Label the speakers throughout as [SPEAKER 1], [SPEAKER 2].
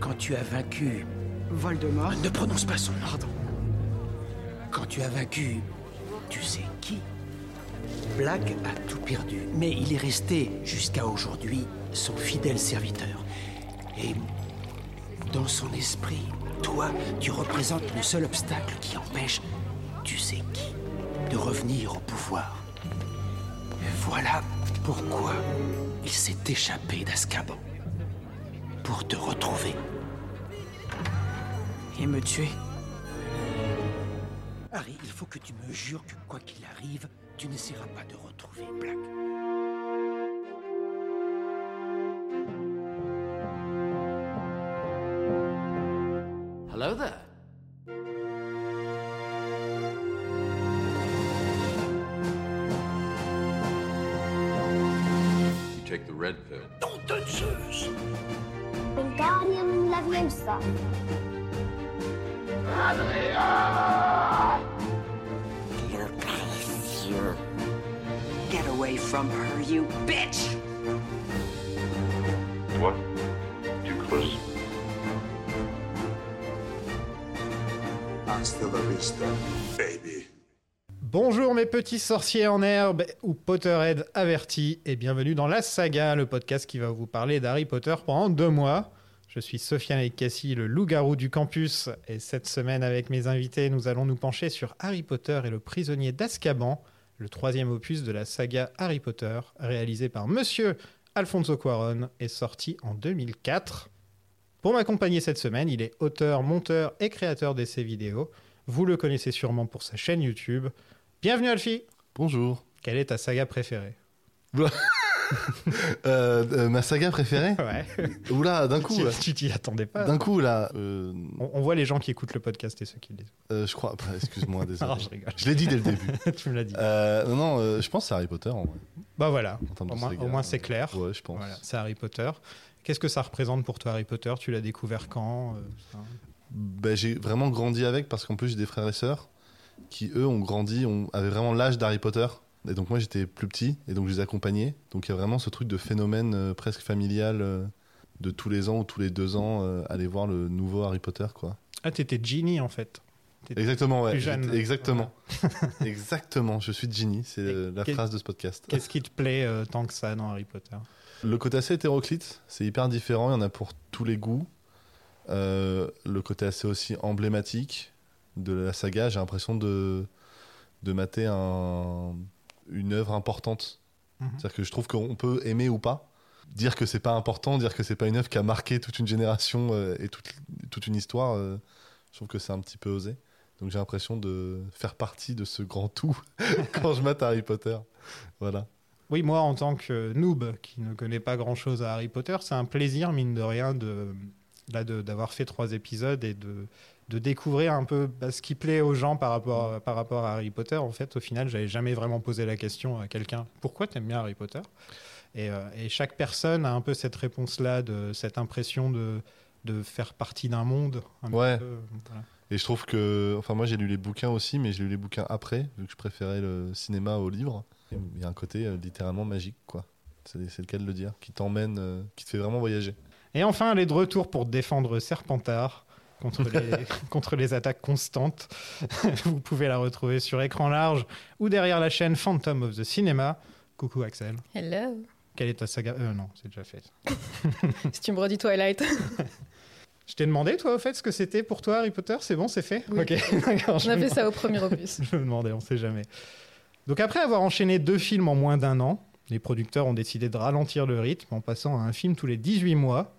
[SPEAKER 1] Quand tu as vaincu.
[SPEAKER 2] Voldemort
[SPEAKER 1] Ne prononce pas son nom. Quand tu as vaincu. Tu sais qui Black a tout perdu, mais il est resté, jusqu'à aujourd'hui, son fidèle serviteur. Et. Dans son esprit, toi, tu représentes le seul obstacle qui empêche. Tu sais qui De revenir au pouvoir. Voilà pourquoi il s'est échappé d'Azkaban. Pour te retrouver.
[SPEAKER 2] et me tuer.
[SPEAKER 1] Harry, il faut que tu me jures que quoi qu'il arrive, tu n'essaieras pas de retrouver Black.
[SPEAKER 3] Hello there.
[SPEAKER 4] You take the red pill.
[SPEAKER 5] Wingardium Leviosa.
[SPEAKER 2] Get away from her, you bitch!
[SPEAKER 6] What? Too close.
[SPEAKER 7] Hasta la vista, baby.
[SPEAKER 8] Bonjour mes petits sorciers en herbe ou Potterhead averti et bienvenue dans La Saga, le podcast qui va vous parler d'Harry Potter pendant deux mois. Je suis Sofiane Alicassi, le loup-garou du campus, et cette semaine avec mes invités, nous allons nous pencher sur Harry Potter et le prisonnier d'Azkaban, le troisième opus de la saga Harry Potter, réalisé par Monsieur Alfonso Cuaron et sorti en 2004. Pour m'accompagner cette semaine, il est auteur, monteur et créateur d'essais vidéo. Vous le connaissez sûrement pour sa chaîne YouTube. Bienvenue Alfie
[SPEAKER 9] Bonjour.
[SPEAKER 8] Quelle est ta saga préférée
[SPEAKER 9] Euh, euh, ma saga préférée
[SPEAKER 8] Ouais,
[SPEAKER 9] Oula, d'un coup.
[SPEAKER 8] tu
[SPEAKER 9] euh,
[SPEAKER 8] tu t'y attendais pas.
[SPEAKER 9] D'un coup, là. euh,
[SPEAKER 8] On, on voit les gens qui écoutent le podcast et ceux qui les
[SPEAKER 9] euh, je crois. bah, Excuse-moi, désolé.
[SPEAKER 8] Ah, je rigole.
[SPEAKER 9] Je l'ai dit dès le début.
[SPEAKER 8] tu me l'as dit.
[SPEAKER 9] Euh, non, non, euh, je pense à Harry Potter en vrai.
[SPEAKER 8] bah voilà,
[SPEAKER 9] en termes
[SPEAKER 8] au
[SPEAKER 9] de
[SPEAKER 8] moins,
[SPEAKER 9] saga,
[SPEAKER 8] au moins
[SPEAKER 9] euh,
[SPEAKER 8] c'est clair.
[SPEAKER 9] Ouais, je pense.
[SPEAKER 8] Voilà, c'est Harry Potter. Qu'est-ce que ça représente pour toi Harry Potter Tu l'as découvert quand euh, ça
[SPEAKER 9] Bah, j'ai vraiment grandi avec parce qu'en plus, j'ai des frères et sœurs qui, eux, ont grandi, ont, avaient vraiment l'âge d'Harry Potter. Et donc, moi, j'étais plus petit et donc je les accompagnais. Donc, il y a vraiment ce truc de phénomène euh, presque familial euh, de tous les ans ou tous les deux ans euh, aller voir le nouveau Harry Potter, quoi.
[SPEAKER 8] Ah, t'étais Ginny en fait.
[SPEAKER 9] Exactement, ouais.
[SPEAKER 8] Plus jeune.
[SPEAKER 9] J'étais- Exactement. Exactement, je suis Ginny, c'est euh, la
[SPEAKER 8] qu'est-
[SPEAKER 9] phrase de ce podcast.
[SPEAKER 8] Qu'est-ce qui te plaît euh, tant que ça dans Harry Potter
[SPEAKER 9] Le côté assez hétéroclite, c'est hyper différent, il y en a pour tous les goûts. Euh, le côté assez aussi emblématique de la saga, j'ai l'impression de, de mater un- une œuvre importante.
[SPEAKER 8] Mhm.
[SPEAKER 9] C'est-à-dire que je trouve qu'on peut aimer ou pas, dire que c'est pas important, dire que c'est pas une œuvre qui a marqué toute une génération euh, et toute, toute une histoire, euh, je trouve que c'est un petit peu osé. Donc j'ai l'impression de faire partie de ce grand tout quand je mate Harry Potter. Voilà.
[SPEAKER 8] Oui, moi, en tant que noob qui ne connaît pas grand-chose à Harry Potter, c'est un plaisir, mine de rien, de là de- d'avoir fait trois épisodes et de, de découvrir un peu bah, ce qui plaît aux gens par rapport, par rapport à Harry Potter. En fait, au final, j'avais jamais vraiment posé la question à quelqu'un pourquoi t'aimes bien Harry Potter et, euh, et chaque personne a un peu cette réponse-là, de cette impression de, de faire partie d'un monde. un petit
[SPEAKER 9] Ouais.
[SPEAKER 8] peu, voilà.
[SPEAKER 9] Et je trouve que. Enfin, moi, j'ai lu les bouquins aussi, mais j'ai lu les bouquins après, vu que je préférais le cinéma au livre. Il y a un côté euh, littéralement magique, quoi. C'est c'est le cas de le dire, qui t'emmène, euh, qui te fait vraiment voyager.
[SPEAKER 8] Et enfin, elle est de retour pour défendre Serpentard contre les, contre les attaques constantes. Vous pouvez la retrouver sur écran large ou derrière la chaîne Phantom of the Cinema. Coucou Axel.
[SPEAKER 10] Hello.
[SPEAKER 8] Quelle est ta saga Euh, non, c'est déjà fait.
[SPEAKER 10] si tu me redis Twilight.
[SPEAKER 8] Je t'ai demandé, toi, au fait, ce que c'était pour toi, Harry Potter C'est bon, c'est fait
[SPEAKER 10] Oui.
[SPEAKER 8] Ok, d'accord.
[SPEAKER 10] On
[SPEAKER 8] je
[SPEAKER 10] a
[SPEAKER 8] me
[SPEAKER 10] fait ça au premier opus.
[SPEAKER 8] Je me demandais, on sait jamais. Donc après avoir enchaîné deux films en moins d'un an, les producteurs ont décidé de ralentir le rythme en passant à un film tous les 18 mois,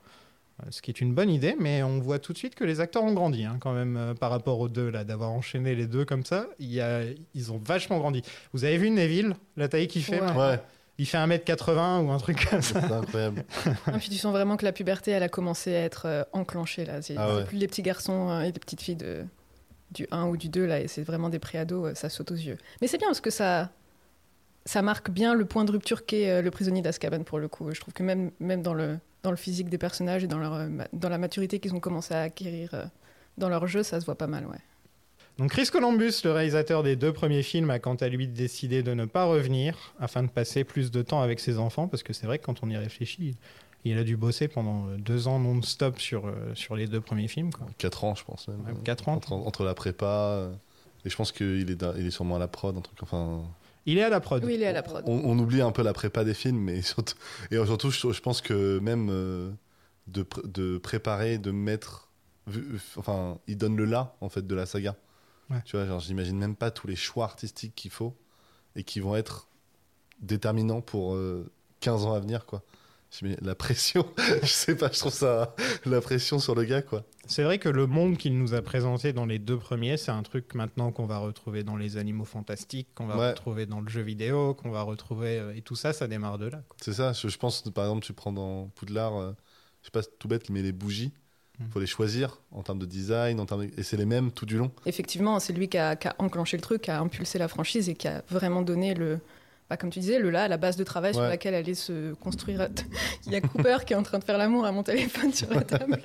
[SPEAKER 8] euh, ce qui est une bonne idée, mais on voit tout de suite que les acteurs ont grandi hein, quand même euh, par rapport aux deux, là, d'avoir enchaîné les deux comme ça, il y a- ils ont vachement grandi. Vous avez vu Neville, la taille qu'il fait
[SPEAKER 10] Ouais.
[SPEAKER 8] maintenant
[SPEAKER 9] Ouais,
[SPEAKER 8] Il fait 1m80 ou un truc comme ça.
[SPEAKER 9] c'est incroyable.
[SPEAKER 10] Et puis tu sens vraiment que la puberté, elle a commencé à être euh, enclenchée là. C'est
[SPEAKER 9] Ah
[SPEAKER 10] c'est
[SPEAKER 9] ouais.
[SPEAKER 10] plus les petits garçons euh, et les petites filles de, du 1 ou du 2 là, et c'est vraiment des préados, euh, ça saute aux yeux. Mais c'est bien parce que ça, ça marque bien le point de rupture qu'est euh, le prisonnier d'Azkaban pour le coup. Je trouve que même, même dans, le, dans le physique des personnages et dans, leur, euh, ma- dans la maturité qu'ils ont commencé à acquérir euh, dans leur jeu, ça se voit pas mal, ouais.
[SPEAKER 8] Donc Chris Columbus, le réalisateur des deux premiers films, a quant à lui décidé de ne pas revenir afin de passer plus de temps avec ses enfants, parce que c'est vrai que quand on y réfléchit, Il a dû bosser pendant euh, deux ans non-stop sur, euh, sur les deux premiers films. Quoi.
[SPEAKER 9] 4 ans, je pense même.
[SPEAKER 8] Même Mmh, quatre ans.
[SPEAKER 9] Entre, entre la prépa. euh, Et je pense qu'il est, dans- il est sûrement à la prod, un truc. Enfin,
[SPEAKER 8] Il est à la
[SPEAKER 9] Ah,
[SPEAKER 8] prod.
[SPEAKER 10] Oui, il est à la prod.
[SPEAKER 9] on, on oublie un peu la prépa des films, mais surtout, et surtout, je, je pense que même euh, de, pr- de préparer, de mettre, vu- enfin, il donne le là en fait de la saga.
[SPEAKER 8] Ouais.
[SPEAKER 9] Tu vois, genre, j'imagine même pas tous les choix artistiques qu'il faut et qui vont être déterminants pour euh, 15 ans à venir, quoi. J'imagine- La pression, je sais pas, je trouve ça la pression sur le gars, quoi.
[SPEAKER 8] C'est vrai que le monde qu'il nous a présenté dans les deux premiers, c'est un truc maintenant qu'on va retrouver dans les animaux fantastiques, qu'on va
[SPEAKER 9] Ouais.
[SPEAKER 8] retrouver dans le jeu vidéo, qu'on va retrouver. euh, Et tout ça, ça démarre de là. quoi.
[SPEAKER 9] C'est ça, je, je pense, par exemple, tu prends dans Poudlard, euh, je sais pas, c'est tout bête, mais les bougies, il
[SPEAKER 10] Hmm.
[SPEAKER 8] Mm.
[SPEAKER 9] faut les choisir en termes de design, en termes de- et c'est les mêmes tout du long.
[SPEAKER 10] Effectivement, c'est lui qui a, qui a enclenché le truc, qui a impulsé la franchise et qui a vraiment donné le. bah, comme tu disais, le là, la base de travail sur
[SPEAKER 9] Ouais.
[SPEAKER 10] laquelle allait se construire. Il y a Cooper qui est en train de faire l'amour à mon téléphone sur la table.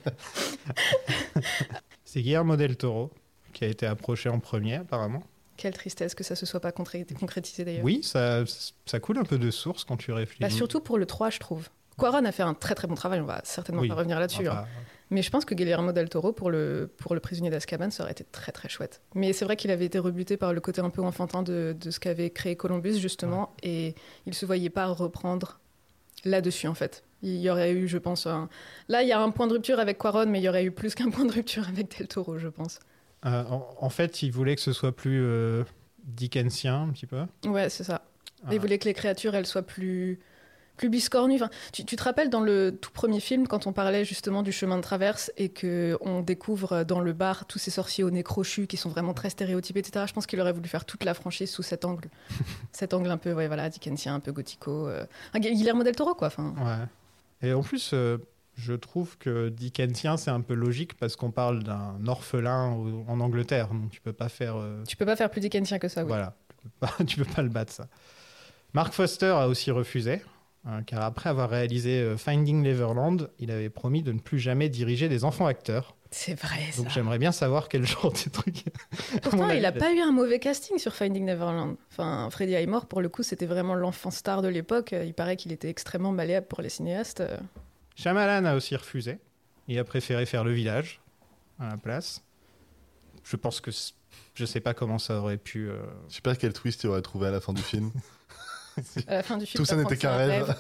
[SPEAKER 8] C'est Guillermo del Toro qui a été approché en premier, apparemment.
[SPEAKER 10] Quelle tristesse que ça se soit pas contré- concrétisé d'ailleurs.
[SPEAKER 8] Oui, ça, ça coule un peu de source quand tu réfléchis.
[SPEAKER 10] euh, Bah, surtout pour le 3, je trouve. Quaron a fait un très très bon travail, on va certainement
[SPEAKER 8] Oui. Ah,
[SPEAKER 10] pas revenir là-dessus. hein.
[SPEAKER 8] Enfin,
[SPEAKER 10] Mais je pense que Guillermo del Toro, pour le, pour le prisonnier d'Azkaban, ça aurait été très très chouette. Mais c'est vrai qu'il avait été rebuté par le côté un peu enfantin de, de ce qu'avait créé Columbus, justement, et il se voyait pas reprendre là-dessus, en fait. Il y aurait eu, je pense, un... Là, il y a un point de rupture avec Quaron, mais il y aurait eu plus qu'un point de rupture avec del Toro, je pense.
[SPEAKER 8] euh, en, en fait, il voulait que ce soit plus euh, Dickensien, un petit peu.
[SPEAKER 10] Ouais, c'est ça.
[SPEAKER 8] Ah.
[SPEAKER 10] Il voulait que les créatures, elles soient plus, plus biscornues. Enfin, tu, tu te rappelles dans le tout premier film, quand on parlait justement du chemin de traverse et que on découvre euh, dans le bar tous ces sorciers au nez crochu qui sont vraiment très stéréotypés, etc. Je pense qu'il aurait voulu faire toute la franchise sous cet angle. cet angle un peu, ouais, voilà, Dickensien, un peu gothico. Euh... un Gu- Guillermo del Toro, quoi. Enfin,
[SPEAKER 8] Ouais. Et en plus, euh, je trouve que Dickensien, c'est un peu logique parce qu'on parle d'un orphelin au- en Angleterre, donc tu peux pas faire. euh,
[SPEAKER 10] tu peux pas faire plus Dickensien que ça, oui.
[SPEAKER 8] Voilà, tu peux, pas, tu peux pas le battre ça. Mark Foster a aussi refusé, hein, car après avoir réalisé euh, Finding Neverland, il avait promis de ne plus jamais diriger des enfants acteurs.
[SPEAKER 10] C'est vrai, ça.
[SPEAKER 8] Donc j'aimerais bien savoir quel genre de truc. à mon
[SPEAKER 10] Pourtant,
[SPEAKER 8] avis,
[SPEAKER 10] il a pas eu un mauvais casting sur Finding Neverland. Enfin, Freddy Highmore, pour le coup, c'était vraiment l'enfant star de l'époque. Euh, Il paraît qu'il était extrêmement malléable pour les cinéastes. Euh,
[SPEAKER 8] Shyamalan a aussi refusé. Il a préféré faire le village à la place. Je pense que c- je sais pas comment ça aurait pu. euh,
[SPEAKER 9] Je sais pas quel twist il aurait trouvé à la fin du film.
[SPEAKER 10] À la fin du film,
[SPEAKER 9] Tout ça
[SPEAKER 10] t'apprends
[SPEAKER 9] n'était
[SPEAKER 10] que c'est
[SPEAKER 9] qu'un rêve.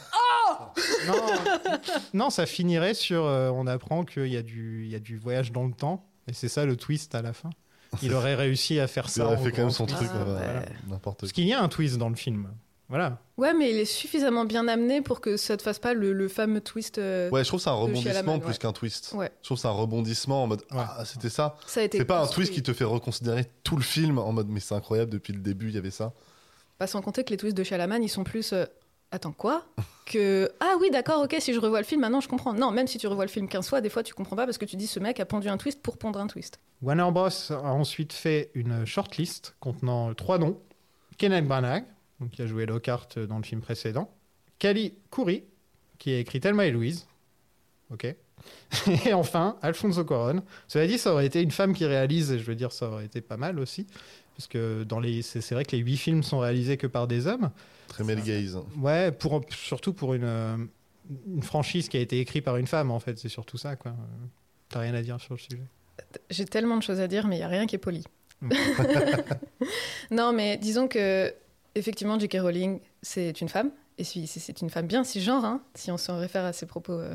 [SPEAKER 8] Non, non, ça finirait sur. euh, on apprend qu'il y, a du- il y a du voyage dans le temps. Et c'est ça le twist à la fin. Il aurait réussi à faire
[SPEAKER 9] Il
[SPEAKER 8] ça.
[SPEAKER 9] aurait
[SPEAKER 8] en
[SPEAKER 9] fait quand même
[SPEAKER 8] grand
[SPEAKER 9] son
[SPEAKER 8] twist.
[SPEAKER 9] truc,
[SPEAKER 10] Ah,
[SPEAKER 9] ouais,
[SPEAKER 10] ouais.
[SPEAKER 9] voilà, n'importe
[SPEAKER 8] Parce
[SPEAKER 9] quoi.
[SPEAKER 8] qu'il y a un twist dans le film. Voilà.
[SPEAKER 10] Ouais, mais il est suffisamment bien amené pour que ça te fasse pas le, le fameux twist. euh,
[SPEAKER 9] Ouais, je trouve que c'est un
[SPEAKER 10] De chez
[SPEAKER 9] rebondissement
[SPEAKER 10] Alaman,
[SPEAKER 9] plus
[SPEAKER 10] ouais.
[SPEAKER 9] qu'un twist.
[SPEAKER 10] Ouais.
[SPEAKER 9] Je trouve que c'est un rebondissement en mode
[SPEAKER 8] Ouais.
[SPEAKER 9] Ah, c'était ça.
[SPEAKER 10] Ça a été.
[SPEAKER 9] C'est pas un
[SPEAKER 10] construit.
[SPEAKER 9] twist qui te fait reconsidérer tout le film en mode Mais c'est incroyable, depuis le début, il y avait ça.
[SPEAKER 10] Pas sans compter que les twists de Shalaman, ils sont plus. euh, Attends quoi Que ah oui d'accord ok si je revois le film maintenant je comprends non même si tu revois le film 15 fois des fois tu comprends pas parce que tu dis ce mec a pondu un twist pour pondre un twist
[SPEAKER 8] Warner Bros. a ensuite fait une shortlist contenant euh, trois noms. Kenneth Branagh, donc qui a joué Lockhart euh, dans le film précédent. Kali Kouri, qui a écrit Thelma et Louise. Ok. Et enfin, Alfonso Cuarón. Cela dit, ça aurait été une femme qui réalise, et je veux dire, ça aurait été pas mal aussi. Parce que dans les, c'est c'est vrai que les huit films sont réalisés que par des hommes.
[SPEAKER 9] Très male gaze.
[SPEAKER 8] Ouais, pour, surtout pour une, euh, une franchise qui a été écrite par une femme, en fait. C'est surtout ça, quoi. Euh, T'as rien à dire sur le sujet.
[SPEAKER 10] j'ai tellement de choses à dire mais il y a rien qui est poli
[SPEAKER 8] Mm.
[SPEAKER 10] non mais disons que effectivement J.K. Rowling c'est une femme et si, si c'est une femme bien si genre hein, si on s'en réfère à ses propos euh,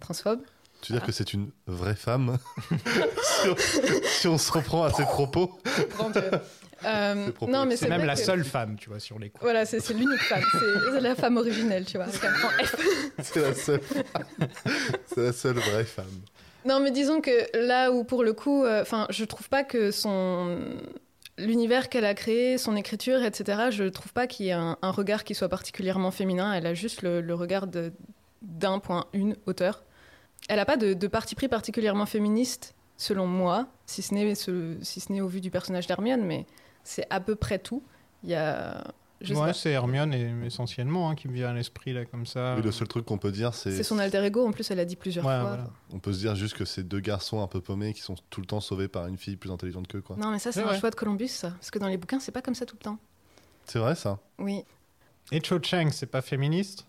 [SPEAKER 10] transphobes
[SPEAKER 9] Tu veux
[SPEAKER 10] Ah.
[SPEAKER 9] dire que c'est une vraie femme si, on, si on se reprend à ses propos.
[SPEAKER 10] Grand Dieu. Euh,
[SPEAKER 9] C'est propre.
[SPEAKER 10] non, mais
[SPEAKER 9] C'est
[SPEAKER 10] c'est
[SPEAKER 8] C'est même
[SPEAKER 10] vrai
[SPEAKER 8] la
[SPEAKER 10] que-
[SPEAKER 8] seule femme, tu vois, sur les coups.
[SPEAKER 10] Voilà, c'est c'est l'unique femme. C'est la femme originelle, tu vois. qui apprend F.
[SPEAKER 9] C'est la seule femme. C'est la seule vraie femme.
[SPEAKER 10] Non, mais disons que là où, pour le coup, euh, enfin, je trouve pas que son l'univers qu'elle a créé, son écriture, etc. Je trouve pas qu'il y ait un, un regard qui soit particulièrement féminin. Elle a juste le, le regard de- d'un point une auteur. Elle a pas de, de parti pris particulièrement féministe, selon moi, si ce n'est ce- si ce n'est au vu du personnage d'Hermione, mais c'est à peu près tout. Il y a je sais
[SPEAKER 8] Ouais,
[SPEAKER 10] pas.
[SPEAKER 8] c'est Hermione et- essentiellement hein, qui me vient à l'esprit, là, comme ça.
[SPEAKER 9] Oui, le seul truc qu'on peut dire, c'est.
[SPEAKER 10] C'est son alter ego, en plus, elle a dit plusieurs
[SPEAKER 8] Ouais,
[SPEAKER 10] fois.
[SPEAKER 8] voilà.
[SPEAKER 9] On peut se dire juste que c'est deux garçons un peu paumés qui sont tout le temps sauvés par une fille plus intelligente qu'eux, quoi.
[SPEAKER 10] Non, mais ça, c'est
[SPEAKER 8] Ouais,
[SPEAKER 10] un
[SPEAKER 8] ouais.
[SPEAKER 10] choix de Columbus, ça. Parce que dans les bouquins, c'est pas comme ça tout le temps.
[SPEAKER 9] C'est vrai, ça
[SPEAKER 10] Oui.
[SPEAKER 8] Et Cho Chang, c'est pas féministe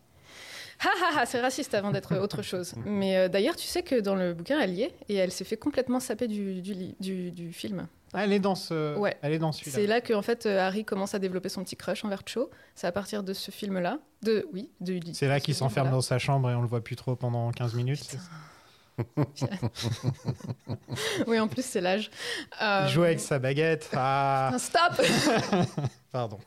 [SPEAKER 10] Ha ha ha, c'est raciste avant d'être autre
[SPEAKER 8] Mm.
[SPEAKER 10] chose. Mais euh, d'ailleurs, tu sais que dans le bouquin, elle y est et elle s'est fait complètement saper du, du, li- du- du film.
[SPEAKER 8] Ah, elle est dans ce.
[SPEAKER 10] Ouais.
[SPEAKER 8] Elle est dans
[SPEAKER 10] C'est
[SPEAKER 8] celui-là.
[SPEAKER 10] là que en fait euh, Harry commence à développer son petit crush envers Cho. C'est à partir de ce film-là, de oui, de
[SPEAKER 8] C'est là qu'il s'enferme dans sa chambre et on le voit plus trop pendant 15 minutes.
[SPEAKER 10] Putain. Oui, en plus c'est l'âge. Euh,
[SPEAKER 8] Il joue avec sa baguette. Ah,
[SPEAKER 10] putain, Stop
[SPEAKER 8] pardon.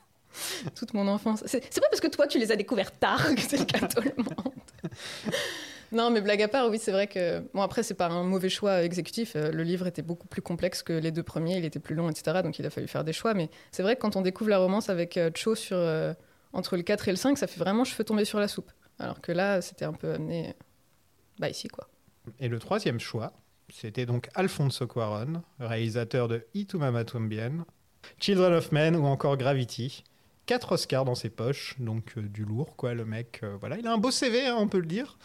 [SPEAKER 10] toute mon enfance. C'est c'est pas parce que toi, tu les as découverts tard que c'est le cas de tout le monde. non, mais blague à part, oui, c'est vrai que. Bon, après, c'est pas un mauvais choix exécutif. Euh, Le livre était beaucoup plus complexe que les deux premiers, il était plus long, etc. Donc il a fallu faire des choix. Mais c'est vrai que quand on découvre la romance avec euh, Cho sur, euh, entre le 4 et le 5, ça fait vraiment cheveux tomber sur la soupe. Alors que là, c'était un peu amené. euh, Bah, ici, quoi.
[SPEAKER 8] Et le troisième choix, c'était donc Alfonso Cuaron, réalisateur de Itumama Tumbien, Children of Men ou encore Gravity. Quatre Oscars dans ses poches, donc euh, du lourd, quoi, le mec. euh, voilà, il a un beau CV, hein, on peut le dire.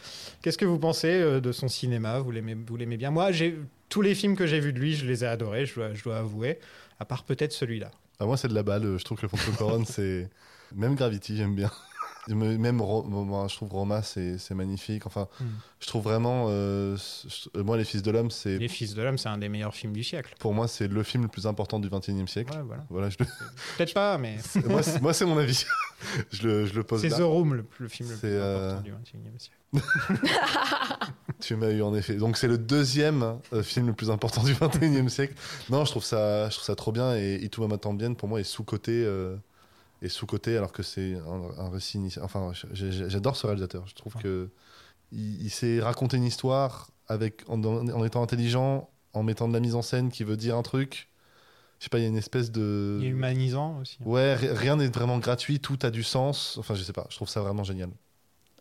[SPEAKER 8] Qu'est-ce que vous pensez euh, de son cinéma Vous l'aimez vous l'aimez bien Moi, j'ai tous les films que j'ai vus de lui, je les ai adorés, je dois, je dois avouer, à part peut-être celui-là.
[SPEAKER 9] Ah, moi, c'est de la balle. Je trouve que Alfonso Cuarón, c'est. Même Gravity, j'aime bien. Me- Même, Ro- bon, moi, je trouve Roma, c'est c'est magnifique. Enfin,
[SPEAKER 8] Mm.
[SPEAKER 9] je trouve vraiment. euh, je- euh, moi, Les Fils de l'Homme, c'est.
[SPEAKER 8] Les Fils de l'Homme, c'est un des meilleurs films du siècle.
[SPEAKER 9] Pour moi, c'est le film le plus important du 21 e siècle.
[SPEAKER 8] Ouais, voilà.
[SPEAKER 9] Voilà, je le-
[SPEAKER 8] Peut-être pas, mais
[SPEAKER 9] moi, c'est- moi, c'est mon avis. je, le, je le pose
[SPEAKER 8] c'est
[SPEAKER 9] là.
[SPEAKER 8] The Room, le, le film le
[SPEAKER 9] C'est,
[SPEAKER 8] plus
[SPEAKER 9] euh,
[SPEAKER 8] important du 21e siècle.
[SPEAKER 9] Tu m'as eu en effet. Donc c'est le deuxième euh, film le plus important du 21e siècle. Non, je trouve ça, je trouve ça trop bien et Itumama Tambien pour moi est sous côté et sous côté alors que c'est un, un récit. initial. Enfin, j'ai- j'ai- j'adore ce réalisateur. Je trouve que il, il sait raconter une histoire avec en, en étant intelligent, en mettant de la mise en scène qui veut dire un truc. Je sais pas, il y a une espèce de
[SPEAKER 8] Il est humanisant aussi. hein.
[SPEAKER 9] ouais, ri- rien n'est vraiment gratuit, tout a du sens. Enfin, je sais pas, je trouve ça vraiment génial.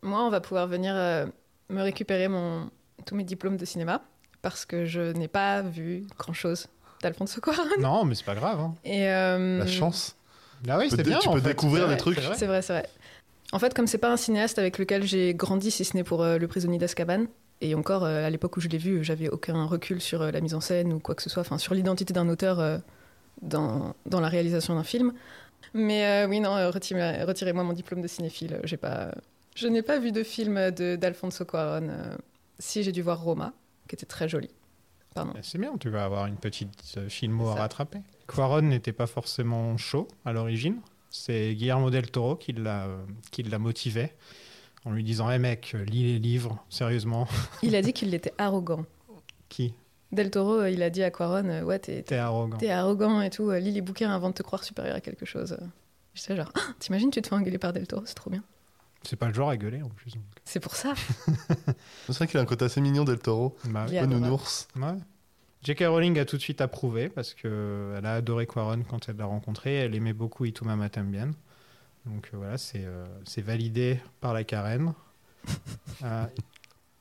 [SPEAKER 10] Moi, on va pouvoir venir euh, me récupérer mon, tous mes diplômes de cinéma parce que je n'ai pas vu grand-chose d'Alfonso Cuarón.
[SPEAKER 8] Non, mais c'est pas grave. hein.
[SPEAKER 10] Et, euh,
[SPEAKER 9] La chance.
[SPEAKER 8] Ah oui,
[SPEAKER 9] Tu peux
[SPEAKER 8] c'est
[SPEAKER 9] dé-
[SPEAKER 8] bien.
[SPEAKER 9] tu
[SPEAKER 8] en
[SPEAKER 9] peux
[SPEAKER 8] fait.
[SPEAKER 9] découvrir
[SPEAKER 8] C'est
[SPEAKER 10] des
[SPEAKER 9] trucs.
[SPEAKER 8] vrai, c'est vrai.
[SPEAKER 10] C'est vrai, c'est vrai. En fait, comme c'est pas un cinéaste avec lequel j'ai grandi, si ce n'est pour euh, Le Prisonnier d'Azkaban, et encore euh, à l'époque où je l'ai vu, j'avais aucun recul sur euh, la mise en scène ou quoi que ce soit, enfin sur l'identité d'un auteur euh, dans, dans la réalisation d'un film. Mais euh, oui, non, euh, retirez- retirez-moi mon diplôme de cinéphile. euh, J'ai pas, je n'ai pas vu de film euh, de- d'Alfonso Cuarón. euh, si j'ai dû voir Roma, qui était très joli. Pardon.
[SPEAKER 8] Bah, C'est bien, tu vas avoir une petite euh, filmo
[SPEAKER 10] C'est
[SPEAKER 8] à
[SPEAKER 10] ça.
[SPEAKER 8] rattraper. Quaron n'était pas forcément chaud à l'origine. C'est Guillermo del Toro qui l'a euh, qui l'a motivé en lui disant Eh mec, euh, lis les livres, sérieusement.
[SPEAKER 10] Il a dit qu'il était arrogant.
[SPEAKER 8] Qui
[SPEAKER 10] Del Toro, euh, il a dit à Cuarón, euh, ouais, t'es
[SPEAKER 8] T'es arrogant.
[SPEAKER 10] T'es arrogant et tout, euh, lis les bouquins avant de te croire supérieur à quelque chose. Euh, J'étais genre, Ah, t'imagines, tu te fais engueuler par Del Toro, c'est trop bien.
[SPEAKER 8] C'est pas le genre à gueuler en plus. donc.
[SPEAKER 10] C'est pour ça.
[SPEAKER 9] C'est vrai qu'il a un côté assez mignon Del Toro.
[SPEAKER 8] Bah,
[SPEAKER 9] Un
[SPEAKER 10] Il est
[SPEAKER 9] peu
[SPEAKER 10] adorable.
[SPEAKER 9] nounours.
[SPEAKER 8] Ouais. J.K. Rowling a tout de suite approuvé parce que euh, elle a adoré Quaron quand elle l'a rencontré. Elle aimait beaucoup Ituma Matambien. Donc euh, voilà, c'est euh, c'est validé par la carène. Euh,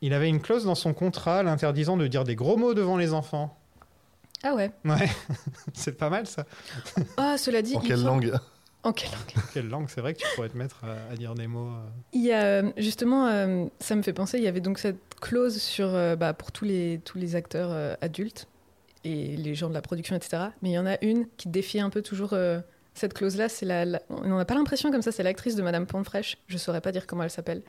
[SPEAKER 8] il avait une clause dans son contrat l'interdisant de dire des gros mots devant les enfants.
[SPEAKER 10] Ah ouais.
[SPEAKER 8] Ouais, c'est pas mal ça.
[SPEAKER 10] Ah, cela dit.
[SPEAKER 9] En
[SPEAKER 10] il
[SPEAKER 9] quelle
[SPEAKER 10] me semble-
[SPEAKER 9] langue
[SPEAKER 10] En quelle langue
[SPEAKER 8] Quelle langue, c'est vrai que tu pourrais te mettre à, à dire des mots. euh.
[SPEAKER 10] Il y a, euh, justement, euh, ça me fait penser, il y avait donc cette clause sur, euh, bah, pour tous les, tous les acteurs euh, adultes et les gens de la production, etc. Mais il y en a une qui défie un peu toujours euh, cette clause-là. C'est la, la- On n'a pas l'impression comme ça, c'est l'actrice de Madame Pontfraîche. Je saurais pas dire comment elle s'appelle.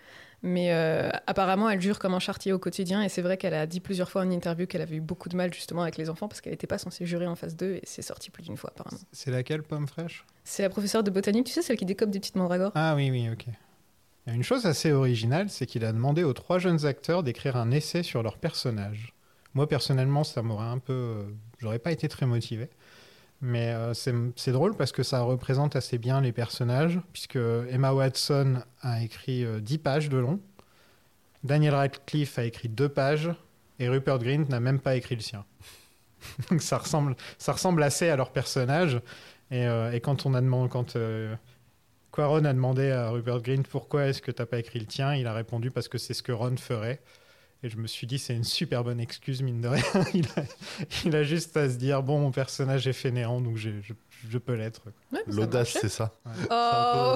[SPEAKER 10] Mais euh, apparemment, elle jure comme un chartier au quotidien. Et c'est vrai qu'elle a dit plusieurs fois en interview qu'elle avait eu beaucoup de mal justement avec les enfants parce qu'elle n'était pas censée jurer en face d'eux. Et c'est sorti plus d'une fois, apparemment.
[SPEAKER 8] C'est laquelle, pomme fraîche
[SPEAKER 10] C'est la professeure de botanique, tu sais, celle qui décope des petites mandragores.
[SPEAKER 8] Ah oui, oui, ok. Et Une chose assez originale, c'est qu'il a demandé aux trois jeunes acteurs d'écrire un essai sur leur personnage. Moi, personnellement, ça m'aurait un peu... euh, J'aurais pas été très motivé. Mais euh, c'est c'est drôle parce que ça représente assez bien les personnages, puisque Emma Watson a écrit euh, 10 pages de long, Daniel Radcliffe a écrit 2 pages, et Rupert Grint n'a même pas écrit le sien. Donc ça ressemble, ça ressemble assez à leur personnage. Et, euh, et quand on a demandé... Quand, euh, Quaron a demandé à Rupert Grint pourquoi est-ce que t'as pas écrit le tien. Il a répondu parce que c'est ce que Ron ferait. Et je me suis dit, c'est une super bonne excuse, mine de rien. Il a, il a juste à se dire, bon, mon personnage est fainéant, donc j'ai- je, je peux l'être.
[SPEAKER 10] Ouais, ça
[SPEAKER 9] L'audace,
[SPEAKER 10] marchait.
[SPEAKER 9] c'est ça.
[SPEAKER 10] Oh,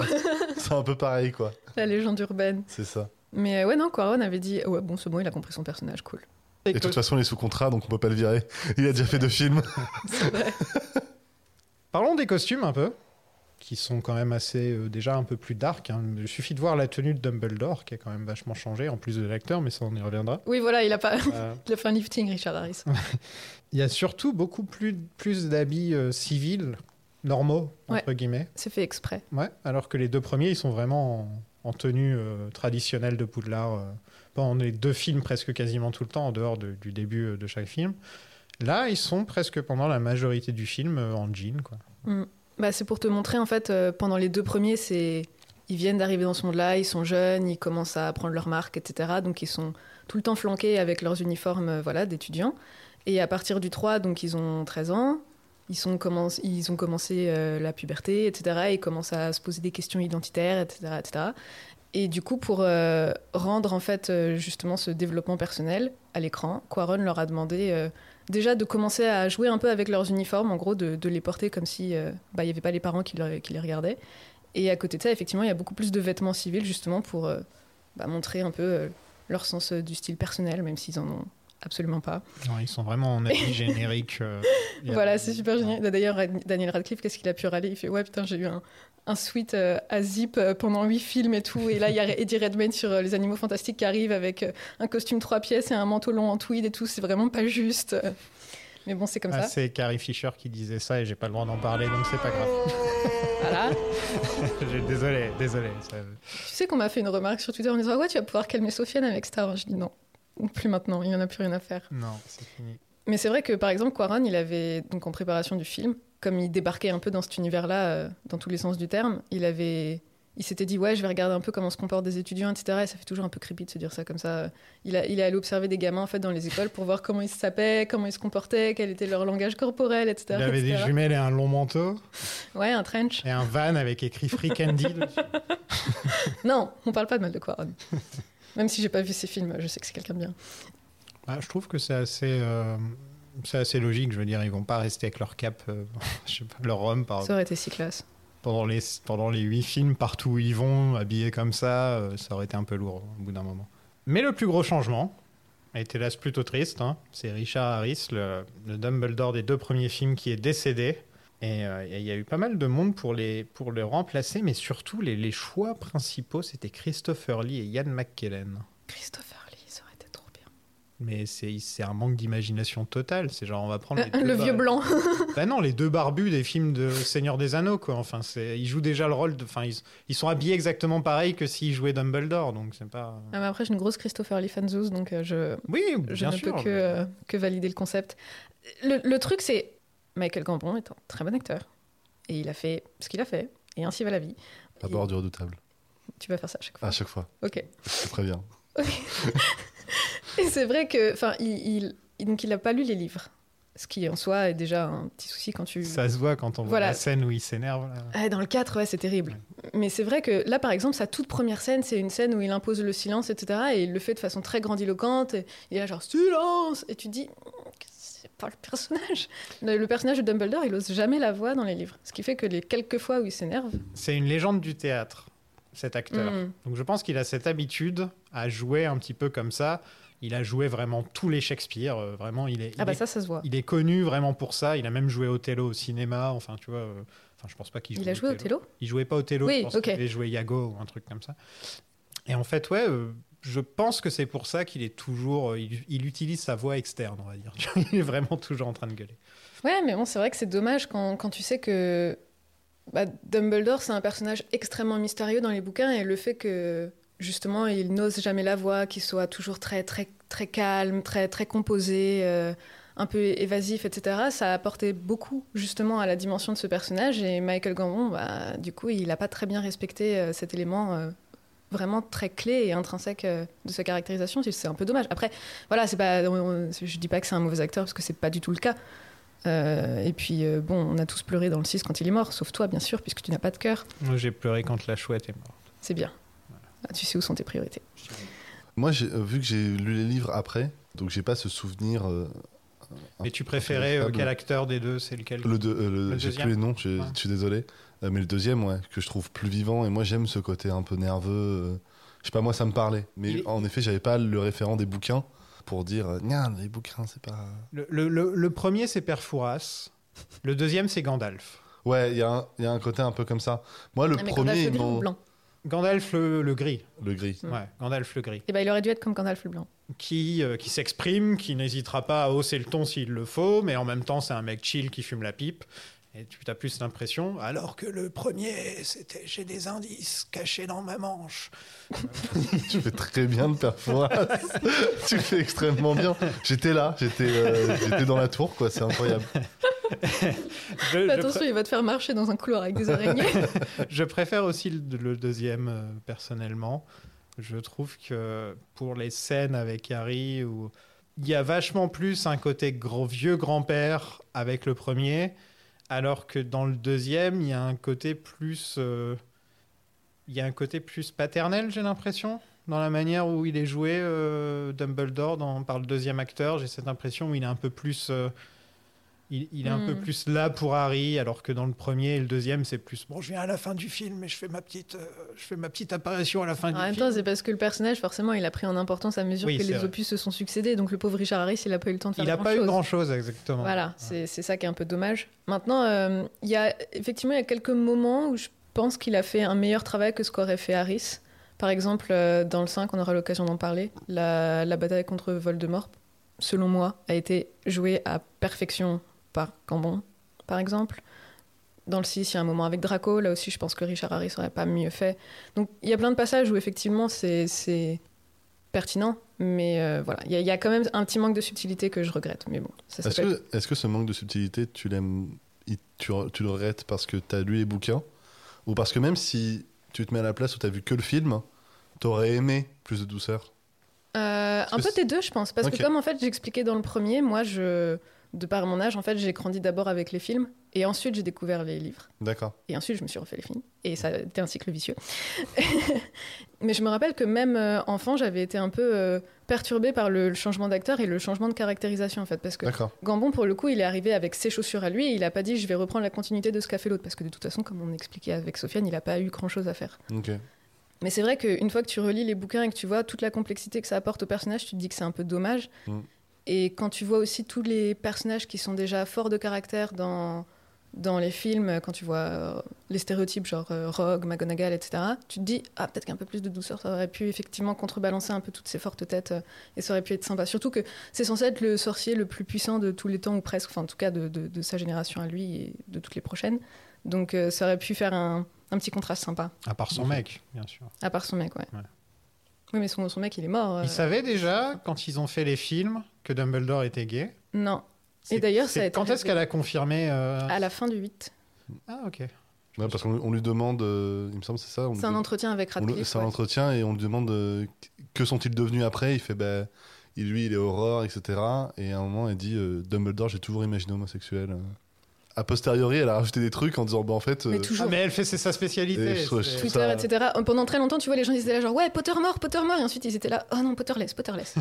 [SPEAKER 9] C'est un peu pareil, quoi.
[SPEAKER 10] la légende urbaine.
[SPEAKER 9] C'est ça.
[SPEAKER 10] Mais euh, ouais, non, Quaron avait dit Ouais, bon, c'est bon, il a compris son personnage, cool.
[SPEAKER 9] Et de toute façon, il est sous contrat, donc on peut pas le virer. Il a déjà fait deux films.
[SPEAKER 10] C'est vrai.
[SPEAKER 8] Parlons des costumes un peu. qui sont quand même assez euh, déjà un peu plus dark. hein. Il suffit de voir la tenue de Dumbledore qui a quand même vachement changé en plus de l'acteur, mais ça on y reviendra.
[SPEAKER 10] Oui, voilà, il a, pas...
[SPEAKER 8] Euh,
[SPEAKER 10] il a fait un lifting, Richard Harris.
[SPEAKER 8] Il y a surtout beaucoup plus, plus d'habits euh, civils, normaux, entre guillemets.
[SPEAKER 10] C'est fait exprès.
[SPEAKER 8] Ouais, alors que les deux premiers, ils sont vraiment en, en tenue euh, traditionnelle de Poudlard. euh, pendant les deux films, presque quasiment tout le temps, en dehors de- du début euh, de chaque film. Là, ils sont presque pendant la majorité du film euh, en jean, quoi.
[SPEAKER 10] Bah, c'est pour te montrer, en fait, euh, pendant les deux premiers, c'est ils viennent d'arriver dans ce monde-là, ils sont jeunes, ils commencent à prendre leur marque, etc. Donc ils sont tout le temps flanqués avec leurs uniformes euh, voilà, d'étudiants. Et à partir du 3, donc ils ont 13 ans, ils, sont commenc- ils ont commencé euh, la puberté, etc. Ils commencent à se poser des questions identitaires, etc. etc. Et du coup, pour euh, rendre en fait euh, justement ce développement personnel à l'écran, Quaron leur a demandé euh, déjà de commencer à jouer un peu avec leurs uniformes, en gros, de, de les porter comme si euh, bah, il n'y avait pas les parents qui, leur- qui les regardaient. Et à côté de ça, effectivement, il y a beaucoup plus de vêtements civils justement pour euh, bah, montrer un peu euh, leur sens euh, du style personnel, même s'ils en ont absolument pas.
[SPEAKER 8] Non, ils sont vraiment en habits génériques. euh, il y a-
[SPEAKER 10] Voilà, c'est super génial. Bah, D'ailleurs, Rad- Daniel Radcliffe, qu'est-ce qu'il a pu râler Il fait Ouais, putain, j'ai eu un, un suite euh, à zip euh, pendant huit films et tout. Et là, il y a Eddie Redmayne sur euh, Les Animaux Fantastiques qui arrive avec euh, un costume trois pièces et un manteau long en tweed et tout. C'est vraiment pas juste. Mais bon, c'est comme
[SPEAKER 8] Ah,
[SPEAKER 10] ça.
[SPEAKER 8] c'est Carrie Fisher qui disait ça et j'ai pas le droit d'en parler, donc c'est pas grave.
[SPEAKER 10] Voilà.
[SPEAKER 8] J'ai- désolé, désolé. ça-
[SPEAKER 10] Tu sais qu'on m'a fait une remarque sur Twitter en disant Ouais, tu vas pouvoir calmer Sofiane avec Star. Wars. Je dis Non, plus maintenant, il n'y en a plus rien à faire.
[SPEAKER 8] Non, c'est fini.
[SPEAKER 10] Mais c'est vrai que par exemple, Quaron, il avait, donc en préparation du film, comme il débarquait un peu dans cet univers-là, euh, dans tous les sens du terme, il avait. Il s'était dit, ouais, je vais regarder un peu comment se comportent des étudiants, etc. Et ça fait toujours un peu creepy de se dire ça comme ça. Il, a, il est allé observer des gamins en fait, dans les écoles pour voir comment ils se sapaient, comment ils se comportaient, quel était leur langage corporel, etc.
[SPEAKER 8] Il avait des
[SPEAKER 10] etc..
[SPEAKER 8] jumelles et un long manteau
[SPEAKER 10] Ouais, un trench.
[SPEAKER 8] et un van avec écrit Free Candy. dessus.
[SPEAKER 10] Non, on parle pas de mal de Quaron. Même si j'ai pas vu ses films, je sais que c'est quelqu'un de bien.
[SPEAKER 8] Bah, je trouve que c'est assez, euh, c'est assez logique. Je veux dire, ils vont pas rester avec leur cap, euh, je sais pas, leur homme par-
[SPEAKER 10] Ça aurait été si classe.
[SPEAKER 8] pendant les pendant les huit films partout où ils vont habillés comme ça, euh, ça aurait été un peu lourd au bout d'un moment. Mais le plus gros changement a été là c'est plutôt triste. hein. C'est Richard Harris, le, le Dumbledore des deux premiers films, qui est décédé. Et euh, il y a eu pas mal de monde pour, les, pour le remplacer, mais surtout les, les choix principaux, c'était Christopher Lee et Ian McKellen.
[SPEAKER 10] Christopher Lee, ça aurait été trop bien.
[SPEAKER 8] Mais c'est c'est un manque d'imagination totale. C'est genre, on va prendre. les deux
[SPEAKER 10] Euh, le
[SPEAKER 8] bar-
[SPEAKER 10] vieux blanc.
[SPEAKER 8] Bah non, les deux barbus des films de Seigneur des Anneaux, quoi. Enfin, c'est- ils jouent déjà le rôle de. Enfin, ils, ils sont habillés exactement pareil que s'ils jouaient Dumbledore, donc c'est pas.
[SPEAKER 10] Ah, mais après, j'ai une grosse Christopher Lee fanzouz, donc euh, je,
[SPEAKER 8] Oui,
[SPEAKER 10] je
[SPEAKER 8] bien
[SPEAKER 10] ne
[SPEAKER 8] sûr.
[SPEAKER 10] peux que, euh, que valider le concept. Le, le truc, c'est Michael Gambon est un très bon acteur. Et il a fait ce qu'il a fait. Et ainsi va la vie.
[SPEAKER 9] À bord du redoutable.
[SPEAKER 10] Tu vas faire ça à chaque fois.
[SPEAKER 9] À chaque fois,
[SPEAKER 8] Ah.
[SPEAKER 10] Ok.
[SPEAKER 9] je te préviens.
[SPEAKER 10] Et c'est vrai que, enfin, il, il- donc il n'a pas lu les livres. Ce qui en soi est déjà un petit souci quand tu.
[SPEAKER 8] Ça se voit quand on voit
[SPEAKER 10] euh, Voilà.
[SPEAKER 8] la scène où il s'énerve. là.
[SPEAKER 10] Ah, dans le 4, ouais, c'est terrible. Mais c'est vrai que là, par exemple, sa toute première scène, c'est une scène où il impose le silence, etc. Et il le fait de façon très grandiloquente. Et il est là, genre, silence Et tu te dis, c'est pas le personnage. Le, le personnage de Dumbledore, il ose jamais la voix dans les livres. Ce qui fait que les quelques fois où il s'énerve.
[SPEAKER 8] C'est une légende du théâtre, cet acteur.
[SPEAKER 10] mm,
[SPEAKER 8] Donc je pense qu'il a cette habitude à jouer un petit peu comme ça. Il a joué vraiment tous les Shakespeare. euh, Vraiment, il est.
[SPEAKER 10] Ah,
[SPEAKER 8] il
[SPEAKER 10] bah
[SPEAKER 8] est-
[SPEAKER 10] ça, ça se voit.
[SPEAKER 8] Il est connu vraiment pour ça. Il a même joué Othello au cinéma. Enfin, tu vois. euh, Enfin, je pense pas qu'il
[SPEAKER 10] Il a joué Othello
[SPEAKER 8] Il jouait pas Othello,
[SPEAKER 10] Oui,
[SPEAKER 8] je pense
[SPEAKER 10] ok.
[SPEAKER 8] qu'il avait joué Iago ou un truc comme ça. Et en fait, ouais, euh, je pense que c'est pour ça qu'il est toujours. euh, il, il utilise sa voix externe, on va dire. il est vraiment toujours en train de gueuler.
[SPEAKER 10] Ouais, mais bon, c'est vrai que c'est dommage quand, quand tu sais que bah, Dumbledore, c'est un personnage extrêmement mystérieux dans les bouquins et le fait que justement il n'ose jamais la voix, qu'il soit toujours très très très calme, très très composé, euh, un peu évasif, etc. Ça a apporté beaucoup justement à la dimension de ce personnage et Michael Gambon, bah, du coup, il n'a pas très bien respecté euh, cet élément. euh, vraiment très clé et intrinsèque euh, de sa caractérisation, c'est un peu dommage. Après, voilà, c'est pas, on- on- je dis pas que c'est un mauvais acteur parce que c'est pas du tout le cas, euh, et puis, euh, bon, on a tous pleuré dans le 6 quand il est mort, sauf toi, bien sûr, puisque tu n'as pas de cœur.
[SPEAKER 8] Moi, j'ai pleuré quand la chouette est morte.
[SPEAKER 10] C'est bien. Ah, tu sais où sont tes priorités.
[SPEAKER 9] Moi, j'ai- euh, vu que j'ai lu les livres après, donc j'ai pas ce souvenir. euh,
[SPEAKER 8] Mais tu préférais euh,
[SPEAKER 9] Incroyable.
[SPEAKER 8] quel acteur des deux C'est lequel
[SPEAKER 9] le, deux- euh, le-
[SPEAKER 8] Le
[SPEAKER 9] j'ai
[SPEAKER 8] deuxième.
[SPEAKER 9] plus les noms, je,
[SPEAKER 8] Ouais.
[SPEAKER 9] je suis désolé. Euh, mais le deuxième, ouais, que je trouve plus vivant. Et moi, j'aime ce côté un peu nerveux. euh, je sais pas, moi, ça me parlait. Mais
[SPEAKER 8] Il est-
[SPEAKER 9] en effet, j'avais pas le référent des bouquins pour dire, euh, Nya, les bouquins, c'est pas.
[SPEAKER 8] le, le- le- le premier, c'est Père Fouras. Le deuxième, c'est Gandalf.
[SPEAKER 9] Ouais, il y, a un- il y a un côté un peu comme ça. Moi, le
[SPEAKER 10] Ah, mais Gandalf
[SPEAKER 9] premier,
[SPEAKER 10] le
[SPEAKER 9] ils
[SPEAKER 10] gris ou
[SPEAKER 9] m'ont-
[SPEAKER 10] le blanc
[SPEAKER 8] Gandalf le, le gris.
[SPEAKER 9] le gris.
[SPEAKER 10] Hmm.
[SPEAKER 8] Ouais, Gandalf le gris.
[SPEAKER 10] Eh ben, il aurait dû être comme Gandalf le blanc.
[SPEAKER 8] Qui, euh, qui s'exprime, qui n'hésitera pas à hausser le ton s'il le faut, mais en même temps, c'est un mec chill qui fume la pipe. Et tu as plus l'impression, alors que le premier, c'était j'ai des indices cachés dans ma manche.
[SPEAKER 9] tu fais très bien le performance. tu fais extrêmement bien. J'étais là, j'étais euh, j'étais dans la tour, quoi. C'est incroyable.
[SPEAKER 8] Je, je
[SPEAKER 10] Attention, il va te faire marcher dans un couloir avec des araignées.
[SPEAKER 8] Je préfère aussi le, le deuxième, euh, personnellement. Je trouve que pour les scènes avec Harry, où il y a vachement plus un côté gros, vieux grand-père avec le premier, alors que dans le deuxième, il y a un côté plus... euh, il y a un côté plus paternel, j'ai l'impression, dans la manière où il est joué, euh, Dumbledore, dans- par le deuxième acteur. J'ai cette impression où il est un peu plus... euh, il, il est un peu
[SPEAKER 10] Hmm.
[SPEAKER 8] plus là pour Harry, alors que dans le premier et le deuxième, c'est plus bon. Je viens à la fin du film et je fais ma petite, euh, je fais ma petite apparition à la fin
[SPEAKER 10] en
[SPEAKER 8] du
[SPEAKER 10] même
[SPEAKER 8] film.
[SPEAKER 10] temps, c'est parce que le personnage, forcément, il a pris en importance à mesure
[SPEAKER 8] Oui,
[SPEAKER 10] que
[SPEAKER 8] c'est
[SPEAKER 10] les
[SPEAKER 8] vrai.
[SPEAKER 10] opus se sont succédés. Donc le pauvre Richard Harris, il n'a pas eu le temps de faire
[SPEAKER 8] il n'a pas eu
[SPEAKER 10] grand-chose.
[SPEAKER 8] grand chose exactement.
[SPEAKER 10] Voilà, c'est c'est ça qui est un peu dommage. Maintenant, euh, il y a effectivement il y a quelques moments où je pense qu'il a fait un meilleur travail que ce qu'aurait fait Harris. Par exemple, euh, dans le 5, on aura l'occasion d'en parler, la, la bataille contre Voldemort, selon moi, a été jouée à perfection par Cambon, par exemple. Dans le 6, il y a un moment avec Draco. Là aussi, je pense que Richard Harris n'aurait pas mieux fait. Donc, il y a plein de passages où effectivement, c'est- c'est pertinent. Mais euh, voilà, il y, a- il y a quand même un petit manque de subtilité que je regrette. Mais bon, ça
[SPEAKER 9] Est-ce
[SPEAKER 10] s'appelle
[SPEAKER 9] que, est-ce que ce manque de subtilité, tu l'aimes, il- tu, tu le regrettes parce que tu as lu les bouquins Ou parce que même si tu te mets à la place où tu as vu que le film, tu aurais aimé plus de douceur
[SPEAKER 10] Euh, un
[SPEAKER 9] que
[SPEAKER 10] peu
[SPEAKER 9] c'est-
[SPEAKER 10] des deux, je pense. Parce
[SPEAKER 9] Ok.
[SPEAKER 10] que comme en fait j'expliquais dans le premier, moi, je, de par mon âge, en fait, j'ai grandi d'abord avec les films et ensuite j'ai découvert les livres.
[SPEAKER 9] D'accord.
[SPEAKER 10] Et ensuite, je me suis refait les films. Et ça a été un cycle vicieux. Mais je me rappelle que même euh, enfant, j'avais été un peu euh, perturbée par le, le changement d'acteur et le changement de caractérisation, en fait. Parce que
[SPEAKER 9] D'accord.
[SPEAKER 10] Gambon, pour le coup, il est arrivé avec ses chaussures à lui et il n'a pas dit je vais reprendre la continuité de ce qu'a fait l'autre. Parce que de toute façon, comme on expliquait avec Sofiane, il n'a pas eu grand-chose à faire.
[SPEAKER 9] Ok.
[SPEAKER 10] Mais c'est vrai qu'une fois que tu relis les bouquins et que tu vois toute la complexité que ça apporte au personnage, tu te dis que c'est un peu dommage.
[SPEAKER 9] Mm.
[SPEAKER 10] Et quand tu vois aussi tous les personnages qui sont déjà forts de caractère dans, dans les films, quand tu vois euh, les stéréotypes genre euh, Rogue, McGonagall, etc., tu te dis, ah, peut-être qu'un peu plus de douceur, ça aurait pu effectivement contrebalancer un peu toutes ces fortes têtes euh, et ça aurait pu être sympa. Surtout que c'est censé être le sorcier le plus puissant de tous les temps, ou presque, enfin en tout cas de, de- de sa génération à lui et de toutes les prochaines. Donc euh, ça aurait pu faire un- un petit contraste sympa.
[SPEAKER 8] À part son mec, bien sûr.
[SPEAKER 10] À part son mec, ouais.
[SPEAKER 8] Ouais.
[SPEAKER 10] Oui, mais son, son mec, il est mort. euh,
[SPEAKER 8] Ils savaient déjà quand ils ont fait les films que Dumbledore était gay.
[SPEAKER 10] Non,
[SPEAKER 8] C'est-
[SPEAKER 10] d'ailleurs, ça
[SPEAKER 8] c'est-
[SPEAKER 10] a été
[SPEAKER 8] quand est-ce
[SPEAKER 10] révélé.
[SPEAKER 8] qu'elle a confirmé euh,
[SPEAKER 10] à la fin du 8.
[SPEAKER 8] Ah ok.
[SPEAKER 9] Ouais, parce qu'on on lui demande, euh, il me semble, c'est ça on lui
[SPEAKER 10] C'est un
[SPEAKER 9] demande-
[SPEAKER 10] entretien avec
[SPEAKER 9] On le-
[SPEAKER 10] Radcliffe.
[SPEAKER 9] C'est un
[SPEAKER 10] ouais.
[SPEAKER 9] entretien et on lui demande euh, que sont-ils devenus après. Il fait, bah, il- lui, il est horreur, etc. Et à un moment, elle dit, euh, Dumbledore, j'ai toujours imaginé homosexuel. A posteriori, elle a rajouté des trucs en disant, bah, en fait,
[SPEAKER 10] Mais
[SPEAKER 9] euh,
[SPEAKER 8] Ah,
[SPEAKER 10] toujours.
[SPEAKER 8] mais elle fait c'est sa
[SPEAKER 9] Et
[SPEAKER 8] spécialité.
[SPEAKER 9] je trouve-
[SPEAKER 8] c'est-
[SPEAKER 9] je trouve
[SPEAKER 10] Twitter,
[SPEAKER 9] ça-
[SPEAKER 10] etc. Euh, Pendant très longtemps, tu vois, les gens ils étaient là genre ouais Potter mort, Potter mort, et ensuite ils étaient là oh non Potterless, Potterless.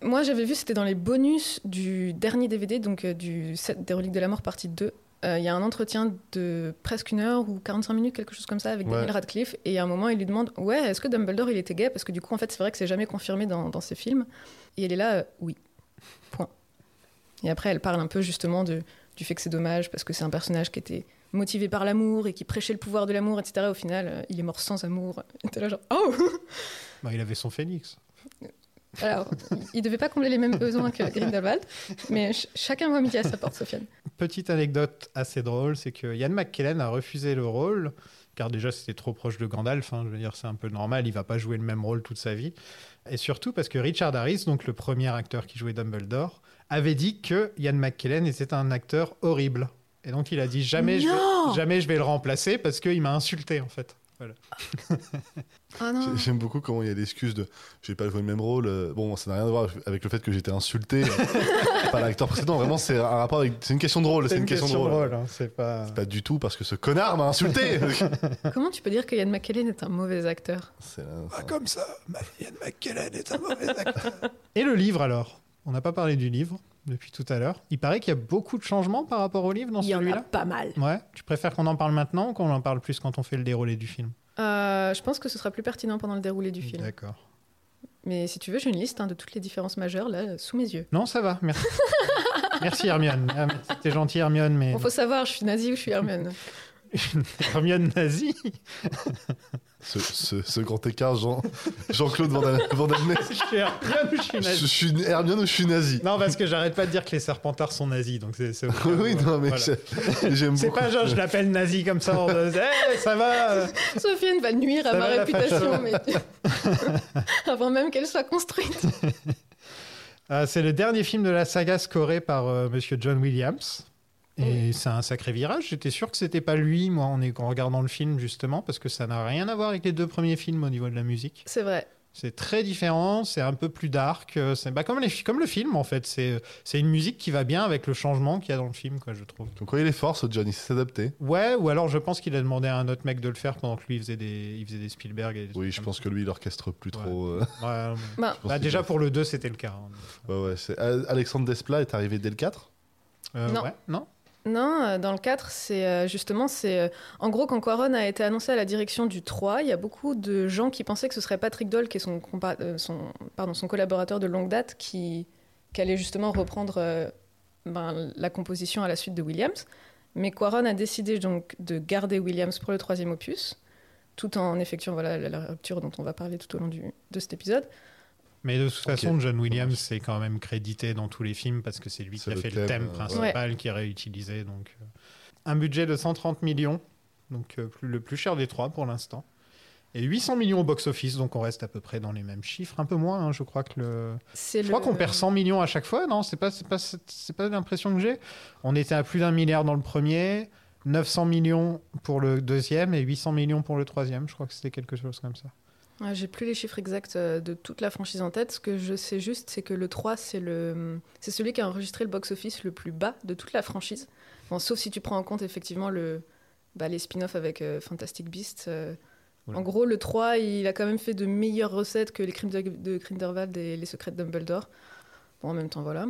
[SPEAKER 10] Moi j'avais vu c'était dans les bonus du dernier DVD donc euh, du set des reliques de la mort partie 2. Euh, Il y a un entretien de presque une heure ou 45 minutes, quelque chose comme ça, avec
[SPEAKER 9] Ouais.
[SPEAKER 10] Daniel Radcliffe. Et à un moment, il lui demande Ouais, est-ce que Dumbledore il était gay Parce que du coup, en fait, c'est vrai que c'est jamais confirmé dans, dans ses films. Et elle est là euh, Oui. Point. Et après, elle parle un peu justement de, du fait que c'est dommage parce que c'est un personnage qui était motivé par l'amour et qui prêchait le pouvoir de l'amour, etc. Au final, euh, il est mort sans amour. Et t'es là genre, oh
[SPEAKER 8] Bah, il avait son phénix.
[SPEAKER 10] Alors, il devait pas combler les mêmes besoins que Grindelwald, mais ch- chacun voit midi à sa porte, Sofiane.
[SPEAKER 8] Petite anecdote assez drôle, c'est que Ian McKellen a refusé le rôle, car déjà c'était trop proche de Gandalf, hein, je veux dire c'est un peu normal, il va pas jouer le même rôle toute sa vie. Et surtout parce que Richard Harris, donc le premier acteur qui jouait Dumbledore, avait dit que Ian McKellen était un acteur horrible. Et donc il a dit jamais, je
[SPEAKER 10] Non
[SPEAKER 8] vais, jamais je vais le remplacer parce qu'il m'a insulté en fait.
[SPEAKER 10] Oh non
[SPEAKER 9] j'ai- j'aime beaucoup comment il y a l'excuse de, j'ai pas joué le même rôle. euh, Bon, ça n'a rien à voir avec le fait que j'étais insulté euh, par l'acteur précédent. Vraiment, c'est un rapport avec, c'est une question drôle. C'est une, question, drôle.
[SPEAKER 8] hein, c'est pas...
[SPEAKER 9] Pas du tout parce que ce connard m'a insulté.
[SPEAKER 10] Comment tu peux dire que Ian McKellen est un mauvais acteur
[SPEAKER 9] C'est un-
[SPEAKER 8] comme ça, Ian McKellen est un mauvais acteur. Et le livre alors On n'a pas parlé du livre depuis tout à l'heure. Il paraît qu'il y a beaucoup de changements par rapport au livre dans
[SPEAKER 10] Il y en
[SPEAKER 8] celui-là.
[SPEAKER 10] a pas mal.
[SPEAKER 8] Ouais, tu préfères qu'on en parle maintenant ou qu'on en parle plus quand on fait le déroulé du film
[SPEAKER 10] Euh, je pense que ce sera plus pertinent pendant le déroulé du film.
[SPEAKER 8] D'accord.
[SPEAKER 10] Mais si tu veux, j'ai une liste hein, de toutes les différences majeures là, sous mes yeux.
[SPEAKER 8] Non, ça va, merci. Merci Hermione. Ah, mais C'était gentil Hermione, mais
[SPEAKER 10] Bon, faut savoir, je suis nazie ou je suis Hermione.
[SPEAKER 8] Hermione nazie.
[SPEAKER 9] Ce, ce- ce grand écart, Jean, Jean-Claude Van Damme- Van Damme.
[SPEAKER 8] Je suis Hermione ou je suis
[SPEAKER 9] Je,
[SPEAKER 8] nazie
[SPEAKER 9] je suis une Hermione ou je suis nazi
[SPEAKER 8] Non, parce que j'arrête pas de dire que les serpentards sont nazis, donc c'est. c'est-
[SPEAKER 9] Oui, oui, non, mais
[SPEAKER 8] euh, Voilà.
[SPEAKER 9] j'ai- j'aime
[SPEAKER 8] C'est
[SPEAKER 9] beaucoup.
[SPEAKER 8] pas genre je l'appelle nazi comme ça. On... Eh, ça va.
[SPEAKER 10] Sofiane va nuire à
[SPEAKER 8] Ça
[SPEAKER 10] ma
[SPEAKER 8] va, la
[SPEAKER 10] réputation, mais avant même qu'elle soit construite.
[SPEAKER 8] Euh, c'est le dernier film de la saga scoré par euh, Monsieur John Williams. Et c'est un sacré virage. J'étais sûr que c'était pas lui, moi, en, en regardant le film, justement, parce que ça n'a rien à voir avec les deux premiers films au niveau de la musique.
[SPEAKER 10] C'est vrai.
[SPEAKER 8] C'est très différent, c'est un peu plus dark. euh, C'est bah, comme, les, fi- comme le film, en fait. C'est c'est une musique qui va bien avec le changement qu'il y a dans le film, quoi, je trouve.
[SPEAKER 9] Donc, quoi, il est fort, ce Johnny, c'est s'adapter.
[SPEAKER 8] Ouais, ou alors je pense qu'il a demandé à un autre mec de le faire pendant que lui, il faisait des, il faisait des Spielberg. Et des
[SPEAKER 9] Oui,
[SPEAKER 8] trucs
[SPEAKER 9] je
[SPEAKER 8] comme
[SPEAKER 9] pense que lui, il orchestre plus
[SPEAKER 8] Ouais.
[SPEAKER 9] trop. euh,
[SPEAKER 8] ça. Ouais, ouais.
[SPEAKER 10] Bah,
[SPEAKER 9] je pense
[SPEAKER 8] Bah,
[SPEAKER 9] qu'il-
[SPEAKER 8] déjà, pour le 2, c'était le cas. hein.
[SPEAKER 9] Ouais, ouais, c'est- A- Alexandre Desplat est arrivé dès le 4.
[SPEAKER 8] Euh,
[SPEAKER 10] Non.
[SPEAKER 8] Ouais, non
[SPEAKER 10] Non, euh, dans le 4, c'est euh, justement, c'est euh, en gros quand Quaron a été annoncé à la direction du 3, il y a beaucoup de gens qui pensaient que ce serait Patrick Doll, qui est son, compa- euh, son, pardon, son collaborateur de longue date, qui, qui allait justement reprendre euh, ben, la composition à la suite de Williams. Mais Quaron a décidé donc de garder Williams pour le troisième opus, tout en effectuant voilà, la, la rupture dont on va parler tout au long du- de cet épisode.
[SPEAKER 8] Mais de toute façon,
[SPEAKER 9] Ok.
[SPEAKER 8] John Williams c'est quand même crédité dans tous les films parce que c'est lui
[SPEAKER 9] C'est
[SPEAKER 8] qui a
[SPEAKER 9] le
[SPEAKER 8] fait
[SPEAKER 9] thème,
[SPEAKER 8] le thème
[SPEAKER 9] euh,
[SPEAKER 8] principal qui est réutilisé. Donc, euh, un budget de 130 millions, donc euh, plus- le plus cher des trois pour l'instant. Et 800 millions au box-office, donc on reste à peu près dans les mêmes chiffres, un peu moins, hein, je crois que le.
[SPEAKER 10] C'est
[SPEAKER 8] Je
[SPEAKER 10] le-
[SPEAKER 8] crois qu'on perd 100 millions à chaque fois, non C'est pas, c'est pas, c'est pas l'impression que j'ai. On était à plus d'un milliard dans le premier, 900 millions pour le deuxième et 800 millions pour le troisième. Je crois que c'était quelque chose comme ça.
[SPEAKER 10] Ouais, J'ai plus les chiffres exacts euh, de toute la franchise en tête. Ce que je sais juste, c'est que le 3, c'est le, c'est celui qui a enregistré le box-office le plus bas de toute la franchise. Bon, sauf si tu prends en compte effectivement le, bah, les spin-offs avec euh, Fantastic Beasts. euh.
[SPEAKER 8] Oula.
[SPEAKER 10] En gros, le 3, il a quand même fait de meilleures recettes que les crimes de, de Grindelwald et les secrets de Dumbledore. Bon, en même temps, voilà.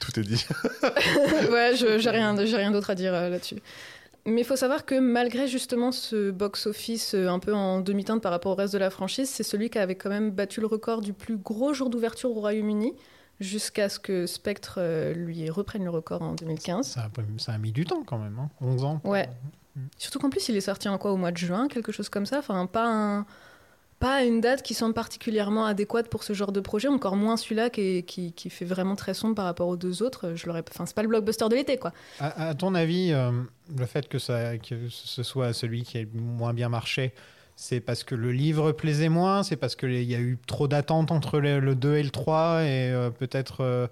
[SPEAKER 9] Tout est dit.
[SPEAKER 10] ouais, je- j'ai rien, j'ai rien d'autre à dire euh, là-dessus. Mais il faut savoir que malgré justement ce box-office euh, un peu en demi-teinte par rapport au reste de la franchise, c'est celui qui avait quand même battu le record du plus gros jour d'ouverture au Royaume-Uni jusqu'à ce que Spectre euh, lui reprenne le record en 2015.
[SPEAKER 8] Ça a, ça a mis du temps quand même, hein, 11 ans.
[SPEAKER 10] Ouais. Surtout qu'en plus, il est sorti en quoi au mois de juin, quelque chose comme ça. Enfin, pas un- pas une date qui semble particulièrement adéquate pour ce genre de projet, encore moins celui-là qui, est- qui, qui fait vraiment très sombre par rapport aux deux autres. Je l'aurais, enfin, c'est pas le blockbuster de l'été, quoi.
[SPEAKER 8] À, à ton avis, euh, le fait que, ça, que ce soit celui qui a le moins bien marché, c'est parce que le livre plaisait moins, c'est parce qu'il y a eu trop d'attentes entre le, 2 et le 3, et euh, peut-être euh,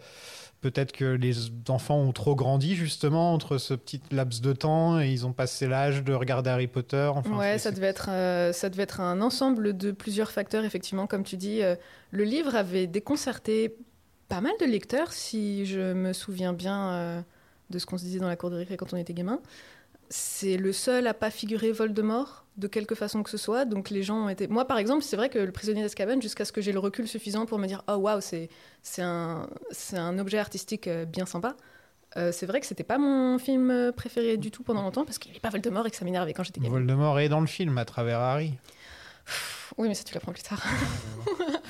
[SPEAKER 8] peut-être que les enfants ont trop grandi justement entre ce petit laps de temps, et ils ont passé l'âge de regarder Harry Potter. Enfin,
[SPEAKER 10] ouais,
[SPEAKER 8] c'est-
[SPEAKER 10] ça
[SPEAKER 8] c'est-
[SPEAKER 10] devait, être, euh, ça devait être un ensemble de plusieurs facteurs, effectivement, comme tu dis. euh, le livre avait déconcerté pas mal de lecteurs, si je me souviens bien euh, de ce qu'on se disait dans la cour de récré quand on était gamin. C'est le seul à pas figurer Voldemort de quelque façon que ce soit. Donc les gens ont été. Moi, par exemple, c'est vrai que le prisonnier d'Azkaban, jusqu'à ce que j'ai le recul suffisant pour me dire Oh waouh, c'est c'est un, c'est un objet artistique euh, bien sympa. Euh, c'est vrai que c'était pas mon film euh, préféré du tout pendant longtemps parce qu'il n'y avait pas Voldemort et que ça m'énervait quand j'étais gamin.
[SPEAKER 8] Voldemort est dans le film à travers Harry.
[SPEAKER 10] Oui, mais ça, tu l'apprends plus tard.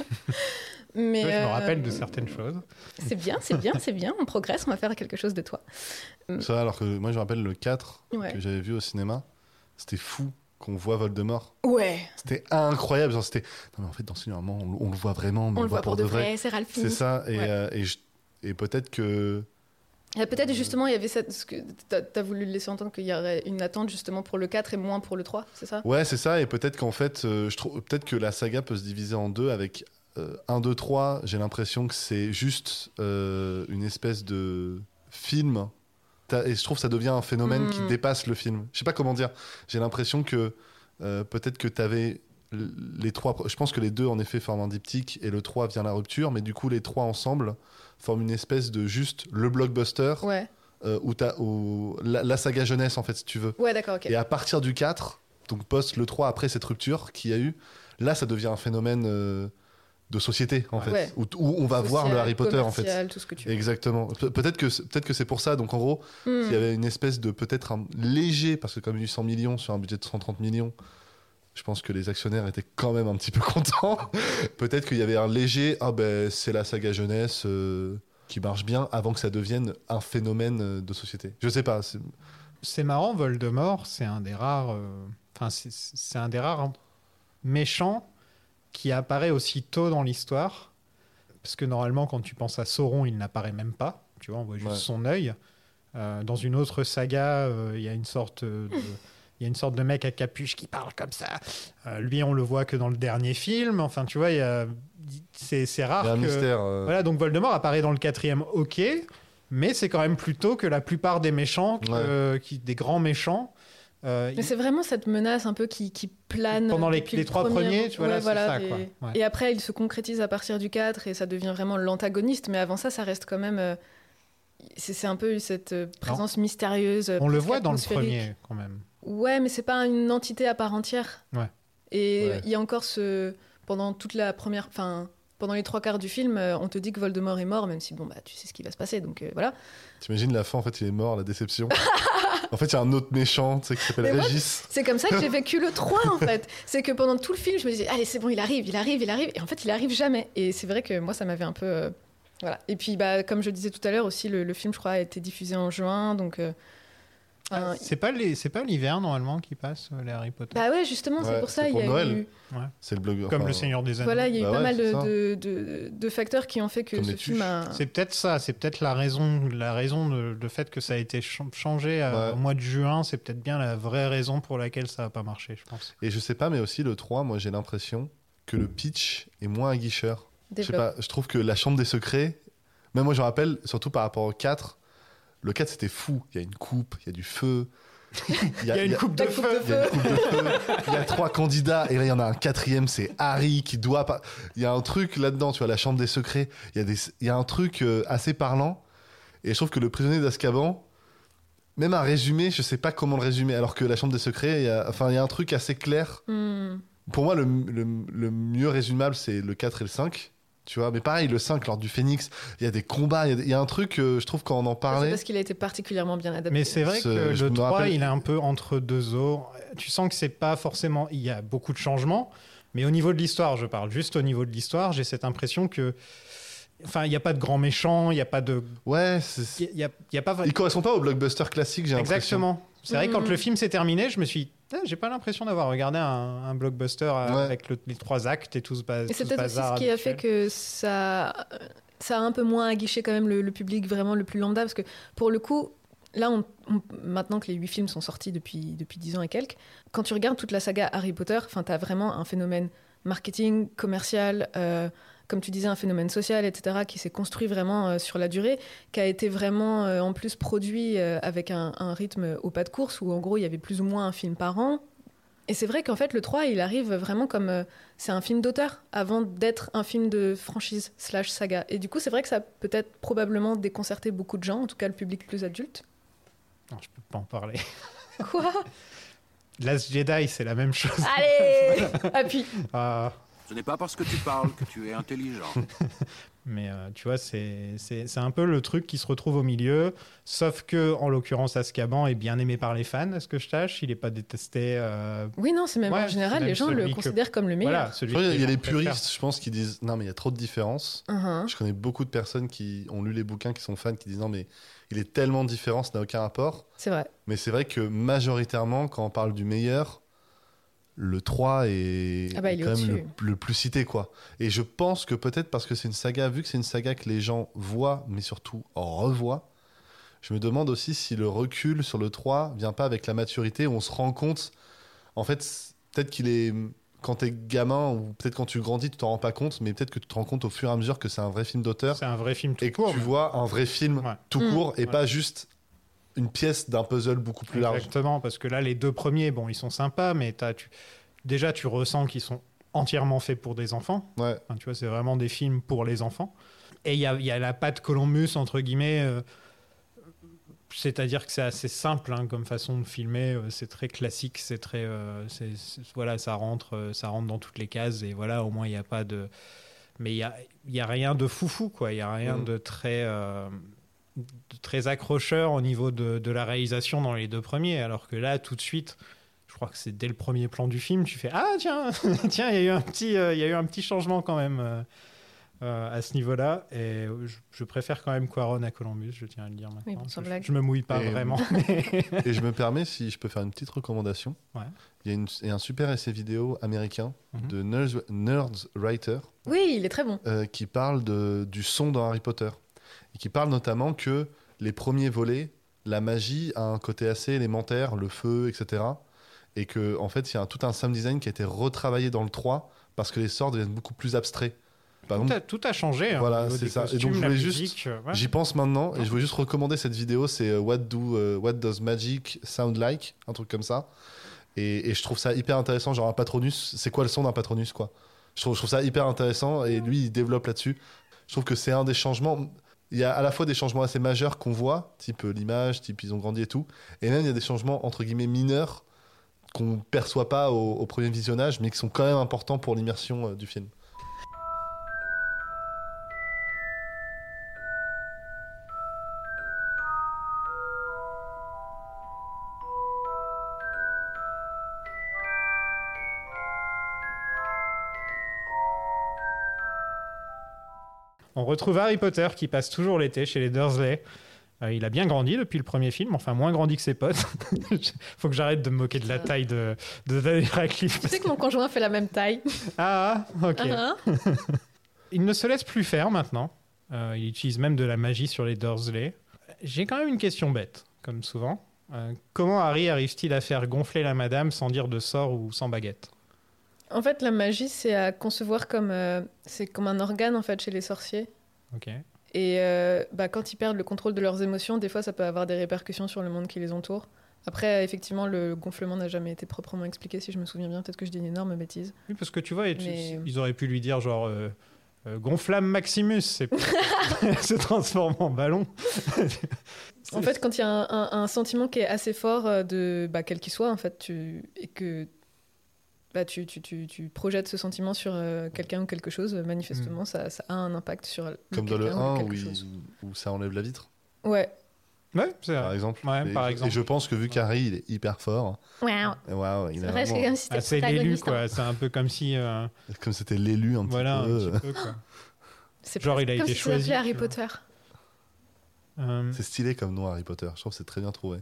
[SPEAKER 10] mais
[SPEAKER 8] Ouais, je me rappelle
[SPEAKER 10] euh,
[SPEAKER 8] de certaines choses.
[SPEAKER 10] C'est bien, c'est bien, c'est bien. On progresse, on va faire quelque chose de toi.
[SPEAKER 9] Ça, alors que moi, je me rappelle le 4
[SPEAKER 10] Ouais.
[SPEAKER 9] que j'avais vu au cinéma. C'était fou qu'on voit Voldemort.
[SPEAKER 10] Ouais.
[SPEAKER 9] C'était incroyable. Genre, c'était. Non, mais en fait, dans ce film, normalement, on, on le voit vraiment, mais
[SPEAKER 10] On le voit pour de vrai, c'est Ralph
[SPEAKER 9] C'est
[SPEAKER 10] Fiennes.
[SPEAKER 9] ça. Et,
[SPEAKER 10] Ouais.
[SPEAKER 9] euh, et, je- et peut-être que.
[SPEAKER 10] Et Peut-être justement, il y avait cette. ce que t'as- T'as voulu laisser entendre qu'il y aurait une attente justement pour le 4 et moins pour le 3, c'est ça
[SPEAKER 9] Ouais, c'est ça. Et peut-être qu'en fait, euh, je trouve peut-être que la saga peut se diviser en deux avec euh, 1, 2, 3. J'ai l'impression que c'est juste euh, une espèce de film. T'as- Et je trouve que ça devient un phénomène qui
[SPEAKER 10] Mm.
[SPEAKER 9] dépasse le film. Je sais pas comment dire. J'ai l'impression que euh, peut-être que t'avais l- les trois. Je pense que les deux en effet forment un diptyque et le 3 vient la rupture. Mais du coup, les trois ensemble forment une espèce de juste le blockbuster
[SPEAKER 10] Ouais.
[SPEAKER 9] euh, où t'as où- la- la saga jeunesse en fait, si tu veux.
[SPEAKER 10] Ouais, d'accord, ok.
[SPEAKER 9] Et à partir du 4, donc post le 3, après cette rupture qu'il y a eu, là, ça devient un phénomène euh, de société, en fait,
[SPEAKER 10] Ouais.
[SPEAKER 9] où, où on va voir le
[SPEAKER 10] Social,
[SPEAKER 9] Harry Potter, en fait.
[SPEAKER 10] commercial, tout ce que tu veux.
[SPEAKER 9] Exactement. Pe- peut-être que c'est- peut-être que c'est pour ça. Donc en gros,
[SPEAKER 10] Hmm.
[SPEAKER 9] il y avait une espèce de peut-être un léger parce que comme 800 millions sur un budget de 130 millions, je pense que les actionnaires étaient quand même un petit peu contents. peut-être qu'il y avait un léger ah ben c'est la saga jeunesse. euh, qui marche bien avant que ça devienne un phénomène euh, de société. Je sais pas. c'est-
[SPEAKER 8] C'est marrant, Voldemort, c'est un des rares. euh, Enfin, c'est- c'est un des rares méchants qui apparaît aussi tôt dans l'histoire. Parce que normalement, quand tu penses à Sauron, il n'apparaît même pas. Tu vois, on voit juste
[SPEAKER 9] Ouais.
[SPEAKER 8] son œil. Euh, dans une autre saga, euh, il y a une sorte euh, de. Il y a une sorte de mec à capuche qui parle comme ça. Euh, lui, on le voit que dans le dernier film. Enfin, tu vois, il y a- c'est c'est rare
[SPEAKER 9] Il y a un
[SPEAKER 8] que-
[SPEAKER 9] mystère. euh,
[SPEAKER 8] voilà, donc Voldemort apparaît dans le quatrième, ok, mais c'est quand même plus tôt que la plupart des méchants, que-
[SPEAKER 9] Ouais.
[SPEAKER 8] euh, qui, des grands méchants. Euh,
[SPEAKER 10] Mais
[SPEAKER 8] il-
[SPEAKER 10] c'est vraiment cette menace un peu qui, qui plane.
[SPEAKER 8] Pendant les-
[SPEAKER 10] depuis
[SPEAKER 8] les
[SPEAKER 10] le
[SPEAKER 8] trois
[SPEAKER 10] premier-
[SPEAKER 8] premiers, tu vois, là, c'est ça,
[SPEAKER 10] et,
[SPEAKER 8] quoi. Ouais.
[SPEAKER 10] et après, il se concrétise à partir du 4 et ça devient vraiment l'antagoniste. Mais avant ça, ça reste quand même. euh, c'est c'est un peu cette euh, présence mystérieuse. euh,
[SPEAKER 8] on le
[SPEAKER 10] presque
[SPEAKER 8] voit dans le
[SPEAKER 10] atmosphérique.
[SPEAKER 8] premier, quand même.
[SPEAKER 10] Ouais, mais c'est pas une entité à part entière.
[SPEAKER 8] Ouais.
[SPEAKER 10] Et
[SPEAKER 9] Ouais.
[SPEAKER 10] il y a encore ce. Pendant toute la première. Enfin, pendant les trois quarts du film, euh, on te dit que Voldemort est mort, même si, bon, bah, tu sais ce qui va se passer, donc euh, voilà.
[SPEAKER 9] T'imagines la fin, en fait, il est mort, la déception. en fait, il y a un autre méchant, tu sais, qui s'appelle
[SPEAKER 10] Mais what
[SPEAKER 9] Régis.
[SPEAKER 10] C'est comme ça que j'ai vécu le 3, en fait. C'est que pendant tout le film, je me disais, allez, c'est bon, il arrive, il arrive, il arrive. Et en fait, il arrive jamais. Et c'est vrai que moi, ça m'avait un peu. euh, voilà. Et puis, bah, comme je disais tout à l'heure aussi, le, le film, je crois, a été diffusé en juin, donc. euh, un-
[SPEAKER 8] Euh, C'est pas les- c'est pas l'hiver, normalement, qui passe, euh, les Harry Potter.
[SPEAKER 10] Ah, bah ouais, justement,
[SPEAKER 9] Ouais,
[SPEAKER 10] c'est pour ça,
[SPEAKER 9] c'est
[SPEAKER 10] il
[SPEAKER 9] pour
[SPEAKER 10] y a
[SPEAKER 9] Noël.
[SPEAKER 10] eu.
[SPEAKER 9] C'est le blogueur.
[SPEAKER 8] Comme
[SPEAKER 9] enfin,
[SPEAKER 8] le Seigneur des Anneaux.
[SPEAKER 10] Voilà, il y a eu
[SPEAKER 9] Bah
[SPEAKER 10] pas
[SPEAKER 9] ouais,
[SPEAKER 10] mal
[SPEAKER 9] c'est ça.
[SPEAKER 10] de, de- de facteurs qui ont fait que
[SPEAKER 9] Comme
[SPEAKER 10] ce
[SPEAKER 9] les
[SPEAKER 10] film a.
[SPEAKER 8] C'est peut-être ça, c'est peut-être la raison, la raison de, le fait que ça a été ch- changé euh,
[SPEAKER 9] Ouais.
[SPEAKER 8] au mois de juin, c'est peut-être bien la vraie raison pour laquelle ça n'a pas marché, je pense.
[SPEAKER 9] Et je sais pas, mais aussi le 3, moi, j'ai l'impression que le pitch est moins aguicheur. Je sais
[SPEAKER 10] développé.
[SPEAKER 9] pas, je trouve que la chambre des secrets, même moi je me rappelle, surtout par rapport au 4, le 4 c'était fou. Il y a une coupe, il y a du feu.
[SPEAKER 8] Il y a une coupe de
[SPEAKER 10] La coupe
[SPEAKER 8] feu.
[SPEAKER 9] il y
[SPEAKER 10] de
[SPEAKER 9] a une coupe de feu. Il y a trois candidats et là il y en a un quatrième, c'est Harry qui doit pas. Il y a un truc là-dedans, tu vois, la chambre des secrets. Il y a, des... il y a un truc euh, assez parlant. Et je trouve que le prisonnier d'Azkaban, même un résumé, je sais pas comment le résumer. Alors que la chambre des secrets, il y a... enfin il y a un truc assez clair.
[SPEAKER 10] Hmm.
[SPEAKER 9] Pour moi, le, le- le mieux résumable, c'est le 4 et le 5. Tu vois, mais pareil, le 5, lors du Phoenix, il y a des combats, il y a des- il y, a un truc, euh, je trouve, quand on en
[SPEAKER 10] C'est
[SPEAKER 9] parlait.
[SPEAKER 10] parce qu'il a été particulièrement bien adapté.
[SPEAKER 8] Mais c'est vrai
[SPEAKER 9] Ce-
[SPEAKER 8] que
[SPEAKER 9] je
[SPEAKER 8] le
[SPEAKER 9] me
[SPEAKER 8] 3,
[SPEAKER 9] rappelle-
[SPEAKER 8] il est un peu entre deux eaux. Tu sens que c'est pas forcément. Il y a beaucoup de changements, mais au niveau de l'histoire, je parle juste au niveau de l'histoire, j'ai cette impression que. Enfin, il n'y a pas de grand méchant, il n'y a pas de.
[SPEAKER 9] Ouais, c'est-
[SPEAKER 8] Il y a, il y a pas.
[SPEAKER 9] il correspond pas au blockbuster classique, j'ai l'impression.
[SPEAKER 8] Exactement. C'est vrai, que
[SPEAKER 10] Mm.
[SPEAKER 8] quand le film s'est terminé, je me suis dit, "Tain, j'ai pas l'impression d'avoir regardé un, un blockbuster à-
[SPEAKER 9] Ouais.
[SPEAKER 8] avec le- les trois actes et tout ce, bas-
[SPEAKER 10] Et c'est
[SPEAKER 8] Euh, tout ce
[SPEAKER 10] peut-être aussi
[SPEAKER 8] bazar.
[SPEAKER 10] ce qui a fait
[SPEAKER 8] habituel.
[SPEAKER 10] que ça, ça a un peu moins aguiché quand même le, le public vraiment le plus lambda, parce que pour le coup, là, on, on- maintenant que les huit films sont sortis depuis depuis dix ans et quelques, quand tu regardes toute la saga Harry Potter, enfin, t'as vraiment un phénomène marketing, commercial. euh, comme tu disais, un phénomène social, etc., qui s'est construit vraiment euh, sur la durée, qui a été vraiment euh, en plus produit euh, avec un, un rythme au pas de course, où en gros il y avait plus ou moins un film par an. Et c'est vrai qu'en fait le 3, il arrive vraiment comme... euh, c'est un film d'auteur avant d'être un film de franchise slash saga. Et du coup c'est vrai que ça a peut-être probablement déconcerté beaucoup de gens, en tout cas le public plus adulte.
[SPEAKER 8] Non, je peux pas en parler.
[SPEAKER 10] Quoi
[SPEAKER 8] Last Jedi, c'est la même chose.
[SPEAKER 10] Allez Appuie
[SPEAKER 8] Ah.
[SPEAKER 4] Ce n'est pas parce que tu parles que tu es intelligent.
[SPEAKER 8] Mais euh, tu vois, c'est c'est- c'est un peu le truc qui se retrouve au milieu, sauf que, en l'occurrence, Azkaban est bien aimé par les fans, à ce que je tâche. Il n'est pas détesté. euh,
[SPEAKER 10] Oui, non, c'est même
[SPEAKER 8] Ouais,
[SPEAKER 10] en général,
[SPEAKER 8] c'est
[SPEAKER 10] les
[SPEAKER 8] même
[SPEAKER 10] gens
[SPEAKER 8] celui
[SPEAKER 10] le
[SPEAKER 8] que-
[SPEAKER 10] considèrent comme le
[SPEAKER 8] voilà,
[SPEAKER 10] meilleur.
[SPEAKER 8] celui
[SPEAKER 9] Je crois qu'il y a- Il y a
[SPEAKER 8] que les
[SPEAKER 9] les
[SPEAKER 8] gens préfèrent.
[SPEAKER 9] puristes, je pense, qui disent Non, mais il y a trop de différences.
[SPEAKER 10] Uhum.
[SPEAKER 9] Je connais beaucoup de personnes qui ont lu les bouquins, qui sont fans, qui disent Non, mais il est tellement différent, ça n'a aucun rapport.
[SPEAKER 10] C'est vrai.
[SPEAKER 9] Mais c'est vrai que majoritairement, quand on parle du meilleur, le 3 est,
[SPEAKER 10] Ah bah,
[SPEAKER 9] est
[SPEAKER 10] il est
[SPEAKER 9] quand même le,
[SPEAKER 10] au-dessus.
[SPEAKER 9] le plus cité. quoi. Et je pense que peut-être parce que c'est une saga, vu que c'est une saga que les gens voient, mais surtout revoient, je me demande aussi si le recul sur le 3 vient pas avec la maturité, où on se rend compte, en fait, c- peut-être qu'il est... Quand t'es gamin, ou peut-être quand tu grandis, tu t'en rends pas compte, mais peut-être que tu te rends compte au fur et à mesure que c'est un vrai film d'auteur
[SPEAKER 8] C'est un vrai film tout
[SPEAKER 9] et que
[SPEAKER 8] court.
[SPEAKER 9] tu vois un vrai film
[SPEAKER 8] Ouais.
[SPEAKER 9] tout
[SPEAKER 10] Mm.
[SPEAKER 9] court et
[SPEAKER 8] Ouais.
[SPEAKER 9] pas juste une pièce d'un puzzle beaucoup plus large.
[SPEAKER 8] Exactement, parce que là, les deux premiers, bon, ils sont sympas, mais t'as- tu... déjà, tu ressens qu'ils sont entièrement faits pour des enfants.
[SPEAKER 9] Ouais.
[SPEAKER 8] Enfin, tu vois, c'est vraiment des films pour les enfants. Et il y a, il y a la patte Columbus, entre guillemets. euh, c'est-à-dire que c'est assez simple hein, comme façon de filmer, euh, c'est très classique, c'est très euh, c'est- c'est- voilà ça rentre euh, ça rentre dans toutes les cases et voilà au moins il n'y a pas de mais il y a, il y a rien de foufou quoi, il y a rien
[SPEAKER 9] Mm.
[SPEAKER 8] de très euh, de très accrocheur au niveau de, de la réalisation dans les deux premiers, alors que là tout de suite je crois que c'est dès le premier plan du film, tu fais ah tiens tiens il y a eu un petit euh, il y a eu un petit changement quand même. euh, euh, à ce niveau-là. Et je, je préfère quand même Quaron à Columbus, je tiens à le dire maintenant.
[SPEAKER 10] Oui, bon, sans
[SPEAKER 8] je,
[SPEAKER 10] blague.
[SPEAKER 8] je me mouille pas
[SPEAKER 9] Et-
[SPEAKER 8] vraiment.
[SPEAKER 9] Et je me permets, si je peux faire une petite recommandation.
[SPEAKER 8] Ouais.
[SPEAKER 9] Il y a, une- il y a un super essai vidéo américain
[SPEAKER 8] Mhm.
[SPEAKER 9] de Nerds, Nerds Writer
[SPEAKER 10] Oui, il est très bon.
[SPEAKER 9] euh, qui parle de- du son dans Harry Potter. Et qui parle notamment que les premiers volets, la magie a un côté assez élémentaire, le feu, etc. Et que, en fait, il y a un- tout un sound design qui a été retravaillé dans le 3 parce que les sorts deviennent beaucoup plus abstraits. Par
[SPEAKER 8] tout,
[SPEAKER 9] exemple,
[SPEAKER 8] a, tout a changé. hein,
[SPEAKER 9] Voilà,
[SPEAKER 8] au niveau
[SPEAKER 9] c'est
[SPEAKER 8] des
[SPEAKER 9] ça. Et
[SPEAKER 8] costumes,
[SPEAKER 9] donc, je
[SPEAKER 8] la
[SPEAKER 9] voulais juste-
[SPEAKER 8] musique, euh, ouais.
[SPEAKER 9] J'y pense maintenant et je voulais juste recommander cette vidéo. C'est euh, What do euh, What does magic sound like, un truc comme ça. Et, et je trouve ça hyper intéressant. Genre un patronus, c'est quoi le son d'un patronus quoi je trouve, je trouve ça hyper intéressant et lui il développe là-dessus. Je trouve que c'est un des changements. Il y a à la fois des changements assez majeurs qu'on voit, type euh, l'image, type ils ont grandi et tout, et même il y a des changements entre guillemets mineurs qu'on perçoit pas au, au premier visionnage, mais qui sont quand même importants pour l'immersion euh, du film.
[SPEAKER 8] On retrouve Harry Potter qui passe toujours l'été chez les Dursley. Euh, il a bien grandi depuis le premier film, enfin moins grandi que ses potes. Faut que j'arrête de me moquer de la taille de, de Daniel Radcliffe.
[SPEAKER 10] Tu sais que mon conjoint fait la même taille.
[SPEAKER 8] Ah, ah, ok.
[SPEAKER 10] Ah, ah.
[SPEAKER 8] Il ne se laisse plus faire maintenant. Euh, il utilise même de la magie sur les Dursley. J'ai quand même une question bête, comme souvent. Euh, comment Harry arrive-t-il à faire gonfler la madame sans dire de sort ou sans baguette
[SPEAKER 10] En fait, la magie, c'est à concevoir comme, euh, c'est comme un organe en fait chez les sorciers.
[SPEAKER 8] Ok.
[SPEAKER 10] Et euh, bah, quand ils perdent le contrôle de leurs émotions, des fois, ça peut avoir des répercussions sur le monde qui les entoure. Après, effectivement, le gonflement n'a jamais été proprement expliqué, si je me souviens bien. Peut-être que je dis une énorme bêtise.
[SPEAKER 8] Oui, parce que tu vois, tu-
[SPEAKER 10] Mais- euh,
[SPEAKER 8] ils auraient pu lui dire genre euh, euh, Gonflamme Maximus, c'est se transforme en ballon.
[SPEAKER 10] En fait, quand il y a un, un- un sentiment qui est assez fort euh, de bah, quel qu'il soit, en fait, tu, et que bah, tu, tu, tu, tu projettes ce sentiment sur euh, quelqu'un ou quelque chose, euh, manifestement, ça, ça a un impact sur le
[SPEAKER 9] Hmm. Comme dans le
[SPEAKER 10] quelqu'un ou
[SPEAKER 9] 1
[SPEAKER 10] ah quelque
[SPEAKER 9] où, il-
[SPEAKER 10] chose.
[SPEAKER 9] où ça enlève la vitre,
[SPEAKER 10] Ouais.
[SPEAKER 8] Ouais, c'est
[SPEAKER 9] par
[SPEAKER 8] vrai.
[SPEAKER 9] exemple.
[SPEAKER 8] Ouais,
[SPEAKER 9] et,
[SPEAKER 8] par
[SPEAKER 9] je-
[SPEAKER 8] exemple.
[SPEAKER 9] Et je pense que vu qu'Harry il est hyper fort, Et waouh, il a vraiment-
[SPEAKER 10] si
[SPEAKER 8] Ah, c'est
[SPEAKER 10] hein.
[SPEAKER 8] l'élu, quoi. C'est un peu comme si. euh,
[SPEAKER 9] comme c'était l'élu un petit
[SPEAKER 8] voilà, un
[SPEAKER 9] peu. euh,
[SPEAKER 8] petit peu, quoi.
[SPEAKER 10] C'est
[SPEAKER 8] Genre, il a
[SPEAKER 10] comme
[SPEAKER 8] été
[SPEAKER 10] si ça
[SPEAKER 8] choisi.
[SPEAKER 10] s'appelait Harry
[SPEAKER 8] tu vois.
[SPEAKER 10] Potter.
[SPEAKER 8] Euh,
[SPEAKER 9] C'est stylé comme nom Harry Potter. Je trouve que c'est très bien trouvé.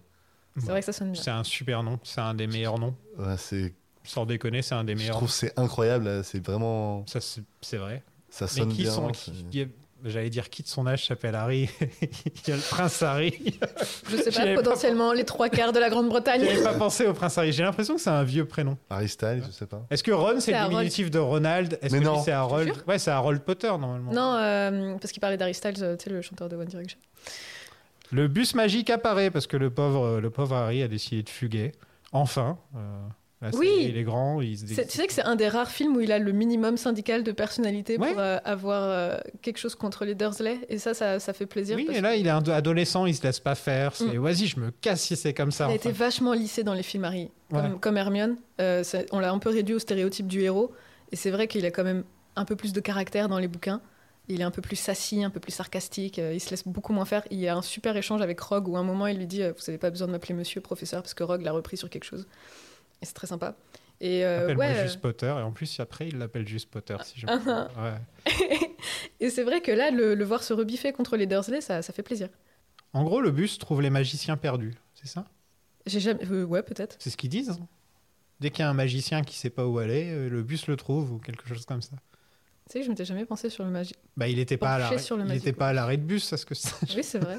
[SPEAKER 10] C'est vrai que ça sonne bien.
[SPEAKER 8] c'est un super nom. C'est un des meilleurs noms.
[SPEAKER 9] Ouais, c'est,
[SPEAKER 8] Sans déconner, c'est un des
[SPEAKER 9] je
[SPEAKER 8] meilleurs.
[SPEAKER 9] trouve que c'est incroyable. là. C'est vraiment,
[SPEAKER 8] Ça, c'est c'est vrai.
[SPEAKER 9] ça
[SPEAKER 8] Mais
[SPEAKER 9] sonne
[SPEAKER 8] qui
[SPEAKER 9] bien.
[SPEAKER 8] sont.
[SPEAKER 9] c'est-
[SPEAKER 8] qui- qui- J'allais dire qui de son âge s'appelle Harry Il y a le prince Harry.
[SPEAKER 10] Je sais
[SPEAKER 8] J'y avais
[SPEAKER 10] pas,
[SPEAKER 8] pas
[SPEAKER 10] potentiellement les trois quarts de la Grande-Bretagne.
[SPEAKER 8] J'avais pas pensé au prince Harry. J'ai l'impression que c'est un vieux prénom.
[SPEAKER 9] Harry Styles, je sais pas. Ah,
[SPEAKER 8] Est-ce que Ron, c'est
[SPEAKER 10] C'est
[SPEAKER 8] le
[SPEAKER 10] Harold.
[SPEAKER 8] diminutif de Ronald Est-ce
[SPEAKER 9] Mais
[SPEAKER 8] que lui,
[SPEAKER 9] non.
[SPEAKER 8] c'est Harold Ouais, c'est Harold Potter normalement.
[SPEAKER 10] Non, euh, parce qu'il parlait d'Harry Styles, euh, tu sais, le chanteur de One Direction.
[SPEAKER 8] Le bus magique apparaît parce que le pauvre, le pauvre Harry a décidé de fuguer. Enfin. euh, là, ça
[SPEAKER 10] Oui.
[SPEAKER 8] y est, Il est grand. Il se
[SPEAKER 10] C'est- Tu sais que c'est un des rares films où il a le minimum syndical de personnalité
[SPEAKER 8] Ouais.
[SPEAKER 10] pour euh, avoir euh, quelque chose contre les Dursley. Et ça, ça, ça fait plaisir.
[SPEAKER 8] Oui,
[SPEAKER 10] parce Mm.
[SPEAKER 8] et là, il est ado- adolescent, il se laisse pas faire. C'est vas-y, je me casse si c'est comme ça.
[SPEAKER 10] qu'il a
[SPEAKER 8] enfin.
[SPEAKER 10] été vachement lissé dans les films Harry,
[SPEAKER 8] Ouais.
[SPEAKER 10] comme, comme Hermione. Euh, ça- on l'a un peu réduit au stéréotype du héros. Et c'est vrai qu'il a quand même un peu plus de caractère dans les bouquins. Il est un peu plus sassy, un peu plus sarcastique. euh, il se laisse beaucoup moins faire. Il y a un super échange avec Rogue où à un moment, il lui dit euh, Vous n'avez pas besoin de m'appeler monsieur, professeur, parce que Rogue l'a repris sur quelque chose. Et c'est très sympa. Et euh,
[SPEAKER 8] Appelle-moi
[SPEAKER 10] ouais, euh,
[SPEAKER 8] juste Potter, et en plus, après, il l'appelle juste Potter, si je me trompe.
[SPEAKER 10] Uh-huh.
[SPEAKER 8] Ouais.
[SPEAKER 10] euh, Et c'est vrai que là, le, le voir se rebiffer contre les Dursley, ça, ça fait plaisir.
[SPEAKER 8] En gros, le bus trouve les magiciens perdus, c'est ça
[SPEAKER 10] J'ai jamais. euh, ouais, peut-être.
[SPEAKER 8] C'est ce qu'ils disent hein. Dès qu'il y a un magicien qui sait pas où aller, euh, le bus le trouve, ou quelque chose comme ça.
[SPEAKER 10] Tu sais, que je m'étais jamais pensé sur le magie.
[SPEAKER 8] Bah, il était pas, à
[SPEAKER 10] Penché
[SPEAKER 8] l'arrêt-
[SPEAKER 10] sur le
[SPEAKER 8] il
[SPEAKER 10] magique,
[SPEAKER 8] était
[SPEAKER 10] ouais.
[SPEAKER 8] pas à l'arrêt de bus, c'est ce que c'est.
[SPEAKER 10] Oui, c'est vrai.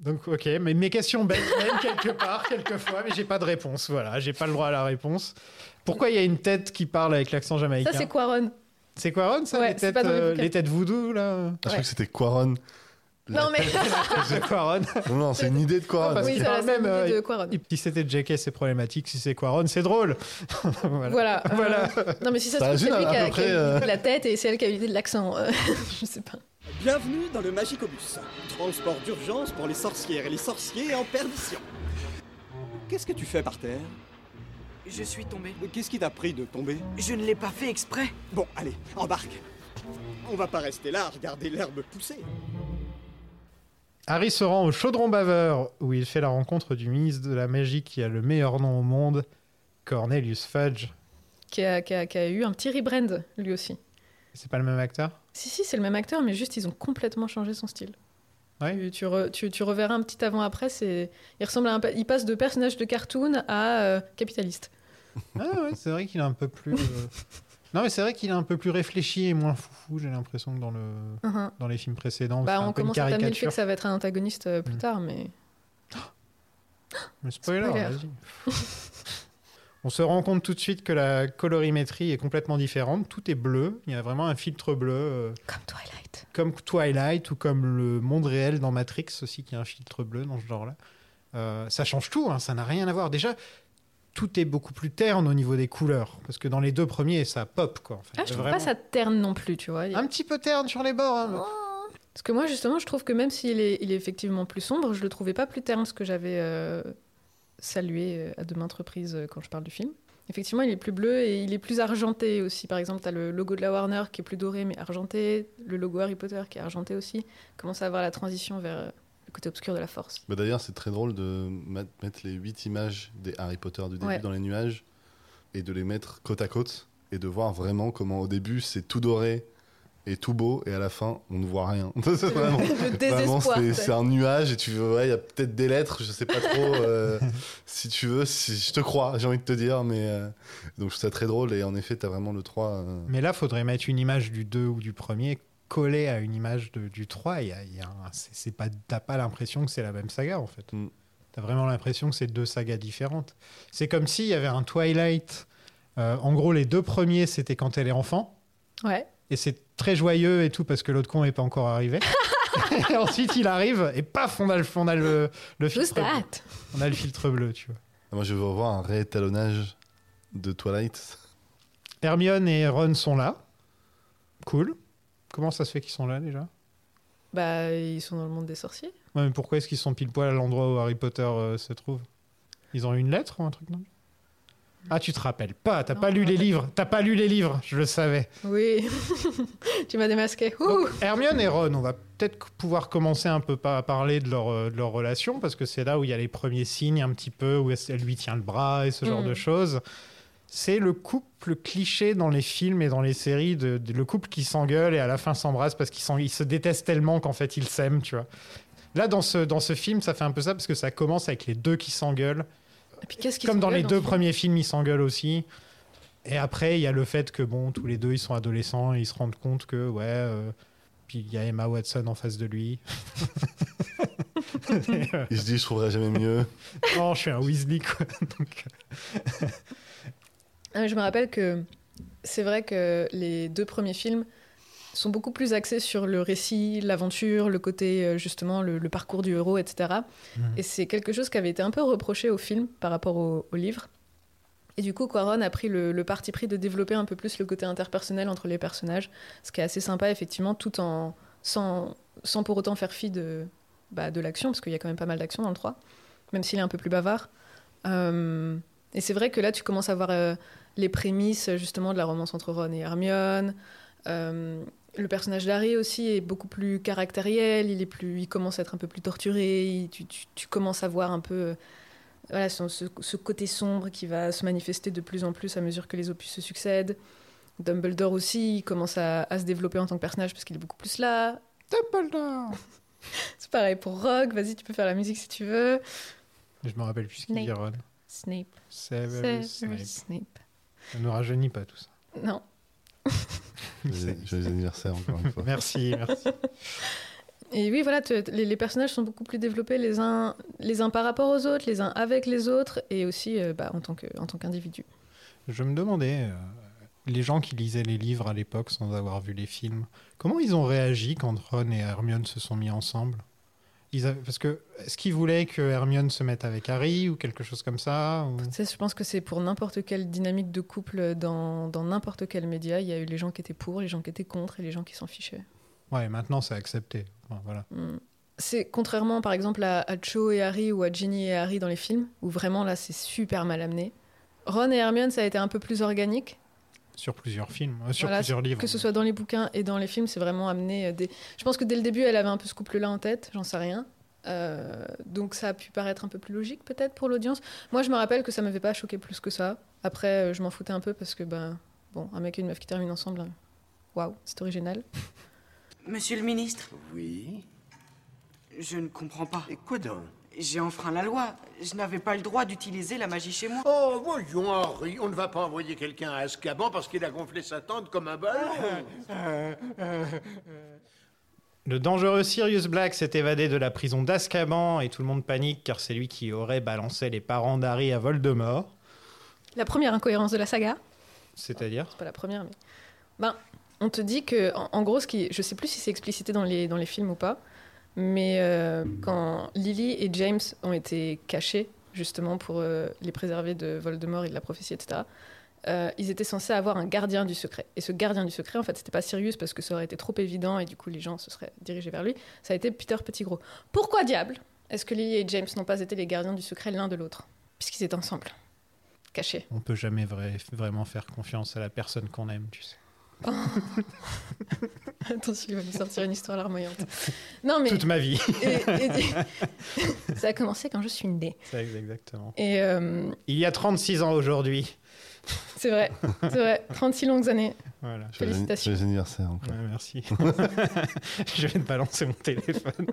[SPEAKER 8] Donc, ok, mais mes questions bêtes mènent quelque part, quelquefois, mais j'ai pas de réponse. Voilà, j'ai pas le droit à la réponse. Pourquoi il y a une tête qui parle avec l'accent
[SPEAKER 10] ça,
[SPEAKER 8] jamaïcain
[SPEAKER 10] c'est Quaron.
[SPEAKER 8] C'est quoi, Ron, ça
[SPEAKER 10] Ouais,
[SPEAKER 8] les,
[SPEAKER 10] c'est
[SPEAKER 8] têtes,
[SPEAKER 10] pas dans les
[SPEAKER 8] euh,
[SPEAKER 10] bouquins.
[SPEAKER 8] les têtes voodoo, là
[SPEAKER 9] Ah, Je
[SPEAKER 10] Ouais.
[SPEAKER 9] crois que c'était Quaron.
[SPEAKER 10] Non, mais.
[SPEAKER 8] C'est quoi, Ron
[SPEAKER 9] Non, non, c'est une idée de Quaron.
[SPEAKER 8] Ah, parce
[SPEAKER 10] oui,
[SPEAKER 8] qu'il
[SPEAKER 10] ça,
[SPEAKER 8] parle
[SPEAKER 10] c'est
[SPEAKER 8] même,
[SPEAKER 10] l'idée
[SPEAKER 8] euh,
[SPEAKER 10] de Quaron.
[SPEAKER 8] Et si c'était JK, c'est problématique. Si c'est Quaron, c'est drôle. voilà.
[SPEAKER 10] Voilà. euh,
[SPEAKER 8] Voilà.
[SPEAKER 10] Non, mais si ça,
[SPEAKER 9] Ça
[SPEAKER 10] se
[SPEAKER 9] résume
[SPEAKER 10] trouve, c'est lui
[SPEAKER 9] à-
[SPEAKER 10] qui
[SPEAKER 9] à
[SPEAKER 10] a,
[SPEAKER 9] peu
[SPEAKER 10] qui
[SPEAKER 9] près,
[SPEAKER 10] a eu l'idée
[SPEAKER 9] euh,
[SPEAKER 10] de la tête et c'est elle qui a eu l'idée de l'accent. euh, je sais pas.
[SPEAKER 11] Bienvenue dans le Magicobus, transport d'urgence pour les sorcières et les sorciers en perdition. Qu'est-ce que tu fais par terre
[SPEAKER 2] Je suis tombé.
[SPEAKER 11] Qu'est-ce qui t'a pris de tomber
[SPEAKER 2] Je ne l'ai pas fait exprès.
[SPEAKER 11] Bon, allez, embarque. On va pas rester là à regarder l'herbe pousser.
[SPEAKER 8] Harry se rend au Chaudron Baveur, où il fait la rencontre du ministre de la Magie qui a le meilleur nom au monde, Cornelius Fudge.
[SPEAKER 10] Qui a, qui a- qui a eu un petit rebrand, lui aussi.
[SPEAKER 8] c'est pas le même acteur
[SPEAKER 10] Si, si, c'est le même acteur, mais juste ils ont complètement changé son style.
[SPEAKER 8] Ouais.
[SPEAKER 10] Tu, tu, re- tu- tu reverras un petit avant-après, c'est il ressemble à un, pa- il passe de personnage de cartoon à euh, capitaliste.
[SPEAKER 8] Ah ouais, c'est vrai qu'il est un peu plus. euh, Non, mais c'est vrai qu'il est un peu plus réfléchi et moins foufou, j'ai l'impression que dans, le...
[SPEAKER 10] Uhum.
[SPEAKER 8] dans les films précédents.
[SPEAKER 10] Bah,
[SPEAKER 8] c'est un
[SPEAKER 10] on
[SPEAKER 8] peu une
[SPEAKER 10] commence à t'amener le fait
[SPEAKER 8] caricature.
[SPEAKER 10] que ça va être un antagoniste euh, plus
[SPEAKER 8] Mm.
[SPEAKER 10] tard, mais
[SPEAKER 8] Mais spoiler,
[SPEAKER 10] Spoiler.
[SPEAKER 8] vas-y. On se rend compte tout de suite que la colorimétrie est complètement différente. Tout est bleu. Il y a vraiment un filtre bleu, euh,
[SPEAKER 10] comme Twilight.
[SPEAKER 8] comme Twilight ou comme le monde réel dans Matrix aussi, qui a un filtre bleu dans ce genre-là. Euh, ça change tout, hein, ça n'a rien à voir. Déjà, tout est beaucoup plus terne au niveau des couleurs. Parce que dans les deux premiers, ça pop, quoi. en fait.
[SPEAKER 10] Ah, je trouve
[SPEAKER 8] Vraiment. Ah,
[SPEAKER 10] pas ça terne non plus, tu vois. Il y a-
[SPEAKER 8] Un petit peu terne sur les bords. hein.
[SPEAKER 10] Parce que moi, justement, je trouve que même s'il est, il est effectivement plus sombre, je le trouvais pas plus terne, ce que j'avais euh, salué euh, à de maintes reprises euh, quand je parle du film. Effectivement, il est plus bleu et il est plus argenté aussi. Par exemple, tu as le logo de la Warner qui est plus doré mais argenté, le logo Harry Potter qui est argenté aussi. Commence à avoir la transition vers euh, le côté obscur de la force.
[SPEAKER 9] Bah, D'ailleurs, c'est très drôle de mat- mettre les 8 images des Harry Potter du début
[SPEAKER 10] Ouais.
[SPEAKER 9] dans les nuages et de les mettre côte à côte et de voir vraiment comment au début c'est tout doré et tout beau et à la fin on ne voit rien. C'est vraiment,
[SPEAKER 10] le
[SPEAKER 9] vraiment,
[SPEAKER 10] désespoir.
[SPEAKER 9] c'est
[SPEAKER 10] quoi.
[SPEAKER 9] c'est un nuage et tu veux, ouais, il y a peut-être des lettres, je sais pas trop euh, si tu veux, si, je te crois, j'ai envie de te dire, mais euh, donc je trouve ça très drôle et en effet, tu as vraiment le 3. euh,
[SPEAKER 8] Mais là, faudrait mettre une image du 2 ou du premier collée à une image de- du 3. Il y a- il y a un- c'est- c'est pas, t'as pas l'impression que c'est la même saga, en fait.
[SPEAKER 9] Mm.
[SPEAKER 8] T'as vraiment l'impression que c'est deux sagas différentes. C'est comme s'il y avait un Twilight. Euh, en gros, les deux premiers, c'était quand elle est enfant.
[SPEAKER 10] Ouais.
[SPEAKER 8] Et c'est très joyeux et tout, parce que l'autre con n'est pas encore arrivé. et ensuite, il arrive, et paf, on a le, on a le, le
[SPEAKER 10] Who's
[SPEAKER 8] filtre bleu.
[SPEAKER 10] that
[SPEAKER 8] On a le filtre bleu, tu vois.
[SPEAKER 9] ah, Moi, je veux revoir un réétalonnage de Twilight.
[SPEAKER 8] Hermione et Ron sont là. Cool. Comment ça se fait qu'ils sont là, déjà
[SPEAKER 10] Bah, ils sont dans le monde des sorciers.
[SPEAKER 8] Ouais, mais pourquoi est-ce qu'ils sont pile poil à l'endroit où Harry Potter euh, se trouve Ils ont eu une lettre ou un truc non Ah, tu te rappelles pas T'as
[SPEAKER 10] Non,
[SPEAKER 8] pas
[SPEAKER 10] je
[SPEAKER 8] lu
[SPEAKER 10] me
[SPEAKER 8] les
[SPEAKER 10] rappelle
[SPEAKER 8] livres T'as pas lu les livres Je le savais.
[SPEAKER 10] Oui. tu m'as démasqué. Ouh.
[SPEAKER 8] Donc, Hermione et Ron, on va peut-être c- pouvoir commencer un peu par- à parler de leur, euh, de leur relation parce que c'est là où il y a les premiers signes un petit peu où elle lui tient le bras et ce genre
[SPEAKER 10] Mm.
[SPEAKER 8] de choses. C'est le couple cliché dans les films et dans les séries, de, de- le couple qui s'engueule et à la fin s'embrasse parce qu'ils s'en- ils se détestent tellement qu'en fait ils s'aiment, tu vois. Là, dans ce, dans ce film, ça fait un peu ça parce que ça commence avec les deux qui s'engueulent
[SPEAKER 10] Et puis, qu'est-ce qu'ils
[SPEAKER 8] comme dans
[SPEAKER 10] s'engueulent
[SPEAKER 8] les deux
[SPEAKER 10] ce film
[SPEAKER 8] premiers films, ils s'engueulent aussi. Et après, il y a le fait que, bon, tous les deux, ils sont adolescents et ils se rendent compte que, ouais. euh, Puis il y a Emma Watson en face de lui.
[SPEAKER 9] Il se dit, je trouverai jamais mieux.
[SPEAKER 8] Non, je suis un Weasley, quoi. Donc,
[SPEAKER 10] Ah, mais Je me rappelle que c'est vrai que les deux premiers films sont beaucoup plus axés sur le récit, l'aventure, le côté euh, justement le, le parcours du héros, etc. Et c'est quelque chose qui avait été un peu reproché au film par rapport au, au livre. Et du coup, Quaron a pris le, le parti pris de développer un peu plus le côté interpersonnel entre les personnages, ce qui est assez sympa effectivement, tout en sans, sans pour autant faire fi de, bah, de l'action, parce qu'il y a quand même pas mal d'action dans le 3, même s'il est un peu plus bavard. Euh, et c'est vrai que là, tu commences à voir euh, les prémices justement de la romance entre Ron et Hermione. Euh, le personnage d'Harry aussi est beaucoup plus caractériel, il, est plus, il commence à être un peu plus torturé, il- tu, tu- tu commences à voir un peu euh, voilà, son- ce, ce côté sombre qui va se manifester de plus en plus à mesure que les opus se succèdent. Dumbledore aussi, il commence à, à se développer en tant que personnage parce qu'il est beaucoup plus là.
[SPEAKER 8] Dumbledore
[SPEAKER 10] C'est pareil pour Rogue, vas-y, tu peux faire la musique si tu veux.
[SPEAKER 8] Je me rappelle plus ce qu'il dit, Ron.
[SPEAKER 10] Snape,
[SPEAKER 8] Severus
[SPEAKER 10] Severus
[SPEAKER 8] Snape.
[SPEAKER 10] Snape.
[SPEAKER 8] Ça ne rajeunit pas tout ça.
[SPEAKER 10] Non,
[SPEAKER 9] Joyeux joyeux anniversaire, encore une fois.
[SPEAKER 8] Merci, merci.
[SPEAKER 10] Et oui, voilà, te- te- les, les personnages sont beaucoup plus développés les uns, les uns par rapport aux autres, les uns avec les autres, et aussi euh, bah, en tant que- en tant qu'individu.
[SPEAKER 8] Je me demandais, euh, les gens qui lisaient les livres à l'époque sans avoir vu les films, comment ils ont réagi quand Ron et Hermione se sont mis ensemble ils avaient- Parce que, est-ce qu'ils voulaient que Hermione se mette avec Harry ou quelque chose comme ça ou-
[SPEAKER 10] Ça, je pense que c'est pour n'importe quelle dynamique de couple dans dans n'importe quel média. Il y a eu les gens qui étaient pour, les gens qui étaient contre, et les gens qui s'en fichaient.
[SPEAKER 8] Ouais, maintenant c'est accepté. Enfin, voilà.
[SPEAKER 10] Mm. C'est contrairement par exemple à, à Cho et Harry ou à Ginny et Harry dans les films, où vraiment là c'est super mal amené. Ron et Hermione, ça a été un peu plus organique.
[SPEAKER 8] Sur plusieurs films, euh, sur
[SPEAKER 10] Voilà,
[SPEAKER 8] plusieurs livres.
[SPEAKER 10] que ce soit dans les bouquins et dans les films, c'est vraiment amené. euh, Des... Je pense que dès le début, elle avait un peu ce couple-là en tête, j'en sais rien. Euh, donc ça a pu paraître un peu plus logique peut-être pour l'audience. Moi, je me rappelle que ça m'avait pas choqué plus que ça. Après, euh, je m'en foutais un peu parce que ben bon, un mec et une meuf qui terminent ensemble, hein, Waouh, c'est original.
[SPEAKER 2] Monsieur le ministre,
[SPEAKER 1] Oui.
[SPEAKER 2] je ne comprends pas.
[SPEAKER 1] Et quoi donc
[SPEAKER 2] J'ai enfreint la loi. Je n'avais pas le droit d'utiliser la magie chez moi.
[SPEAKER 12] Oh, voyons, Henri, on ne va pas envoyer quelqu'un à Azkaban parce qu'il a gonflé sa tente comme un ballon.
[SPEAKER 8] Le dangereux Sirius Black s'est évadé de la prison d'Azkaban et tout le monde panique car c'est lui qui aurait balancé les parents d'Harry à Voldemort.
[SPEAKER 10] La première incohérence de la saga,
[SPEAKER 8] C'est-à-dire
[SPEAKER 10] c'est pas la première, mais. Ben, on te dit que, en, en gros, ce qui, je sais plus si c'est explicité dans les, dans les films ou pas, mais euh, quand Lily et James ont été cachés, justement, pour euh, les préserver de Voldemort et de la prophétie, etc., euh, ils étaient censés avoir un gardien du secret. Et ce gardien du secret, en fait, c'était pas Sirius parce que ça aurait été trop évident et du coup, les gens se seraient dirigés vers lui. Ça a été Peter Pettigrew. Pourquoi diable est-ce que Lily et James n'ont pas été les gardiens du secret l'un de l'autre Puisqu'ils étaient ensemble, cachés.
[SPEAKER 8] On peut jamais vrai- vraiment faire confiance à la personne qu'on aime, tu sais.
[SPEAKER 10] Attention, il va me sortir une histoire larmoyante. Non, mais.
[SPEAKER 8] Toute ma vie.
[SPEAKER 10] et- et du- ça a commencé quand je suis née.
[SPEAKER 8] C'est exactement.
[SPEAKER 10] Et euh,
[SPEAKER 8] Il y a 36 ans aujourd'hui.
[SPEAKER 10] c'est vrai, c'est vrai. 36 longues années.
[SPEAKER 8] Voilà.
[SPEAKER 9] Joyeux anni-
[SPEAKER 10] Félicitations.
[SPEAKER 9] joyeux anniversaire encore.
[SPEAKER 8] Ouais, merci. Je vais te balancer mon téléphone.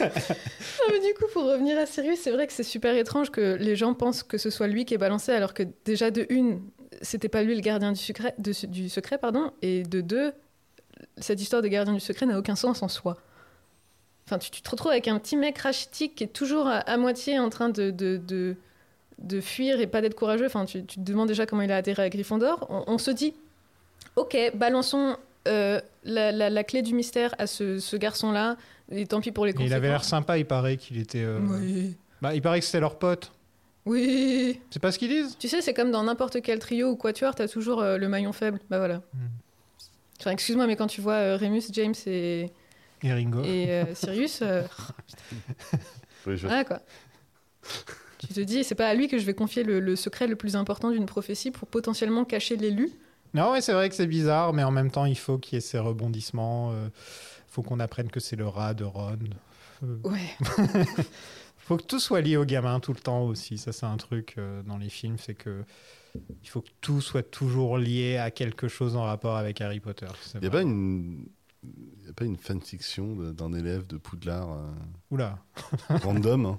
[SPEAKER 10] Non, mais du coup, pour revenir à Sirius, c'est vrai que c'est super étrange que les gens pensent que ce soit lui qui est balancé, alors que déjà de une, c'était pas lui le gardien du secret, de ce- du secret pardon, et de deux, cette histoire de gardien du secret n'a aucun sens en soi. Enfin, tu, tu te retrouves avec un petit mec rachitique qui est toujours à, à moitié en train de, de, de, de fuir et pas d'être courageux. Enfin, tu, tu te demandes déjà comment il a atterri à Gryffondor. On, on se dit, ok, balançons euh, la, la- la clé du mystère à ce, ce garçon-là, et tant pis pour les conséquences.
[SPEAKER 8] Il avait l'air sympa, il paraît qu'il était. euh,
[SPEAKER 10] Oui.
[SPEAKER 8] Bah, il paraît que c'était leur pote.
[SPEAKER 10] Oui.
[SPEAKER 8] C'est pas ce qu'ils disent
[SPEAKER 10] Tu sais, c'est comme dans n'importe quel trio ou quatuor, t'as toujours euh, le maillon faible. Bah voilà. Enfin, excuse-moi, mais quand tu vois euh, Remus, James et,
[SPEAKER 8] Et Ringo.
[SPEAKER 10] et, euh, Sirius, euh,
[SPEAKER 9] Oui, je-
[SPEAKER 10] voilà quoi. Tu te dis, c'est pas à lui que je vais confier le, le secret le plus important d'une prophétie pour potentiellement cacher l'élu.
[SPEAKER 8] Non, ouais, c'est vrai que c'est bizarre, mais en même temps, il faut qu'il y ait ces rebondissements. euh, faut qu'on apprenne que c'est le rat de Ron.
[SPEAKER 10] Ouais.
[SPEAKER 8] Faut que tout soit lié au gamin tout le temps aussi. Ça, c'est un truc euh, dans les films, c'est que il faut que tout soit toujours lié à quelque chose en rapport avec Harry Potter. c'est
[SPEAKER 9] Il n'y a
[SPEAKER 8] vrai.
[SPEAKER 9] pas une. y a pas une fanfiction de- d'un élève de Poudlard euh,
[SPEAKER 8] Oula,
[SPEAKER 9] random, hein.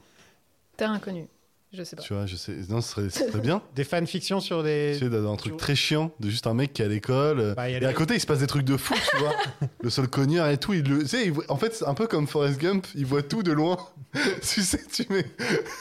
[SPEAKER 10] Terre inconnue. Je sais pas.
[SPEAKER 9] tu vois, je sais. Non, ce serait, ce serait bien.
[SPEAKER 8] des fanfictions sur
[SPEAKER 9] Tu
[SPEAKER 8] des.
[SPEAKER 9] sais, d'un d'un truc très chiant, de juste un mec qui est à l'école. euh,
[SPEAKER 8] Bah, il y a
[SPEAKER 9] et
[SPEAKER 8] des-
[SPEAKER 9] à côté, il se passe des trucs de fou, tu vois. Le sol cogneur et tout. Il le... tu sais, il voit- En fait, c'est un peu comme Forrest Gump, il voit tout de loin. tu sais, tu mets.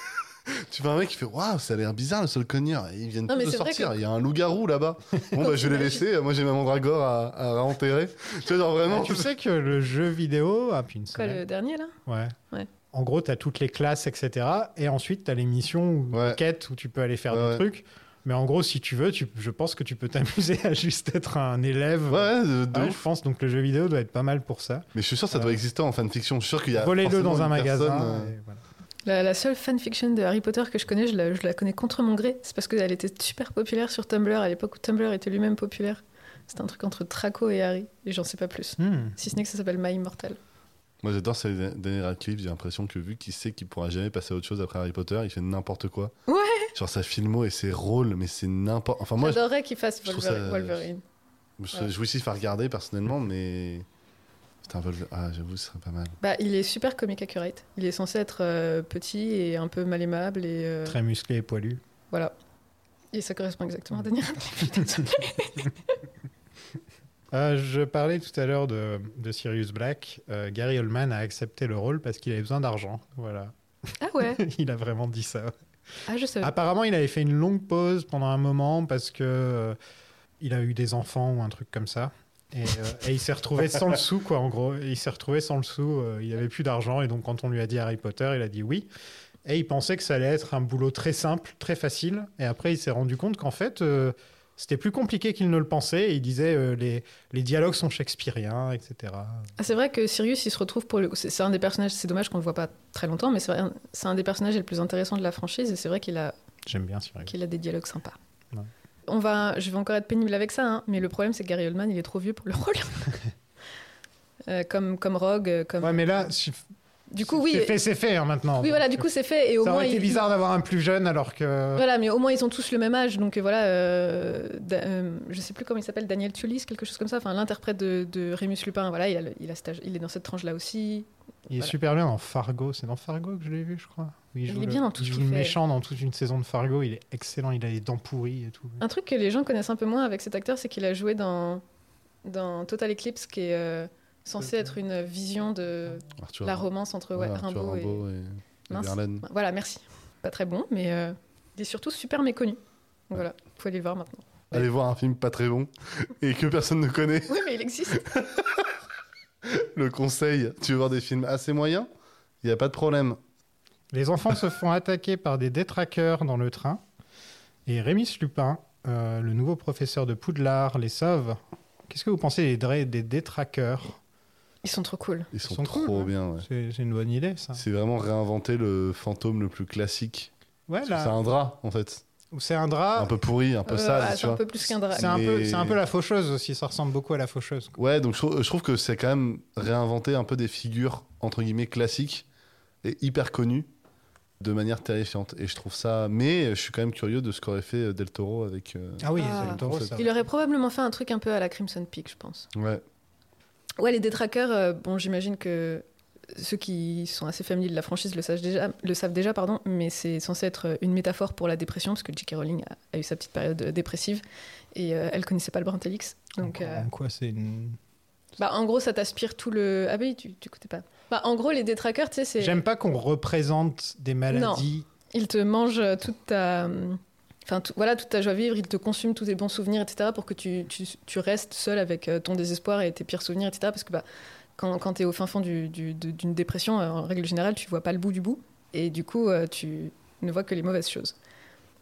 [SPEAKER 9] Tu vois un mec qui fait Waouh, ça a l'air bizarre le sol cogneur. Et ils viennent
[SPEAKER 10] Non,
[SPEAKER 9] tous
[SPEAKER 10] mais
[SPEAKER 9] de
[SPEAKER 10] c'est vrai
[SPEAKER 9] sortir. Il y a un loup-garou là-bas. Bon,
[SPEAKER 10] Quand
[SPEAKER 9] bah, je vais les
[SPEAKER 10] t'imagines-
[SPEAKER 9] laisser. Moi, j'ai ma mandragore à, à enterrer. Tu vois, genre vraiment.
[SPEAKER 8] Bah, Tu sais que le jeu vidéo. Ah, puis une
[SPEAKER 10] Quoi,
[SPEAKER 8] semaine.
[SPEAKER 10] le dernier là
[SPEAKER 8] Ouais.
[SPEAKER 10] Ouais.
[SPEAKER 8] En gros, tu as toutes les classes, etc. Et ensuite, tu as les missions ou
[SPEAKER 9] Ouais.
[SPEAKER 8] les quêtes où tu peux aller faire
[SPEAKER 9] Ouais,
[SPEAKER 8] des
[SPEAKER 9] ouais.
[SPEAKER 8] trucs. Mais en gros, si tu veux, tu- je pense que tu peux t'amuser à juste être un élève.
[SPEAKER 9] Ouais, ouais, de, de
[SPEAKER 8] Ah,
[SPEAKER 9] ouf.
[SPEAKER 8] je pense donc le jeu vidéo doit être pas mal pour ça.
[SPEAKER 9] Mais je suis sûr que ça doit
[SPEAKER 8] Ouais.
[SPEAKER 9] exister en fanfiction. Je suis sûr qu'il y a.
[SPEAKER 8] Volez-le
[SPEAKER 9] forcément
[SPEAKER 8] dans un
[SPEAKER 9] une
[SPEAKER 8] magasin.
[SPEAKER 9] personne, euh,
[SPEAKER 8] et voilà.
[SPEAKER 10] La, la seule fanfiction de Harry Potter que je connais, je la, je la connais contre mon gré. C'est parce qu'elle était super populaire sur Tumblr à l'époque où Tumblr était lui-même populaire. C'était un truc entre Draco et Harry, et j'en sais pas plus.
[SPEAKER 8] Hmm.
[SPEAKER 10] Si ce n'est que ça s'appelle My Immortal.
[SPEAKER 9] Moi j'adore ces Daniel Radcliffe, j'ai l'impression que vu qu'il sait qu'il pourra jamais passer à autre chose après Harry Potter, il fait n'importe quoi.
[SPEAKER 10] Ouais.
[SPEAKER 9] Genre sa filmo et ses rôles, mais c'est n'importe. Enfin moi, je,
[SPEAKER 10] J'adorerais qu'il fasse
[SPEAKER 9] je trouve
[SPEAKER 10] Wolverine.
[SPEAKER 9] ça-
[SPEAKER 10] Wolverine.
[SPEAKER 9] je serais jouissif à regarder personnellement, mais. Putain, Volver- Ah, j'avoue, ce serait pas mal.
[SPEAKER 10] Bah, il est super comic accurate. Il est censé être euh, petit et un peu mal aimable et euh,
[SPEAKER 8] Très musclé et poilu.
[SPEAKER 10] voilà. Et ça correspond exactement à Daniel Radcliffe. désolée.
[SPEAKER 8] Euh, je parlais tout à l'heure de, de Sirius Black. Euh, Gary Oldman a accepté le rôle parce qu'il avait besoin d'argent. Voilà.
[SPEAKER 10] ah ouais.
[SPEAKER 8] Il a vraiment dit ça.
[SPEAKER 10] Ah je savais.
[SPEAKER 8] Apparemment, il avait fait une longue pause pendant un moment parce que euh, il a eu des enfants ou un truc comme ça. Et, euh, et il s'est retrouvé sans le sou, quoi, en gros. Il s'est retrouvé sans le sou, euh, il avait plus d'argent. Et donc, quand on lui a dit Harry Potter, il a dit oui. Et il pensait que ça allait être un boulot très simple, très facile. Et après, il s'est rendu compte qu'en fait, euh, c'était plus compliqué qu'il ne le pensait. Et il disait euh, les, les dialogues sont shakespeariens, etc.
[SPEAKER 10] Ah, c'est vrai que Sirius, il se retrouve pour le. C'est c'est un des personnages. C'est dommage qu'on le voit pas très longtemps, mais c'est vrai- c'est un des personnages les plus intéressants de la franchise et c'est vrai qu'il a
[SPEAKER 8] J'aime bien Sirius.
[SPEAKER 10] qu'il a des dialogues sympas.
[SPEAKER 8] Ouais.
[SPEAKER 10] On va, je vais encore être pénible avec ça, hein, mais le problème c'est que Gary Oldman il est trop vieux pour le rôle. Euh, comme, comme Rogue, euh, comme.
[SPEAKER 8] Ouais, mais là, si-
[SPEAKER 10] Du coup, oui.
[SPEAKER 8] C'est fait, c'est fait hein, maintenant.
[SPEAKER 10] Oui, voilà, du coup, c'est fait. Et au
[SPEAKER 8] ça
[SPEAKER 10] moins,
[SPEAKER 8] aurait été
[SPEAKER 10] ils-
[SPEAKER 8] bizarre d'avoir un plus jeune alors que.
[SPEAKER 10] Voilà, mais au moins ils ont tous le même âge, donc euh, voilà. euh, Da- euh, je sais plus comment il s'appelle, Daniel Tulis, quelque chose comme ça. Enfin, l'interprète de, de Rémus Lupin, voilà, il, a le- il, a cet âge- il est dans cette tranche là aussi.
[SPEAKER 8] Il est
[SPEAKER 10] Voilà.
[SPEAKER 8] super bien dans Fargo. C'est dans Fargo que je l'ai vu, je crois. Oui,
[SPEAKER 10] Il est bien dans tout ce
[SPEAKER 8] il joue
[SPEAKER 10] qu'il
[SPEAKER 8] le
[SPEAKER 10] fait.
[SPEAKER 8] méchant dans toute une saison de Fargo. Il est excellent. Il a les dents pourries et tout.
[SPEAKER 10] Un truc que les gens connaissent un peu moins avec cet acteur, c'est qu'il a joué dans dans Total Eclipse, qui est euh, censé être une vision de
[SPEAKER 9] Arthur-
[SPEAKER 10] la romance entre ouais,
[SPEAKER 9] Ouais, Arthur
[SPEAKER 10] Rimbaud,
[SPEAKER 9] Rimbaud
[SPEAKER 10] et,
[SPEAKER 9] et- et
[SPEAKER 10] Mince.
[SPEAKER 9] Verlaine.
[SPEAKER 10] Voilà, merci. Pas très bon, mais euh, il est surtout super méconnu. Donc Voilà, faut aller le voir maintenant.
[SPEAKER 9] Allez voir un film pas très bon et que personne ne connaît.
[SPEAKER 10] Oui, mais il existe.
[SPEAKER 9] Le conseil, tu veux voir des films assez moyens Il n'y a pas de problème.
[SPEAKER 8] Les enfants se font attaquer par des détraqueurs dans le train. Et Rémus Lupin, euh, le nouveau professeur de Poudlard, les sauve. Qu'est-ce que vous pensez des, dra- des détraqueurs
[SPEAKER 10] Ils sont trop cool.
[SPEAKER 9] Ils sont,
[SPEAKER 8] sont
[SPEAKER 9] trop
[SPEAKER 8] cool, hein. ouais.
[SPEAKER 9] bien. ouais.
[SPEAKER 8] C'est c'est une bonne idée,
[SPEAKER 10] Ah.
[SPEAKER 8] ça.
[SPEAKER 9] C'est vraiment réinventer le fantôme le plus classique.
[SPEAKER 8] Ouais,
[SPEAKER 9] Parce que
[SPEAKER 8] là.
[SPEAKER 9] C'est un drap, en fait.
[SPEAKER 8] Ou C'est un drap.
[SPEAKER 9] Un peu pourri, un peu
[SPEAKER 10] Ah Euh,
[SPEAKER 9] sale.
[SPEAKER 10] ah,
[SPEAKER 9] tu
[SPEAKER 10] c'est un
[SPEAKER 9] vois.
[SPEAKER 10] peu plus qu'un drap.
[SPEAKER 8] C'est un,
[SPEAKER 9] Mais-
[SPEAKER 8] peu- c'est un peu la faucheuse aussi. Ça ressemble beaucoup à la faucheuse.
[SPEAKER 9] Ouais, donc je trouve, je trouve que c'est quand même réinventer un peu des figures, entre guillemets, classiques et hyper connues de manière terrifiante. Et je trouve ça. Mais je suis quand même curieux de ce qu'aurait fait Del Toro avec. euh,
[SPEAKER 8] Ah oui,
[SPEAKER 10] Ah.
[SPEAKER 8] c'est le taureau, ça.
[SPEAKER 10] Il aurait probablement fait un truc un peu à la Crimson Peak, je pense.
[SPEAKER 9] Ouais.
[SPEAKER 10] Ouais, les détraqueurs, euh, bon, j'imagine que ceux qui sont assez familiers de la franchise le, sachent déjà, le savent déjà, pardon, mais c'est censé être euh, une métaphore pour la dépression, parce que J.K. Rowling a, a eu sa petite période euh, dépressive et euh, elle connaissait pas le Brintellix. Donc, euh,
[SPEAKER 8] En quoi c'est une.
[SPEAKER 10] bah, en gros, ça t'aspire tout le. Ah, oui, tu, tu écoutais pas. Bah, en gros, les détraqueurs, tu sais, c'est.
[SPEAKER 8] J'aime pas qu'on représente des maladies.
[SPEAKER 10] Ils te mangent euh, toute ta. euh, Enfin, tout- voilà, toute ta joie à vivre, ils te consument tous tes bons souvenirs, etc., pour que tu, tu- tu restes seul avec euh, ton désespoir et tes pires souvenirs, etc. Parce que bah, quand, tu es au fin fond du- du- de- d'une dépression, euh, en règle générale, tu vois pas le bout du bout. Et du coup, euh, tu ne vois que les mauvaises choses.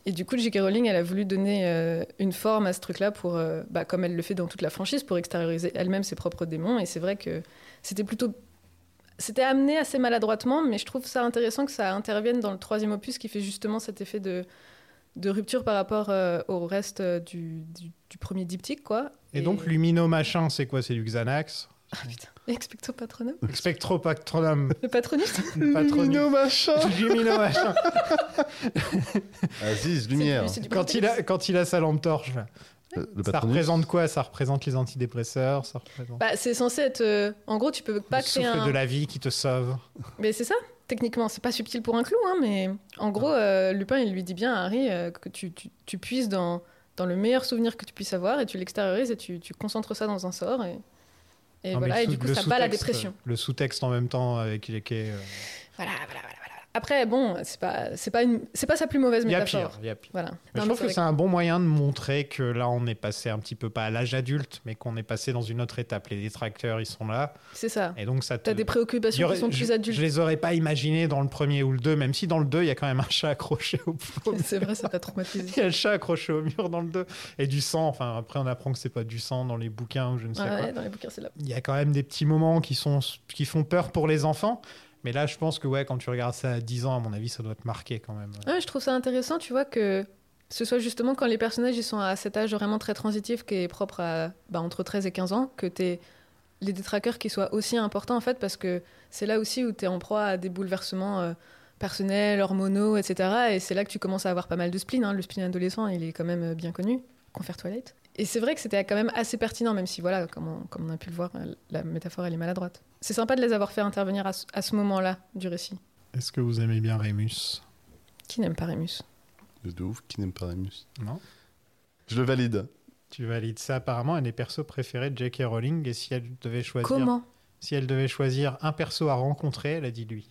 [SPEAKER 10] Et du coup, J.K. Rowling, elle a voulu donner euh, une forme à ce truc-là, pour, euh, bah, comme elle le fait dans toute la franchise, pour extérioriser elle-même ses propres démons. Et c'est vrai que c'était plutôt c'était amené assez maladroitement, mais je trouve ça intéressant que ça intervienne dans le troisième opus qui fait justement cet effet de, de rupture par rapport euh, au reste euh, du, du- du premier diptyque, quoi.
[SPEAKER 8] Et, donc, Lumino machin, c'est quoi C'est du Xanax
[SPEAKER 10] Expecto patronum
[SPEAKER 8] Spectropactronum.
[SPEAKER 10] Le patronus
[SPEAKER 8] Lumino
[SPEAKER 9] machin
[SPEAKER 8] Lumino machin.
[SPEAKER 9] Aziz, lumière.
[SPEAKER 10] c'est du
[SPEAKER 8] Quand il, a, quand il a sa lampe torche, là,
[SPEAKER 9] Le, le
[SPEAKER 8] ça
[SPEAKER 9] patronus.
[SPEAKER 8] représente quoi Ça représente les antidépresseurs, ça représente
[SPEAKER 10] Bah, c'est censé être. euh, en gros, tu peux pas
[SPEAKER 8] le
[SPEAKER 10] créer
[SPEAKER 8] souffle
[SPEAKER 10] un.
[SPEAKER 8] de la vie qui te sauve.
[SPEAKER 10] Mais c'est ça, techniquement. C'est pas subtil pour un clou, hein, mais en gros, euh, Lupin, il lui dit bien à Harry euh, que tu, tu, tu puises dans, dans le meilleur souvenir que tu puisses avoir et tu l'extériorises et tu, tu concentres ça dans un sort. Et, et
[SPEAKER 8] Non, Ah, mais
[SPEAKER 10] voilà,
[SPEAKER 8] le
[SPEAKER 10] et du
[SPEAKER 8] sous-
[SPEAKER 10] coup,
[SPEAKER 8] le
[SPEAKER 10] ça bat
[SPEAKER 8] sous-texte,
[SPEAKER 10] la
[SPEAKER 8] euh.
[SPEAKER 10] dépression.
[SPEAKER 8] Le sous-texte en même temps avec qui qui est, euh,
[SPEAKER 10] Voilà, voilà, voilà, voilà. Après, bon, c'est pas, c'est pas, une- c'est pas sa plus mauvaise
[SPEAKER 8] Il y a
[SPEAKER 10] métaphore.
[SPEAKER 8] pire, il y a pire.
[SPEAKER 10] Voilà.
[SPEAKER 8] Mais
[SPEAKER 10] Non,
[SPEAKER 8] je
[SPEAKER 10] mais
[SPEAKER 8] trouve que
[SPEAKER 10] vrai
[SPEAKER 8] c'est un bon moyen de montrer que là, on est passé un petit peu pas à l'âge adulte, mais qu'on est passé dans une autre étape. Les détracteurs, ils sont là.
[SPEAKER 10] C'est ça.
[SPEAKER 8] Et donc, ça te.
[SPEAKER 10] T'as des
[SPEAKER 8] Il y
[SPEAKER 10] préoccupations
[SPEAKER 8] aurait-
[SPEAKER 10] qui sont
[SPEAKER 8] je,
[SPEAKER 10] plus adultes.
[SPEAKER 8] je les aurais pas imaginées dans le premier ou le deux, même si dans le deux, il y a quand même un chat accroché au plomb.
[SPEAKER 10] C'est vrai, ça t'a traumatisé.
[SPEAKER 8] Il y a le chat accroché au mur dans le deux. Et du sang. Enfin, après, on apprend que c'est pas du sang dans les bouquins ou je ne sais
[SPEAKER 10] Ah
[SPEAKER 8] quoi.
[SPEAKER 10] ouais, dans les bouquins, c'est là.
[SPEAKER 8] Il y a quand même des petits moments qui, sont, qui font peur pour les enfants. Mais là, je pense que ouais, quand tu regardes ça à 10 ans, à mon avis, ça doit te marquer quand même.
[SPEAKER 10] Ouais, je trouve ça intéressant, tu vois, que ce soit justement quand les personnages ils sont à cet âge vraiment très transitif qui est propre à bah, entre 13 et 15 ans, que t'es les détraqueurs qui soient aussi importants en fait, parce que c'est là aussi où t'es en proie à des bouleversements euh, personnels, hormonaux, etc. Et c'est là que tu commences à avoir pas mal de spleen. hein. Le spleen adolescent, il est quand même euh, bien connu. Confère Toilette. Et c'est vrai que c'était quand même assez pertinent, même si, voilà, comme on, comme on a pu le voir, euh, la métaphore, elle est maladroite. C'est sympa de les avoir fait intervenir à ce- à ce moment-là du récit.
[SPEAKER 8] Est-ce que vous aimez bien Rémus
[SPEAKER 10] Qui n'aime pas Rémus
[SPEAKER 9] De ouf, qui n'aime pas Rémus.
[SPEAKER 8] Non.
[SPEAKER 9] Je le valide.
[SPEAKER 8] Tu valides ça apparemment, un des persos préférés de J.K. Rowling. Et si elle devait choisir.
[SPEAKER 10] Comment
[SPEAKER 8] Si elle devait choisir un perso à rencontrer, elle a dit lui.